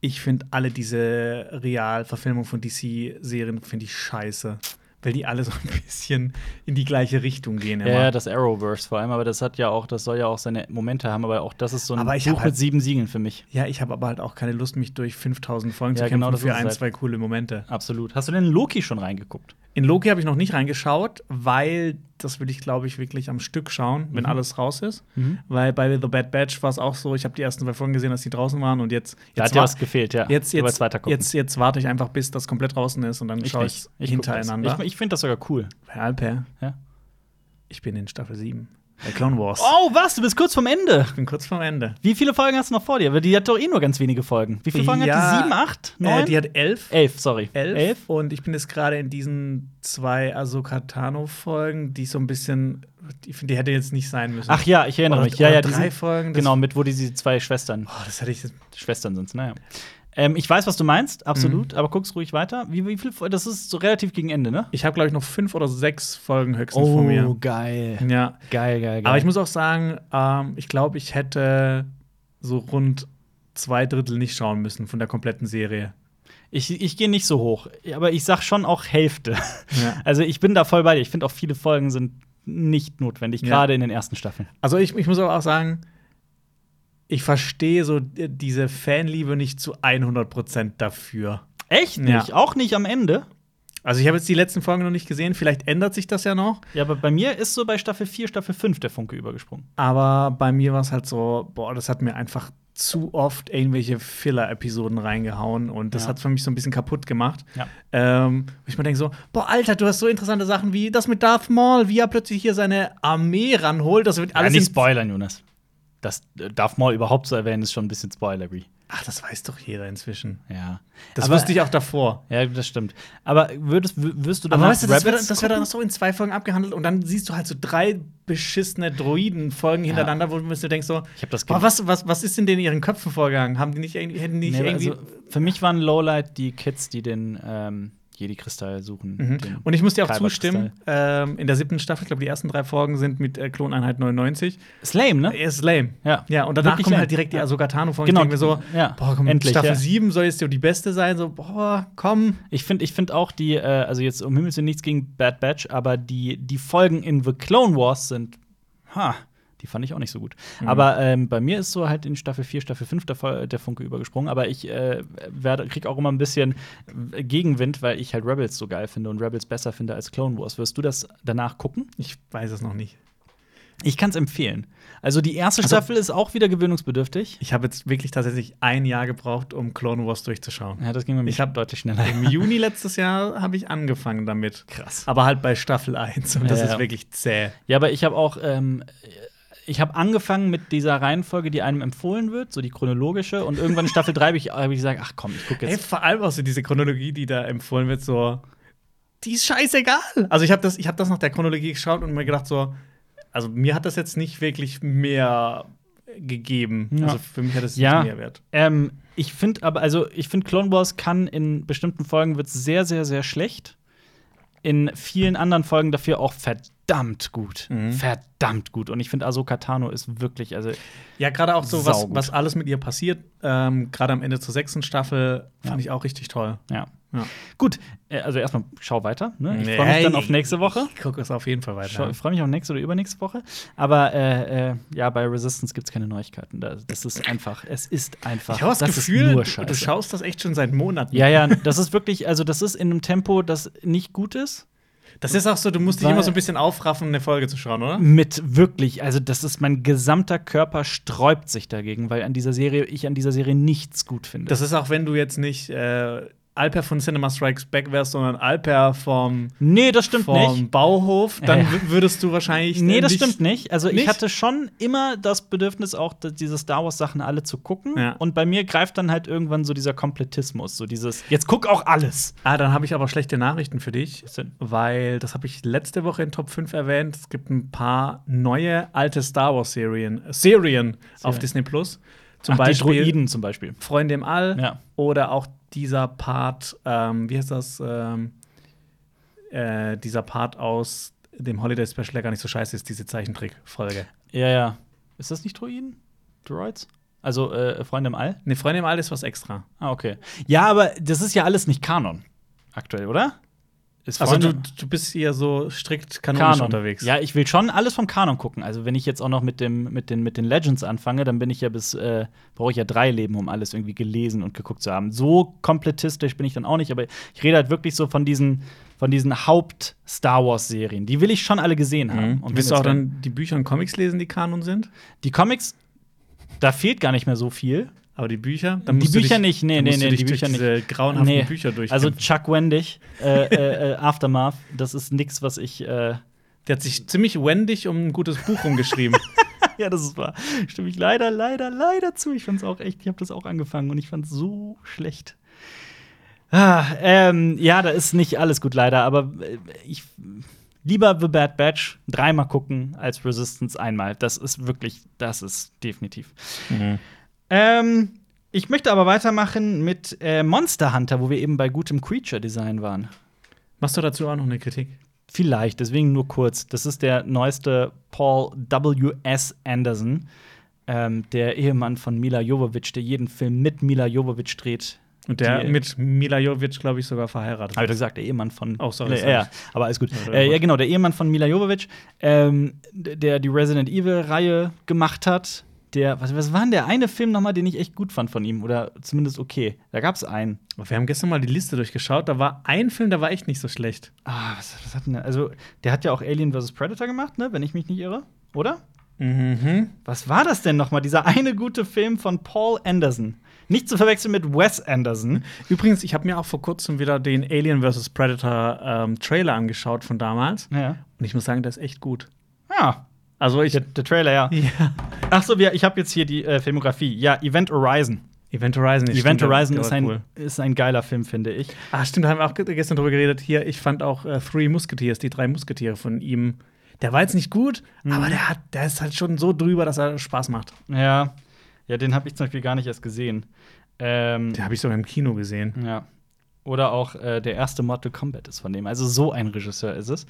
B: ich finde alle diese Real-Verfilmung von DC-Serien finde ich scheiße. Weil die alle so ein bisschen in die gleiche Richtung gehen. Immer.
A: ja, ja, das Arrowverse vor allem, aber das hat ja auch, das soll ja auch seine Momente haben, aber auch das ist so ein
B: Aber ich hab
A: Buch
B: halt-
A: mit sieben Siegeln für mich.
B: ja, ich habe aber halt auch keine Lust, mich durch 5000 Folgen
A: Ja,
B: zu
A: genau,
B: kämpfen
A: das
B: für
A: ist es
B: ein,
A: halt.
B: zwei coole Momente.
A: Absolut. Hast du denn Loki schon reingeguckt?
B: In Loki habe ich noch nicht reingeschaut, weil das will ich, glaube ich, wirklich am Stück schauen, wenn
A: Mhm.
B: alles raus ist. Weil bei The Bad Batch war es auch so, ich habe die ersten zwei Folgen gesehen, dass die draußen waren und jetzt,
A: Da
B: jetzt
A: hat dir
B: wa-
A: was gefehlt, ja.
B: jetzt,
A: Du wolltest
B: jetzt,
A: weitergucken.
B: jetzt, jetzt warte ich einfach, bis das komplett draußen ist und dann
A: ich
B: schaue ich
A: nicht. Ich guck das.
B: hintereinander.
A: Ich, ich finde das sogar cool.
B: Herr Alper,
A: Ja.
B: ich bin in Staffel 7. Bei Clone Wars.
A: Oh, was? Du bist kurz vom Ende.
B: Ich bin kurz vorm Ende.
A: Wie viele Folgen hast du noch vor dir? Weil die hat doch eh nur ganz wenige Folgen. Wie viele Folgen hat
B: Ja.
A: die? Sieben, acht, neun?
B: Äh, die hat elf.
A: elf, sorry.
B: elf. Und ich bin jetzt gerade in diesen zwei Ahsoka Tano-Folgen, die so ein bisschen, ich finde, die hätte jetzt nicht sein müssen.
A: Ach ja, ich erinnere
B: Oder-
A: mich. Ja,
B: oder
A: ja,
B: drei
A: diesen-
B: Folgen. das-
A: Genau, mit wo diese zwei Schwestern.
B: Oh, das hätte ich jetzt.
A: Schwestern sind's, naja. Ähm, ich weiß, was du meinst, absolut,
B: Mhm.
A: aber guck's ruhig weiter. Wie, wie viel, Fol- das ist so relativ gegen Ende, ne?
B: Ich habe, glaube ich, noch fünf oder sechs Folgen höchstens
A: Oh,
B: von mir.
A: geil.
B: Ja.
A: Geil, geil, geil.
B: Aber ich muss auch sagen, ähm, ich glaube, ich hätte so rund zwei Drittel nicht schauen müssen von der kompletten Serie.
A: ich, ich gehe nicht so hoch, aber ich sag schon auch Hälfte.
B: Ja.
A: Also ich bin da voll bei dir. Ich finde auch viele Folgen sind nicht notwendig,
B: Ja.
A: gerade in den ersten Staffeln.
B: Also ich, ich muss aber auch sagen, ich verstehe so äh, diese Fanliebe nicht zu 100% dafür.
A: Echt nicht? Auch nicht am Ende?
B: Also ich habe jetzt die letzten Folgen noch nicht gesehen, vielleicht ändert sich das ja noch,
A: Ja, aber bei mir ist so bei Staffel 4, Staffel 5 der Funke übergesprungen.
B: aber bei mir war es halt so, boah, das hat mir einfach zu oft irgendwelche Filler-Episoden reingehauen und das
A: Ja.
B: hat für mich so ein bisschen kaputt gemacht.
A: Ja.
B: Ähm, wo ich mir denke so, boah, Alter, du hast so interessante Sachen wie das mit Darth Maul, wie er plötzlich hier seine Armee ranholt, das wird
A: Alles
B: alles
A: ja, nicht
B: in-
A: spoilern, Jonas. Das äh, darf mal überhaupt zu erwähnen, ist schon ein bisschen spoilery.
B: Ach, das weiß doch jeder inzwischen.
A: Ja.
B: Das
A: Aber-
B: wusste ich auch davor.
A: Ja, das stimmt. Aber würdest, wür- wirst du
B: Aber
A: danach
B: weißt du, das wäre
A: Rabbits
B: das wär dann
A: gucken?
B: so in zwei Folgen abgehandelt und dann siehst du halt so drei beschissene Droiden-Folgen hintereinander, wo du denkst so,
A: Ich hab das
B: boah,
A: gen-
B: was, was, was ist denn in ihren also Köpfen vorgegangen? Haben die nicht irgendwie, hätten die nicht
A: Nee,
B: irgendwie
A: also, für mich waren Lowlight die Kids, die den ähm, Jedi-Kristall suchen.
B: Mhm.
A: den
B: Und ich muss dir auch
A: Treiberkristall.
B: zustimmen, ähm, in der siebten Staffel, ich glaube, die ersten drei Folgen sind mit äh, Kloneinheit 99.
A: Ist lame, ne?
B: Er ist lame.
A: Ja.
B: Ja, und danach
A: Wirklich
B: kommen
A: lame.
B: halt direkt die
A: Ja.
B: Asogatano vor.
A: Genau.
B: Ich denk mir so,
A: Ja.
B: boah, komm,
A: Endlich,
B: Staffel
A: ja.
B: 7 soll jetzt ja die beste sein. So, boah, komm.
A: Ich finde ich find auch die, äh, also jetzt um Himmels Willen nichts gegen Bad Batch, aber die, die Folgen in The Clone Wars sind, ha, die fand ich auch nicht so gut. Aber ähm, bei mir ist so halt in Staffel 4, Staffel 5 der, Fol- der Funke übergesprungen, aber ich äh, werde, krieg auch immer ein bisschen äh, Gegenwind, weil ich halt Rebels so geil finde und Rebels besser finde als Clone Wars. Wirst du das danach gucken?
B: Ich weiß es noch nicht.
A: Ich kann es empfehlen. Also die erste
B: Also-
A: Staffel ist auch wieder gewöhnungsbedürftig.
B: Ich habe jetzt wirklich tatsächlich ein Jahr gebraucht, um Clone Wars durchzuschauen.
A: Ja, das ging bei mir
B: Ich hab-
A: deutlich schneller.
B: Im Juni letztes Jahr habe ich angefangen damit.
A: Krass.
B: Aber halt bei Staffel 1. Und das
A: Ja, ja.
B: ist wirklich zäh.
A: Ja, aber ich habe auch, ähm, ich habe angefangen mit dieser Reihenfolge, die einem empfohlen wird, so die chronologische, und irgendwann in Staffel 3 habe ich, hab ich gesagt, ach komm, ich gucke
B: Ey,
A: jetzt.
B: vor allem auch so diese Chronologie, die da empfohlen wird, so, die ist scheißegal. Also ich habe das, ich hab das nach der Chronologie geschaut und mir gedacht, so, also mir hat das jetzt nicht wirklich mehr gegeben.
A: Ja.
B: Also für mich hat das
A: Ja.
B: nicht mehr Wert.
A: Ähm, ich finde aber, also ich finde Clone Wars kann in bestimmten Folgen wird sehr, sehr, sehr schlecht. In vielen anderen Folgen dafür auch verdammt gut. Verdammt gut. Und ich finde, Ahsoka Tano ist wirklich, also
B: Ja, gerade auch so, was,
A: Saugut.
B: was alles mit ihr passiert, ähm, gerade am Ende zur sechsten Staffel, fand ich auch richtig toll.
A: ja.
B: Ja.
A: Gut, äh, also erstmal schau weiter. Ne? Ich freue mich dann auf nächste Woche.
B: Ich gucke es auf jeden Fall
A: Schau-
B: weiter.
A: Ich freue mich auf nächste oder übernächste Woche. Aber äh, äh, ja, bei Resistance gibt es keine Neuigkeiten. Da- Das ist einfach. Es ist einfach.
B: Ich habe das,
A: das
B: Gefühl,
A: ist nur
B: du, du
A: Scheiße.
B: schaust das echt schon seit Monaten.
A: ja, ja, das ist wirklich, also das ist in einem Tempo, das nicht gut ist.
B: Das ist auch so, du musst dich
A: Weil-
B: immer so ein bisschen aufraffen, eine Folge zu schauen, oder?
A: Mit wirklich, also das ist mein gesamter Körper sträubt sich dagegen, weil an dieser Serie, ich an dieser Serie nichts gut finde.
B: Das ist auch, wenn du jetzt nicht äh, Alper von Cinema Strikes Back wärst, sondern Alper vom,
A: nee, das stimmt nicht.
B: vom Bauhof, dann
A: Ja, ja.
B: w- würdest du wahrscheinlich. äh,
A: Nee, das
B: dich-
A: stimmt nicht. Also ich
B: ne? Nicht?
A: hatte schon immer das Bedürfnis, auch d- diese Star Wars-Sachen alle zu gucken.
B: Ja.
A: Und bei mir greift dann halt irgendwann so dieser Komplettismus, so dieses, jetzt guck auch alles.
B: Ah, dann habe ich aber schlechte Nachrichten für dich,
A: Was denn?
B: weil das habe ich letzte Woche in Top 5 erwähnt. Es gibt ein paar neue alte Star Wars Serien, äh, Serien auf
A: Serien.
B: Disney Plus. Zum
A: Zum Beispiel
B: Beispiel
A: die Droiden zum Beispiel.
B: Freunde im All
A: Ja.
B: oder auch dieser Part, ähm, wie heißt das? Ähm, äh, dieser Part aus dem Holiday Special, der gar nicht so scheiße ist, diese Zeichentrick-Folge.
A: Ja, ja. Ist das nicht Droiden? Droids? Also äh, Freunde im All?
B: Ne, Freunde im All ist was extra.
A: Ah, okay. Ja, aber das ist ja alles nicht Kanon aktuell, oder? Ist
B: Also
A: Freunde-
B: du, du bist hier so strikt kanonisch
A: Kanon
B: unterwegs.
A: Ja, ich will schon alles vom Kanon gucken. Also wenn ich jetzt auch noch mit dem mit den mit den Legends anfange, dann bin ich ja bis äh, brauche ich ja drei Leben, um alles irgendwie gelesen und geguckt zu haben. So komplettistisch bin ich dann auch nicht, aber ich rede halt wirklich so von diesen von diesen Haupt Star Wars Serien. Die will ich schon alle gesehen haben.
B: Mhm.
A: Um
B: Willst du auch
A: Himmels Willen.
B: dann die Bücher und Comics lesen, die Kanon sind?
A: die Comics? Da fehlt gar nicht mehr so viel.
B: Aber die Bücher? Dann
A: Die
B: musst du
A: Bücher
B: dich,
A: nicht. Nee,
B: dann
A: nee,
B: musst
A: nee,
B: du dich
A: die
B: durch
A: Bücher
B: diese grauenhaften
A: Nee.
B: Bücher durch.
A: Also Chuck Wendig, äh, äh, äh, Aftermath, das ist nix, was ich äh,
B: der hat sich ziemlich wendig um ein gutes Buch rumgeschrieben.
A: Ja, das ist wahr. Stimme ich leider, leider, leider zu. Ich fand's auch echt, ich habe das auch angefangen und ich fand's so schlecht. Ah, ähm, ja, da ist nicht alles gut leider, aber äh, ich lieber The Bad Batch dreimal gucken als Resistance einmal. Das ist wirklich, das ist definitiv. Mhm. Ähm, ich möchte aber weitermachen mit äh, Monster Hunter, wo wir eben bei gutem Creature Design waren.
B: Machst du dazu auch noch eine Kritik?
A: Vielleicht, deswegen nur kurz. Das ist der neueste Paul W.S. Anderson, ähm, der Ehemann von Mila Jovovich, der jeden Film mit Mila Jovovich dreht.
B: Und der
A: Die-
B: mit Mila Jovic, glaube ich, sogar verheiratet.
A: Habe ich doch gesagt, der Ehemann von.
B: Oh, sorry,
A: Ja,
B: sorry.
A: Ja, aber alles gut.
B: Sorry,
A: Äh, ja,
B: gut.
A: genau, der Ehemann von Mila Jovovich, ähm, d- der die Resident Evil-Reihe gemacht hat. Der, was, was war denn der eine Film nochmal, den ich echt gut fand von ihm? Oder zumindest okay. Da gab es einen.
B: Wir haben gestern mal die Liste durchgeschaut. Da war ein Film, der war echt nicht so schlecht.
A: Ah, was, was hat denn der? Also, der hat ja auch Alien vs. Predator gemacht, ne? Wenn ich mich nicht irre. Oder?
B: Mhm.
A: Was war das denn nochmal, dieser eine gute Film von Paul Anderson? Nicht zu verwechseln mit Wes Anderson.
B: Übrigens, ich habe mir auch vor kurzem wieder den Alien vs. Predator ähm, Trailer angeschaut von damals.
A: Ja.
B: Und ich muss sagen, der ist echt gut.
A: Ja,
B: Also ich.
A: der, der Trailer, ja.
B: Ja.
A: Achso, ich habe jetzt hier die äh, Filmografie. Ja, Event Horizon.
B: Event Horizon ist
A: Event Horizon ist ein,
B: Cool.
A: ist ein geiler Film, finde ich.
B: Ah, stimmt, da haben wir auch ge- gestern drüber geredet. Hier, ich fand auch äh, Three Musketeers, die drei Musketiere von ihm. Der war jetzt nicht gut,
A: Mhm.
B: aber der, hat, der ist halt schon so drüber, dass er Spaß macht.
A: Ja. Ja, den habe ich zum Beispiel gar nicht erst gesehen. Ähm,
B: Den habe ich sogar im Kino gesehen.
A: ja. Oder auch äh, der erste Mortal Kombat ist von dem. Also so ein Regisseur ist es.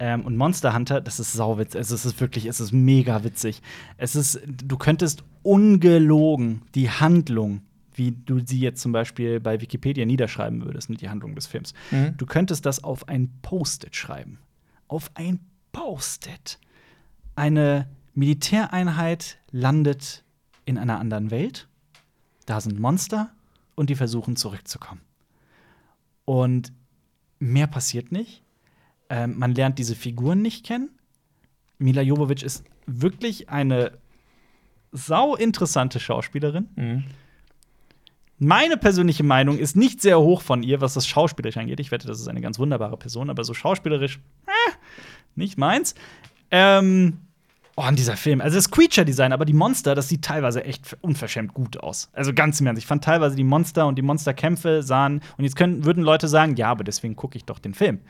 A: Ähm, und Monster Hunter, das ist sauwitzig. Also, es ist wirklich, es ist mega witzig. Es ist, du könntest ungelogen die Handlung, wie du sie jetzt zum Beispiel bei Wikipedia niederschreiben würdest, nicht die Handlung des Films.
B: Mhm.
A: Du könntest das auf ein Post-it schreiben. Auf ein Post-it. Eine Militäreinheit landet in einer anderen Welt. Da sind Monster und die versuchen zurückzukommen. Und mehr passiert nicht. Ähm, man lernt diese Figuren nicht kennen. Mila Jovovich ist wirklich eine sau interessante Schauspielerin.
B: Mhm.
A: Meine persönliche Meinung ist nicht sehr hoch von ihr, was das schauspielerisch angeht. Ich wette, das ist eine ganz wunderbare Person, aber so schauspielerisch äh, nicht meins. Ähm, oh, und dieser Film. Also das Creature-Design, aber die Monster, das sieht teilweise echt unverschämt gut aus. Also ganz im Ernst. Ich fand teilweise die Monster und die Monsterkämpfe sahen Und jetzt können, würden Leute sagen, ja, aber deswegen gucke ich doch den Film.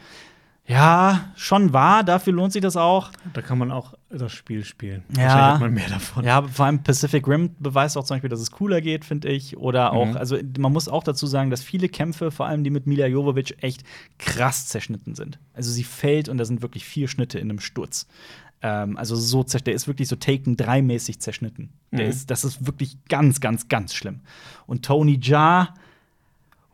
A: Ja, schon wahr, dafür lohnt sich das auch.
B: Da kann man auch das Spiel spielen.
A: Ja.
B: Wahrscheinlich hat man mehr davon.
A: Ja, aber vor allem Pacific Rim beweist auch zum Beispiel, dass es cooler geht, finde ich. Oder auch,
B: Mhm.
A: also man muss auch dazu sagen, dass viele Kämpfe, vor allem die mit Mila Jovovich, echt krass zerschnitten sind. Also sie fällt und da sind wirklich vier Schnitte in einem Sturz. Ähm, also so zersch- der ist wirklich so Taken 3 mäßig zerschnitten. Der
B: Mhm.
A: ist, das ist wirklich ganz, ganz, ganz schlimm. Und Tony Jaa,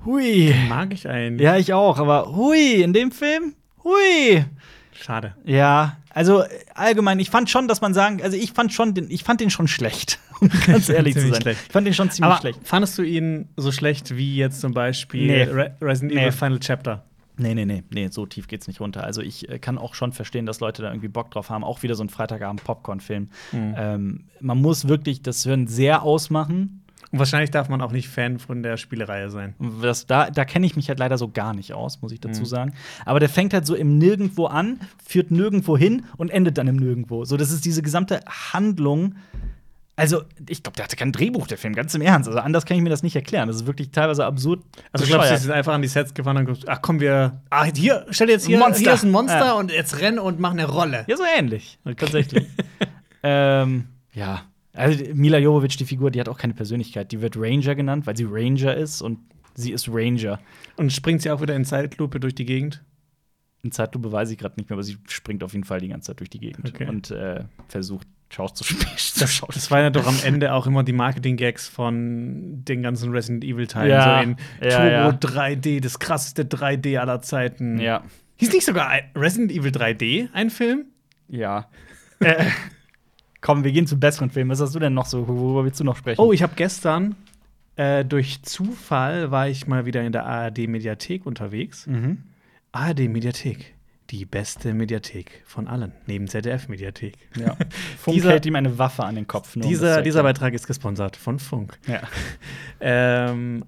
A: hui.
B: Mag ich einen.
A: Ja, ich auch, aber hui, in dem Film, hui.
B: Schade.
A: Ja, also äh, allgemein, ich fand schon, dass man sagen, also ich fand schon, den, ich fand den schon schlecht, um ganz ehrlich zu
B: Ziemlich
A: sein.
B: schlecht.
A: Ich fand den schon ziemlich
B: Aber
A: schlecht.
B: fandest du ihn so schlecht wie jetzt zum Beispiel
A: Nee.
B: Re Resident
A: Nee.
B: Evil Final Chapter?
A: Nee, nee, nee, nee, so tief geht's nicht runter. Also ich äh, kann auch schon verstehen, dass Leute da irgendwie Bock drauf haben. Auch wieder so ein Freitagabend Popcorn-Film.
B: Mhm.
A: Ähm, man muss wirklich das Hören sehr ausmachen.
B: Und wahrscheinlich darf man auch nicht Fan von der Spielereihe sein.
A: Das, da da kenne ich mich halt leider so gar nicht aus, muss ich
B: Mhm.
A: dazu sagen. Aber der fängt halt so im Nirgendwo an, führt nirgendwo hin und endet dann im Nirgendwo. So, das ist diese gesamte Handlung. Also, ich glaube, der hatte kein Drehbuch, der Film, ganz im Ernst. Also, anders kann ich mir das nicht erklären. Das ist wirklich teilweise absurd.
B: Also glaubst du,
A: bescheuert.
B: sie sind einfach an die Sets gefahren und gesagt, ach komm, wir. Ach, hier, stell dir jetzt hier,
A: Monster.
B: hier ist ein Monster
A: Ja.
B: und jetzt renn und mach eine Rolle.
A: Ja, so ähnlich. Tatsächlich. ähm, ja. Also Mila Jovovich, die Figur, die hat auch keine Persönlichkeit. Die wird Ranger genannt, weil sie Ranger ist und sie ist Ranger.
B: Und springt sie auch wieder in Zeitlupe durch die Gegend.
A: In Zeitlupe weiß ich gerade nicht mehr, aber sie springt auf jeden Fall die ganze Zeit durch die Gegend
B: Okay.
A: und äh, versucht, Schauspiel zu schauen.
B: Das waren ja doch am Ende auch immer die Marketing-Gags von den ganzen Resident Evil-Teilen.
A: Ja.
B: So in
A: Ja, ja.
B: Turbo 3D, das krasseste 3D aller Zeiten.
A: Ja,
B: Hieß nicht sogar ein- Resident Evil 3D ein Film?
A: ja. äh, komm, wir gehen zu besseren Filmen. Was hast du denn noch so? Worüber willst du noch sprechen?
B: Oh, ich habe gestern äh, durch Zufall war ich mal wieder in der ARD-Mediathek unterwegs.
A: mhm.
B: ARD-Mediathek, die beste Mediathek von allen, neben ZDF-Mediathek.
A: ja. Funk
B: Dieser-
A: hält ihm eine Waffe an den Kopf. nur um das
B: Dieser,
A: zu
B: dieser
A: erklären.
B: Beitrag ist gesponsert von Funk.
A: Ja.
B: Ähm,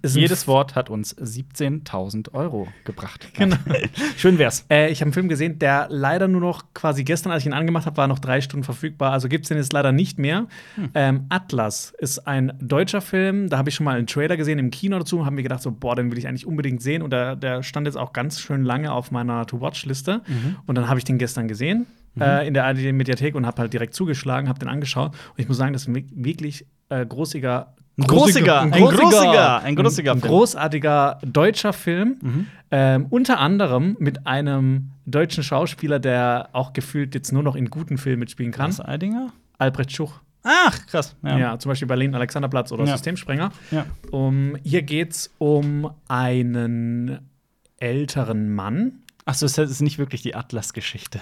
B: ist ein
A: Jedes Wort hat uns 17.000 Euro gebracht.
B: Genau.
A: Schön wär's.
B: Äh, ich habe einen Film gesehen, der leider nur noch quasi gestern, als ich ihn angemacht habe, war noch drei Stunden verfügbar. Also gibt es den jetzt leider nicht mehr.
A: Hm.
B: Ähm, Atlas ist ein deutscher Film. Da habe ich schon mal einen Trailer gesehen im Kino dazu. Haben wir gedacht, so, boah, den will ich eigentlich unbedingt sehen. Und der, der stand jetzt auch ganz schön lange auf meiner To-Watch-Liste.
A: Mhm.
B: Und dann habe ich den gestern gesehen äh, in der ARD-Mediathek und habe halt direkt zugeschlagen, habe den angeschaut. Und ich muss sagen, das ist wi- wirklich äh, großiger.
A: Ein großiger,
B: ein
A: ein großiger,
B: großiger,
A: ein großiger
B: ein
A: Film.
B: großartiger deutscher Film.
A: Mhm.
B: Ähm, unter anderem mit einem deutschen Schauspieler, der auch gefühlt jetzt nur noch in guten Filmen mitspielen kann.
A: Eidinger?
B: Albrecht Schuch.
A: Ach, krass.
B: Ja.
A: Ja. ja.
B: zum Beispiel Berlin Alexanderplatz oder
A: Ja.
B: Systemsprenger. Um, hier geht's um einen älteren Mann.
A: Achso, es ist nicht wirklich die Atlas-Geschichte.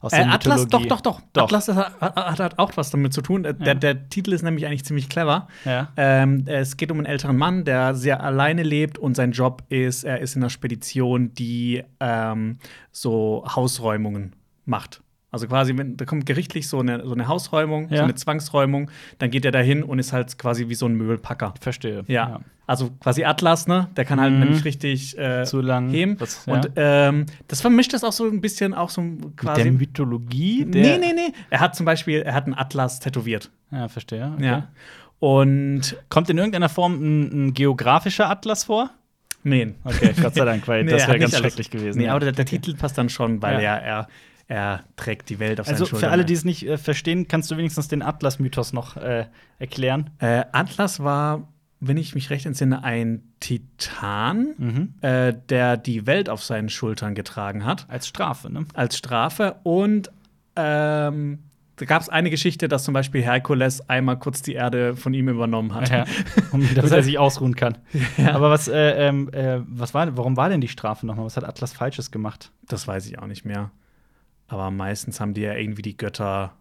A: Aus
B: Äh,
A: der
B: Atlas, doch,
A: Mythologie.
B: doch, doch,
A: Doch.
B: Atlas hat, hat, hat auch was damit zu tun. Äh, Der, der Titel ist nämlich eigentlich ziemlich clever.
A: Ja.
B: Ähm, es geht um einen älteren Mann, der sehr alleine lebt und sein Job ist, er ist in einer Spedition, die ähm, so Hausräumungen macht. Also quasi, wenn, da kommt gerichtlich so eine, so eine Hausräumung, so
A: Ja.
B: eine Zwangsräumung, dann geht er dahin und ist halt quasi wie so ein Möbelpacker.
A: Verstehe.
B: Ja. Also quasi Atlas, ne? Der kann halt
A: Mhm.
B: nämlich richtig äh,
A: Zu lang.
B: heben.
A: Was- ja.
B: Und ähm, das vermischt das auch so ein bisschen auch so
A: Mit der
B: quasi.
A: Mythologie?
B: Nee,
A: Der
B: nee, nee. Er hat zum Beispiel, er hat einen Atlas tätowiert.
A: Ja, verstehe. Okay.
B: Ja. Und
A: Kommt in irgendeiner Form ein, ein geografischer Atlas vor?
B: nee.
A: Okay, Gott sei Dank, weil
B: Nee,
A: das
B: er hat
A: wäre ganz
B: nicht alles.
A: schrecklich gewesen.
B: Nee,
A: ja.
B: aber der, der Titel passt dann schon, weil
A: Ja.
B: er, er, er trägt die Welt auf seinen
A: also
B: Schultern.
A: für alle, die es nicht äh, verstehen, kannst du wenigstens den Atlas-Mythos noch äh, erklären.
B: äh, Atlas war wenn ich mich recht entsinne, ein Titan,
A: Mhm.
B: äh, der die Welt auf seinen Schultern getragen hat
A: Als Strafe, ne?
B: als Strafe. Und ähm, da gab es eine Geschichte, dass zum Beispiel Herkules einmal kurz die Erde von ihm übernommen hat.
A: Ja, um, damit er sich ausruhen kann. Aber was, äh, ähm, äh, was war, warum war denn die Strafe nochmal? Was hat Atlas Falsches gemacht?
B: Das weiß ich auch nicht mehr. Aber meistens haben die ja irgendwie die Götter.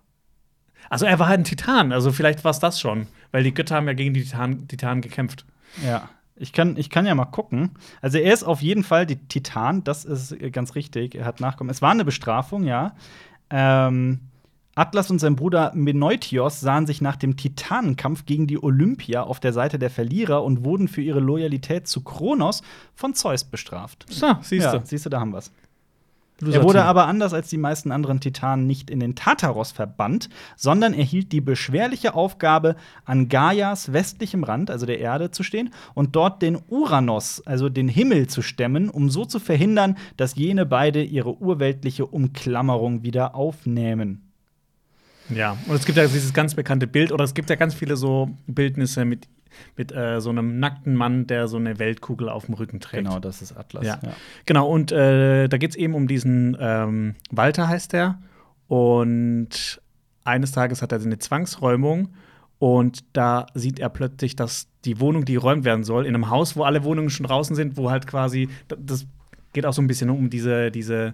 B: Also er war halt ein Titan, also vielleicht war es das schon, weil die Götter haben ja gegen die Titan Titanen gekämpft.
A: Ja. Ich kann, ich kann ja mal gucken. Also, er ist auf jeden Fall die Titan, das ist äh, ganz richtig. Er hat nachkommen. Es war eine Bestrafung, ja. Ähm, Atlas und sein Bruder Menoitios sahen sich nach dem Titanenkampf gegen die Olympia auf der Seite der Verlierer und wurden für ihre Loyalität zu Kronos von Zeus bestraft.
B: So, siehst
A: ja,
B: du.
A: siehst du, da haben wir's.
B: Loser
A: Er wurde
B: Team.
A: aber anders als die meisten anderen Titanen nicht in den Tartaros verbannt, sondern erhielt die beschwerliche Aufgabe, an Gaias westlichem Rand, also der Erde, zu stehen und dort den Uranos, also den Himmel, zu stemmen, um so zu verhindern, dass jene beide ihre urweltliche Umklammerung wieder aufnehmen.
B: Ja, und es gibt ja dieses ganz bekannte Bild, oder es gibt ja ganz viele so Bildnisse mit, mit äh, so einem nackten Mann, der so eine Weltkugel auf dem Rücken trägt.
A: das ist Atlas.
B: Ja. Genau, und äh, da geht es eben um diesen ähm, Walter, heißt der. Und eines Tages hat er eine Zwangsräumung und da sieht er plötzlich, dass die Wohnung, die geräumt werden soll, in einem Haus, wo alle Wohnungen schon draußen sind, wo halt quasi, d- das geht auch so ein bisschen um diese, diese,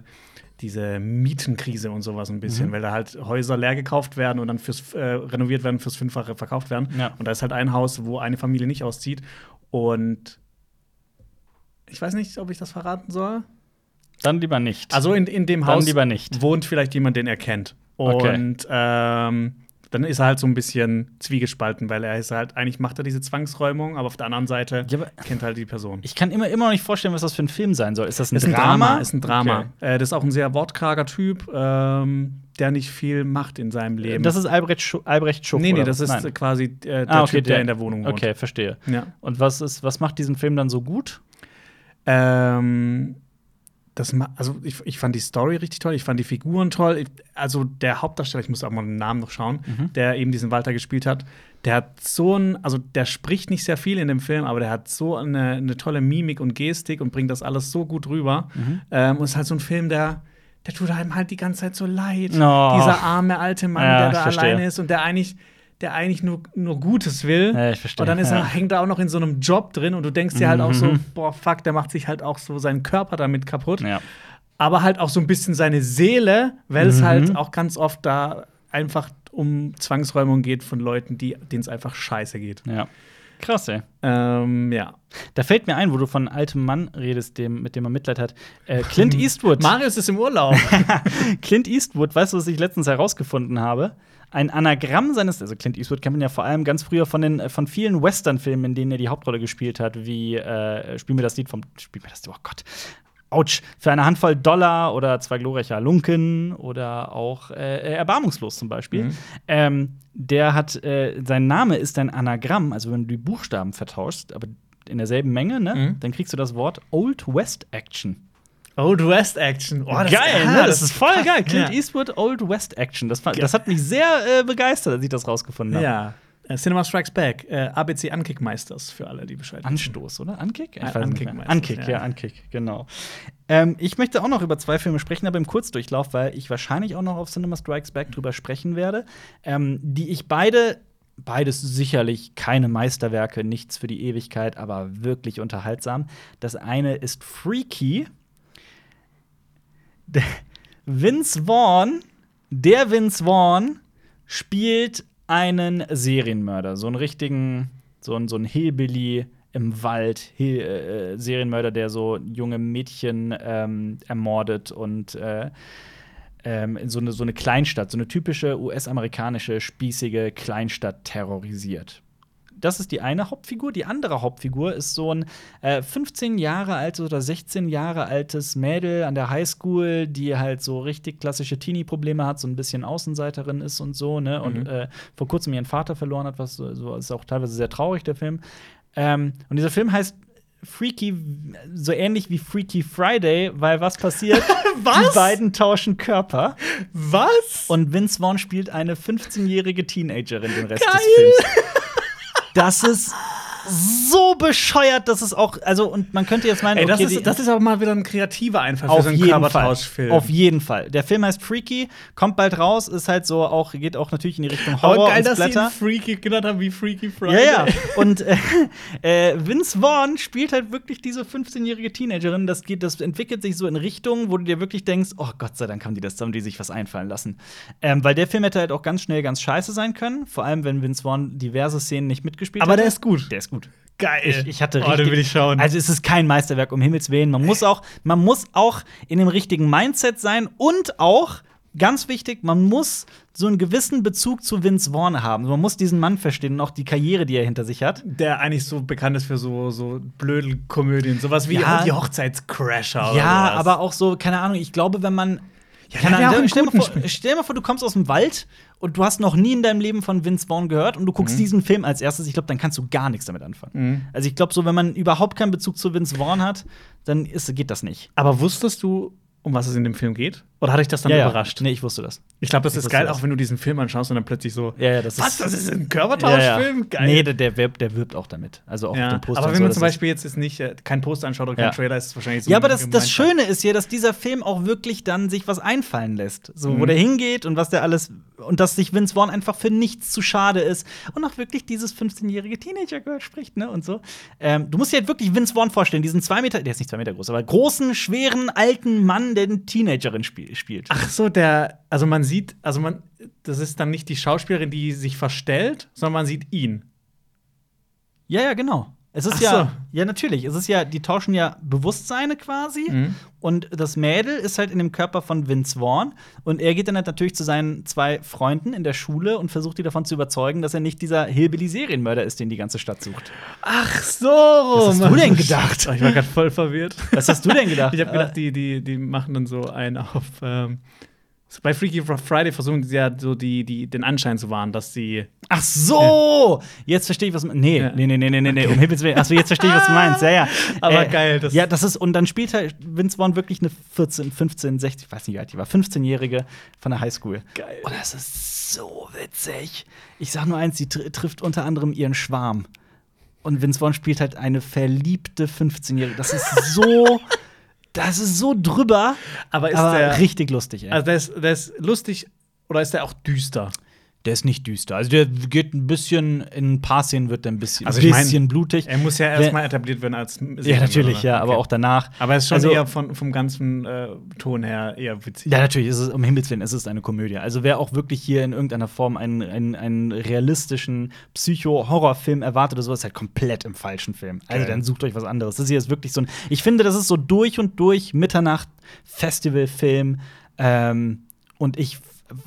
B: diese Mietenkrise und sowas ein bisschen, weil da halt Häuser leer gekauft werden und dann fürs äh, renoviert werden, fürs Fünffache verkauft werden.
A: Ja.
B: Und da ist halt ein Haus, wo eine Familie nicht auszieht. Und ich weiß nicht, ob ich das verraten soll.
A: Dann lieber nicht.
B: Also in, in dem
A: Dann
B: Haus
A: lieber nicht.
B: wohnt vielleicht jemand, den er kennt. Und
A: Okay.
B: ähm, dann ist er halt so ein bisschen zwiegespalten, weil er ist halt, eigentlich macht er diese Zwangsräumung, aber auf der anderen Seite
A: Ja, aber-
B: kennt halt die Person.
A: ich kann immer, immer noch nicht vorstellen, was das für ein Film sein soll. Ist das ein,
B: ist ein Drama,
A: Drama?
B: ist ein Drama.
A: Okay.
B: Äh, das ist auch ein sehr wortkarger Typ, ähm, der nicht viel macht in seinem Leben.
A: Äh, Das ist Albrecht, Schu Albrecht Schuck.
B: nee, nee,
A: oder
B: das ist
A: was?
B: äh,
A: Nein.
B: quasi äh, der
A: ah, okay,
B: Typ, der, in der Wohnung wohnt.
A: Okay, verstehe.
B: Ja.
A: Und was ist, was macht diesen Film dann so gut?
B: Ähm, das, ma- also ich, ich fand die Story richtig toll, ich fand die Figuren toll. Ich, also der Hauptdarsteller, ich muss auch mal den Namen noch schauen,
A: Mhm.
B: der eben diesen Walter gespielt hat, der hat so ein, also der spricht nicht sehr viel in dem Film, aber der hat so eine, eine tolle Mimik und Gestik und bringt das alles so gut rüber.
A: Mhm.
B: Ähm, und es ist halt so ein Film, der, der tut einem halt die ganze Zeit so leid.
A: Oh.
B: Dieser arme alte Mann,
A: Ja,
B: der
A: ich
B: da
A: verstehe.
B: alleine ist und der eigentlich, der eigentlich nur, nur Gutes will.
A: Ja, ich verstehe,
B: Und dann ist er, halt
A: ja.
B: hängt er auch noch in so einem Job drin und du denkst dir halt auch so, boah, fuck, der macht sich halt auch so seinen Körper damit kaputt.
A: Mhm. Ja.
B: Aber halt auch so ein bisschen seine Seele, weil es halt
A: Mhm.
B: auch ganz oft da einfach um Zwangsräumung geht von Leuten, die- denen es einfach scheiße geht.
A: ja. Krass, ey.
B: Ähm, ja.
A: Da fällt mir ein, wo du von altem Mann redest, dem, mit dem man Mitleid hat. Äh, Clint Eastwood.
B: Marius ist im Urlaub.
A: Clint Eastwood, weißt du, was ich letztens herausgefunden habe? Ein Anagramm seines, also Clint Eastwood kennt man ja vor allem ganz früher von den äh, von vielen Western-Filmen, in denen er die Hauptrolle gespielt hat, wie äh, Spiel mir das Lied vom Spiel mir das Lied, oh Gott. Autsch, für eine Handvoll Dollar oder zwei glorreiche Halunken oder auch äh, Erbarmungslos zum Beispiel. Ähm, der hat, äh, sein Name ist ein Anagramm, also wenn du die Buchstaben vertauschst, aber in derselben Menge, ne, dann kriegst du das Wort Old West Action
B: Old West Action. Oh, das-
A: geil,
B: ah,
A: ne? Das ist voll
B: krass.
A: geil. Clint
B: ja.
A: Eastwood Old West Action. Das, fa- das hat mich sehr äh, begeistert, als ich das rausgefunden habe.
B: Ja. Äh, Cinema Strikes Back, äh, ABC Ankickmeisters für alle, die Bescheid wissen.
A: Anstoß, oder? Ankick? Ich
B: An-
A: weiß
B: Ankick
A: nicht mehr.
B: meistens,
A: Ankick, ja,
B: ja.
A: Ankick, genau. Ähm, ich möchte auch noch über zwei Filme sprechen, aber im Kurzdurchlauf, weil ich wahrscheinlich auch noch auf Cinema Strikes Back drüber sprechen werde, ähm, die ich beide, beides sicherlich keine Meisterwerke, nichts für die Ewigkeit, aber wirklich unterhaltsam. Das eine ist Freaky. Der- Vince Vaughn, der Vince Vaughn spielt einen Serienmörder, so einen richtigen, so einen, so einen Hillbilly im Wald, Hill, äh, äh, Serienmörder, der so junge Mädchen ähm, ermordet und äh, ähm, in so eine, so eine Kleinstadt, so eine typische US-amerikanische spießige Kleinstadt terrorisiert. Das ist die eine Hauptfigur. Die andere Hauptfigur ist so ein äh, 15 Jahre altes oder 16 Jahre altes Mädel an der Highschool, die halt so richtig klassische Teenie-Probleme hat, so ein bisschen Außenseiterin ist und so, ne? Und äh, vor kurzem ihren Vater verloren hat, was so, so ist auch teilweise sehr traurig, der Film. Ähm, und dieser Film heißt Freaky, so ähnlich wie Freaky Friday, weil was passiert?
B: Was?
A: Die beiden tauschen Körper.
B: Was?
A: Und Vince Vaughn spielt eine 15-jährige Teenagerin den Rest
B: Geil.
A: des Films. Das ist so bescheuert, dass es auch, also, und man könnte jetzt meinen,
B: Ey, das,
A: okay, die-
B: ist, das ist aber mal wieder ein kreativer Einfall für
A: auf
B: so einen
A: jeden Fall.
B: Kabatausch-Film.
A: Auf jeden Fall. Der Film heißt Freaky, kommt bald raus, ist halt so auch, geht auch natürlich in die Richtung
B: Aber
A: Horror
B: geil,
A: und
B: dass sie ihn
A: Splatter.
B: Freaky genannt haben wie Freaky
A: Ja,
B: Friday.
A: ja. Und äh, äh, Vince Vaughn spielt halt wirklich diese 15-jährige Teenagerin. Das, geht, das entwickelt sich so in Richtungen, wo du dir wirklich denkst, oh Gott sei Dank haben die das, haben die sich was einfallen lassen. Ähm, weil der Film hätte halt auch ganz schnell ganz scheiße sein können, vor allem wenn Vince Vaughn diverse Szenen nicht mitgespielt
B: Aber
A: hätte.
B: der ist gut.
A: Der ist gut.
B: Geil.
A: Ich, ich hatte
B: Oh,
A: richtig,
B: den will ich schauen.
A: Also es ist kein Meisterwerk, um Himmels Willen. Man muss auch, man muss auch in dem richtigen Mindset sein und auch, ganz wichtig, man muss so einen gewissen Bezug zu Vince Vaughn haben. Man muss diesen Mann verstehen und auch die Karriere, die er hinter sich hat.
B: der eigentlich so bekannt ist für so, so blöde Komödien. Sowas wie
A: Ja.
B: die Hochzeitscrasher.
A: Ja,
B: oder
A: aber auch so, keine Ahnung, ich glaube, wenn man.
B: Ja,
A: keine
B: der hat ja
A: Ahnung,
B: auch einen
A: stell, mal
B: guten
A: vor, stell mal vor, du kommst aus dem Wald und du hast noch nie in deinem Leben von Vince Vaughn gehört und du guckst diesen Film als erstes. Ich glaube, dann kannst du gar nichts damit anfangen. Also, ich glaube, so, wenn man überhaupt keinen Bezug zu Vince Vaughn hat, dann ist, geht das nicht.
B: aber wusstest du, um was es in dem Film geht? Oder hatte ich das dann überrascht?
A: Nee, ich wusste das.
B: Ich glaube, das
A: Ich
B: ist
A: wusste
B: geil,
A: das.
B: auch wenn du diesen Film anschaust und dann plötzlich so.
A: Ja, ja, das ist.
B: Was? Das ist ein
A: ja, ja.
B: Körpertauschfilm? Geil.
A: Nee, der, der, wirbt, der wirbt auch damit. Also auch auf
B: ja.
A: dem Poster.
B: Aber
A: und
B: wenn
A: so,
B: man
A: das
B: zum
A: ist-
B: Beispiel jetzt ist nicht äh, kein Poster anschaut oder kein
A: Ja.
B: Trailer, ist es wahrscheinlich so.
A: Ja, aber das, das
B: gemeinsam.
A: Schöne ist hier, dass dieser Film auch wirklich dann sich was einfallen lässt. So, wo der hingeht und was der alles. Und dass sich Vince Vaughn einfach für nichts zu schade ist. Und auch wirklich dieses 15-jährige Teenager-Girl spricht, ne? Und so. Ähm, du musst dir halt wirklich Vince Vaughn vorstellen, diesen zwei Meter, der ist nicht zwei Meter groß, aber großen, schweren, alten Mann, der eine Teenagerin spiel, spielt.
B: Ach so, der, also man sieht, also man, das ist dann nicht die Schauspielerin, die sich verstellt, sondern man sieht ihn.
A: Ja, ja, genau. Es ist
B: Ach
A: ja,
B: so.
A: ja, natürlich. Es ist ja, die tauschen ja Bewusstseine quasi.
B: Mhm.
A: Und das Mädel ist halt in dem Körper von Vince Vaughn. Und er geht dann halt natürlich zu seinen zwei Freunden in der Schule und versucht die davon zu überzeugen, dass er nicht dieser Hillbilly-Serienmörder ist, den die ganze Stadt sucht.
B: Ach so, was
A: hast du denn gedacht?
B: Ich war gerade voll verwirrt.
A: Was hast du denn gedacht?
B: Ich habe gedacht, die, die, die machen dann so einen auf. Ähm, so bei Freaky Friday versuchen sie ja so die, die, den Anschein zu wahren, dass sie.
A: Ach so! Jetzt verstehe ich, was du meinst. Nee,
B: Ja.
A: nee, nee, nee, nee, nee, nee, um Himmels Willen. Achso, jetzt verstehe ich, was du meinst. Ja, ja.
B: Aber geil,
A: Das
B: das-
A: ja, das ist, und dann spielt halt Vince Vaughn wirklich eine 14, 15, 16, ich weiß nicht, wie alt die war, 15-Jährige von der Highschool.
B: Geil.
A: Und das ist so witzig. Ich sag nur eins, sie tr trifft unter anderem ihren Schwarm. Und Vince Vaughn spielt halt eine verliebte 15-Jährige. Das ist so, das ist so drüber,
B: Aber ist
A: aber
B: der.
A: richtig lustig, ey.
B: Also der ist, der ist lustig oder ist der auch düster?
A: Der ist nicht düster. Also der geht ein bisschen, in ein paar Szenen wird der ein bisschen,
B: Also ich mein,
A: bisschen blutig.
B: Er muss ja
A: Wer-
B: erstmal etabliert werden als.
A: ja, natürlich, ja, aber auch danach.
B: Aber es ist schon
A: also,
B: eher von, vom ganzen äh, Ton her eher witzig.
A: Ja, natürlich, ist es, um Himmels Willen, es ist eine Komödie. Also, wer auch wirklich hier in irgendeiner Form einen, einen, einen realistischen Psycho-Horrorfilm erwartet oder so, ist halt komplett im falschen Film. Also,
B: Geil.
A: dann sucht euch was anderes. Das hier ist wirklich so ein. Ich finde, das ist so durch und durch Mitternacht-Festival-Film. Ähm, und ich,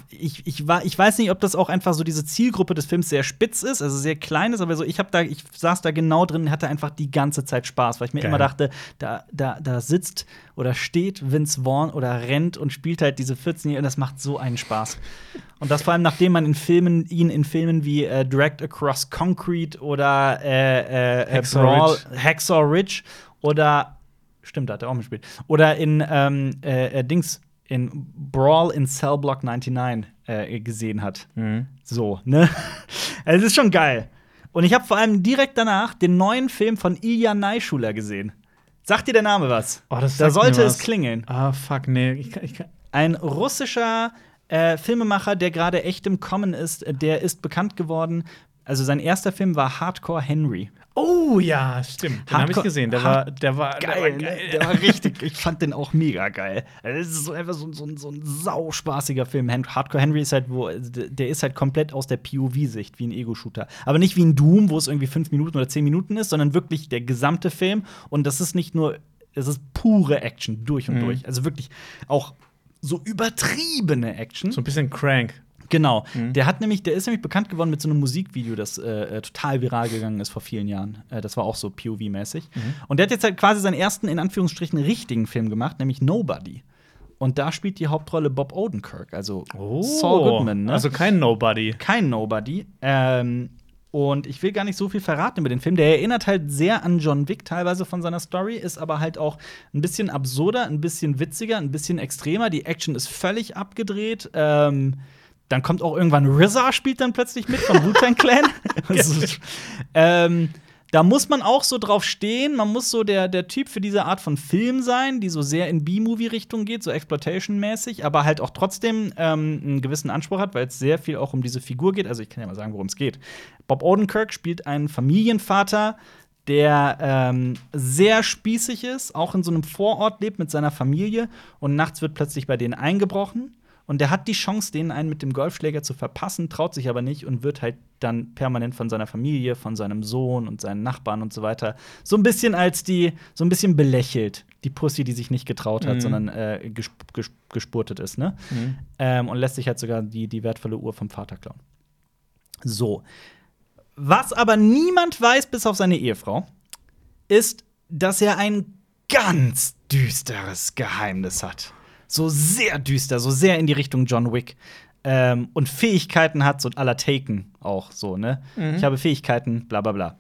A: ich, ich, war, ich weiß nicht, ob das auch einfach so diese Zielgruppe des Films sehr spitz ist, also sehr klein ist, aber so, ich, hab da, ich saß da genau drin und hatte einfach die ganze Zeit Spaß, weil ich mir
B: Geil.
A: immer dachte, da, da, da sitzt oder steht Vince Vaughn oder rennt und spielt halt diese 14 Jahre und das macht so einen Spaß. Und das vor allem, nachdem man in Filmen, ihn in Filmen wie äh, Dragged Across Concrete oder äh, äh, äh,
B: Hacksaw
A: Brawl,
B: Ridge.
A: Hacksaw Ridge oder Stimmt, da hat er auch mitgespielt. Oder in ähm, äh, äh, Dings, in Brawl in Cell Block 99 äh, gesehen hat.
B: Mhm.
A: So, ne? es ist schon geil. Und ich habe vor allem direkt danach den neuen Film von Ilya Neischuler gesehen. Sagt dir der Name was?
B: Oh, das
A: da
B: sagt mir
A: sollte
B: was.
A: es klingeln.
B: Ah, fuck, nee. Ich kann, ich kann,
A: Ein russischer äh, Filmemacher, der gerade echt im Kommen ist, äh, der ist bekannt geworden. Also sein erster Film war Hardcore Henry.
B: oh ja, stimmt. Den habe ich
A: Hardcore-
B: gesehen. Der war,
A: Hard-
B: der war
A: geil.
B: Der war
A: ne? Der war richtig. Ich fand den auch mega geil. Also, Das ist so einfach so, so, so ein sauspaßiger Film. Hen- Hardcore Henry ist halt, wo der ist halt komplett aus der POV-Sicht wie ein Ego-Shooter. Aber nicht wie ein Doom, wo es irgendwie fünf Minuten oder zehn Minuten ist, sondern wirklich der gesamte Film. Und das ist nicht nur, es ist pure Action durch
B: Mhm.
A: und durch. Also wirklich auch so übertriebene Action.
B: So ein bisschen crank.
A: Genau. Der hat nämlich, der ist nämlich bekannt geworden mit so einem Musikvideo, das äh, äh, total viral gegangen ist vor vielen Jahren. Äh, das war auch so POV-mäßig. Und der hat jetzt halt quasi seinen ersten, in Anführungsstrichen, richtigen Film gemacht, nämlich Nobody. Und da spielt die Hauptrolle Bob Odenkirk, also Saul Goodman. Ne?
B: Oh. Also kein Nobody.
A: kein Nobody. Ähm, und ich will gar nicht so viel verraten über den Film. Der erinnert halt sehr an John Wick teilweise von seiner Story, ist aber halt auch ein bisschen absurder, ein bisschen witziger, ein bisschen extremer. Die Action ist völlig abgedreht. Ähm, dann kommt auch irgendwann RZA spielt dann plötzlich mit von Wu-Tang Clan. Das ist- ähm, Da muss man auch so drauf stehen. Man muss so der, der Typ für diese Art von Film sein, die so sehr in B-Movie-Richtung geht, so Exploitation-mäßig, aber halt auch trotzdem ähm, einen gewissen Anspruch hat, weil es sehr viel auch um diese Figur geht. Also, ich kann ja mal sagen, worum es geht. Bob Odenkirk spielt einen Familienvater, der ähm, sehr spießig ist, auch in so einem Vorort lebt mit seiner Familie und nachts wird plötzlich bei denen eingebrochen. Und der hat die Chance, denen einen mit dem Golfschläger zu verpassen, traut sich aber nicht und wird halt dann permanent von seiner Familie, von seinem Sohn und seinen Nachbarn und so weiter so ein bisschen als die, so ein bisschen belächelt. Die Pussy, die sich nicht getraut hat,
B: Mhm.
A: sondern äh, gesp gesp gespurtet ist, ne?
B: Mhm.
A: Ähm, und lässt sich halt sogar die, die wertvolle Uhr vom Vater klauen. So. Was aber niemand weiß, bis auf seine Ehefrau, ist, dass er ein ganz düsteres Geheimnis hat. So sehr düster, so sehr in die Richtung John Wick. Ähm, und Fähigkeiten hat, so aller Taken auch so, ne? Ich habe Fähigkeiten, bla bla bla.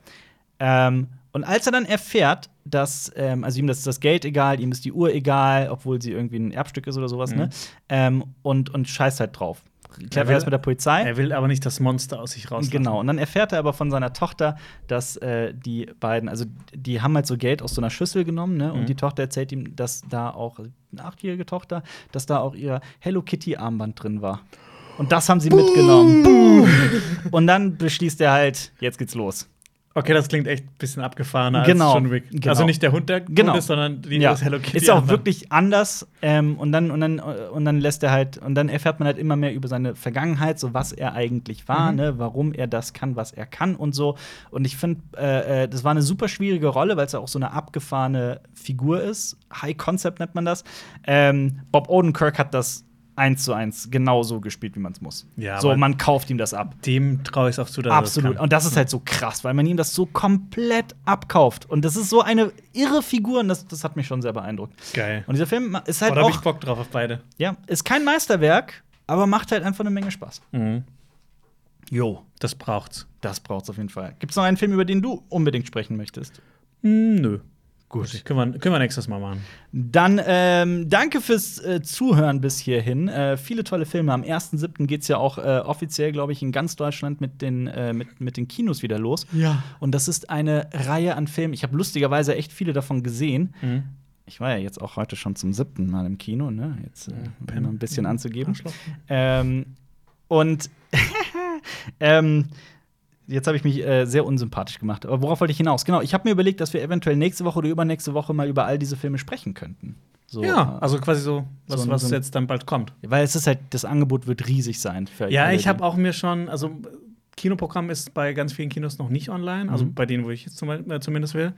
A: Ähm, und als er dann erfährt, dass, ähm, also ihm das, das Geld egal, ihm ist die Uhr egal, obwohl sie irgendwie ein Erbstück ist oder sowas, ne? Ähm, und, und scheißt halt drauf. Klärt
B: will-
A: er das mit der Polizei.
B: Er will aber nicht das Monster aus sich rauslassen.
A: Genau, und dann erfährt er aber von seiner Tochter, dass äh, die beiden, also die haben halt so Geld aus so einer Schüssel genommen, ne? Und die Tochter erzählt ihm, dass da auch, eine achtjährige Tochter, dass da auch ihr Hello Kitty-Armband drin war. Und das haben sie mitgenommen. Boom. Und dann beschließt er halt, jetzt geht's los.
B: Okay, das klingt echt ein bisschen abgefahrener
A: Genau.
B: als John Wick.
A: Genau.
B: Also nicht der Hund, der
A: Genau.
B: Hund ist, sondern die
A: ja.
B: das Hello Kitty.
A: Ist auch
B: Armband.
A: wirklich anders. Ähm, und, dann, und, dann, und dann lässt er halt, und dann erfährt man halt immer mehr über seine Vergangenheit, so was er eigentlich
B: Mhm.
A: war, ne, warum er das kann, was er kann und so. Und ich finde, äh, äh, das war eine super schwierige Rolle, weil es ja auch so eine abgefahrene Figur ist. High Concept nennt man das. Ähm, Bob Odenkirk hat das eins zu eins genauso gespielt, wie man es muss.
B: Ja,
A: so,
B: aber-
A: man kauft ihm das ab.
B: Dem traue ich es auch zu, dass er das
A: Absolut.
B: Äh, kann.
A: und das ist halt so krass, weil man ihm das so komplett abkauft. Und das ist so eine irre Figur und das, das hat mich schon sehr beeindruckt.
B: Geil.
A: Und dieser Film ist
B: Boah,
A: halt
B: da hab ich
A: auch,
B: Bock drauf auf beide.
A: ja, ist kein Meisterwerk, aber macht halt einfach eine Menge Spaß.
B: Mhm.
A: Jo.
B: Das braucht's.
A: Das braucht's auf jeden Fall. Gibt's noch einen Film, über den du unbedingt sprechen möchtest?
B: Hm, nö.
A: Gut.
B: Können wir, können wir nächstes Mal machen.
A: Dann ähm, danke fürs äh, Zuhören bis hierhin. Äh, viele tolle Filme. Am 1.7. geht's ja auch äh, offiziell, glaube ich, in ganz Deutschland mit den, äh, mit, mit den Kinos wieder los.
B: Ja.
A: Und das ist eine Reihe an Filmen. Ich habe lustigerweise echt viele davon gesehen.
B: Mhm.
A: Ich war ja jetzt auch heute schon zum siebten Mal im Kino, ne? Jetzt äh, um
B: Penner.
A: noch ein bisschen anzugeben.
B: Arschloch.
A: Ähm, und ähm, jetzt habe ich mich äh, sehr unsympathisch gemacht. Aber worauf wollte ich hinaus? Genau, ich habe mir überlegt, dass wir eventuell nächste Woche oder übernächste Woche mal über all diese Filme sprechen könnten. So,
B: Ja,
A: äh,
B: also quasi so, was,
A: So ein-
B: was
A: so ein-
B: jetzt dann bald kommt.
A: weil es ist halt, das Angebot wird riesig sein. Für
B: Ja,
A: alle,
B: ich
A: die-
B: habe auch mir schon, also Kinoprogramm ist bei ganz vielen Kinos noch nicht online, also bei denen, wo ich jetzt zum, äh, zumindest will.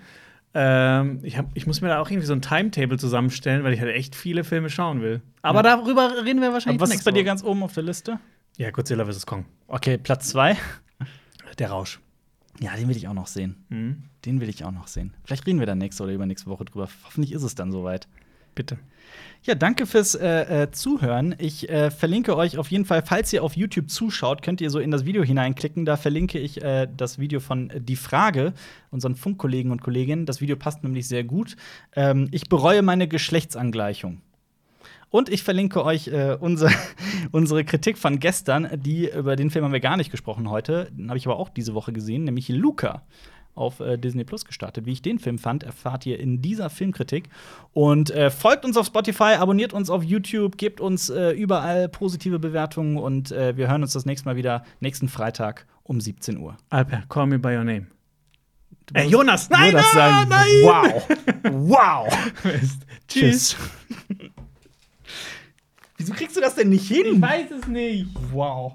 B: Ähm, ich, hab, ich muss mir da auch irgendwie so ein Timetable zusammenstellen, weil ich halt echt viele Filme schauen will. Aber darüber reden wir wahrscheinlich
A: Aber was ist
B: nächste
A: bei dir
B: Woche.
A: ganz oben auf der Liste?
B: Ja, Godzilla vs. Kong.
A: Okay, Platz zwei.
B: Der Rausch.
A: Ja, den will ich auch noch sehen.
B: Mhm.
A: Den will ich auch noch sehen. Vielleicht reden wir dann nächste oder übernächste Woche drüber. Hoffentlich ist es dann soweit.
B: Bitte.
A: Ja, danke fürs äh, äh, Zuhören. Ich äh, verlinke euch auf jeden Fall, falls ihr auf YouTube zuschaut, könnt ihr so in das Video hineinklicken. Da verlinke ich äh, das Video von äh, Die Frage, unseren Funkkollegen und Kolleginnen. Das Video passt nämlich sehr gut. Ähm, ich bereue meine Geschlechtsangleichung. Und ich verlinke euch äh, unser, unsere Kritik von gestern, die über den Film haben wir gar nicht gesprochen heute, den habe ich aber auch diese Woche gesehen, nämlich Luca auf äh, Disney Plus gestartet. Wie ich den Film fand, erfahrt ihr in dieser Filmkritik. Und äh, folgt uns auf Spotify, abonniert uns auf YouTube, gebt uns äh, überall positive Bewertungen und äh, wir hören uns das nächste Mal wieder nächsten Freitag um 17 Uhr.
B: Alper, call me by your name.
A: Du
B: Äh,
A: musst
B: Jonas,
A: nur
B: nein,
A: das sagen.
B: nein,
A: Wow. Wow.
B: nein. Tschüss.
A: Tschüss. Wieso kriegst du das denn nicht hin?
B: weiß es nicht.
A: Wow.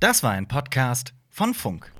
A: Das war ein Podcast von Funk.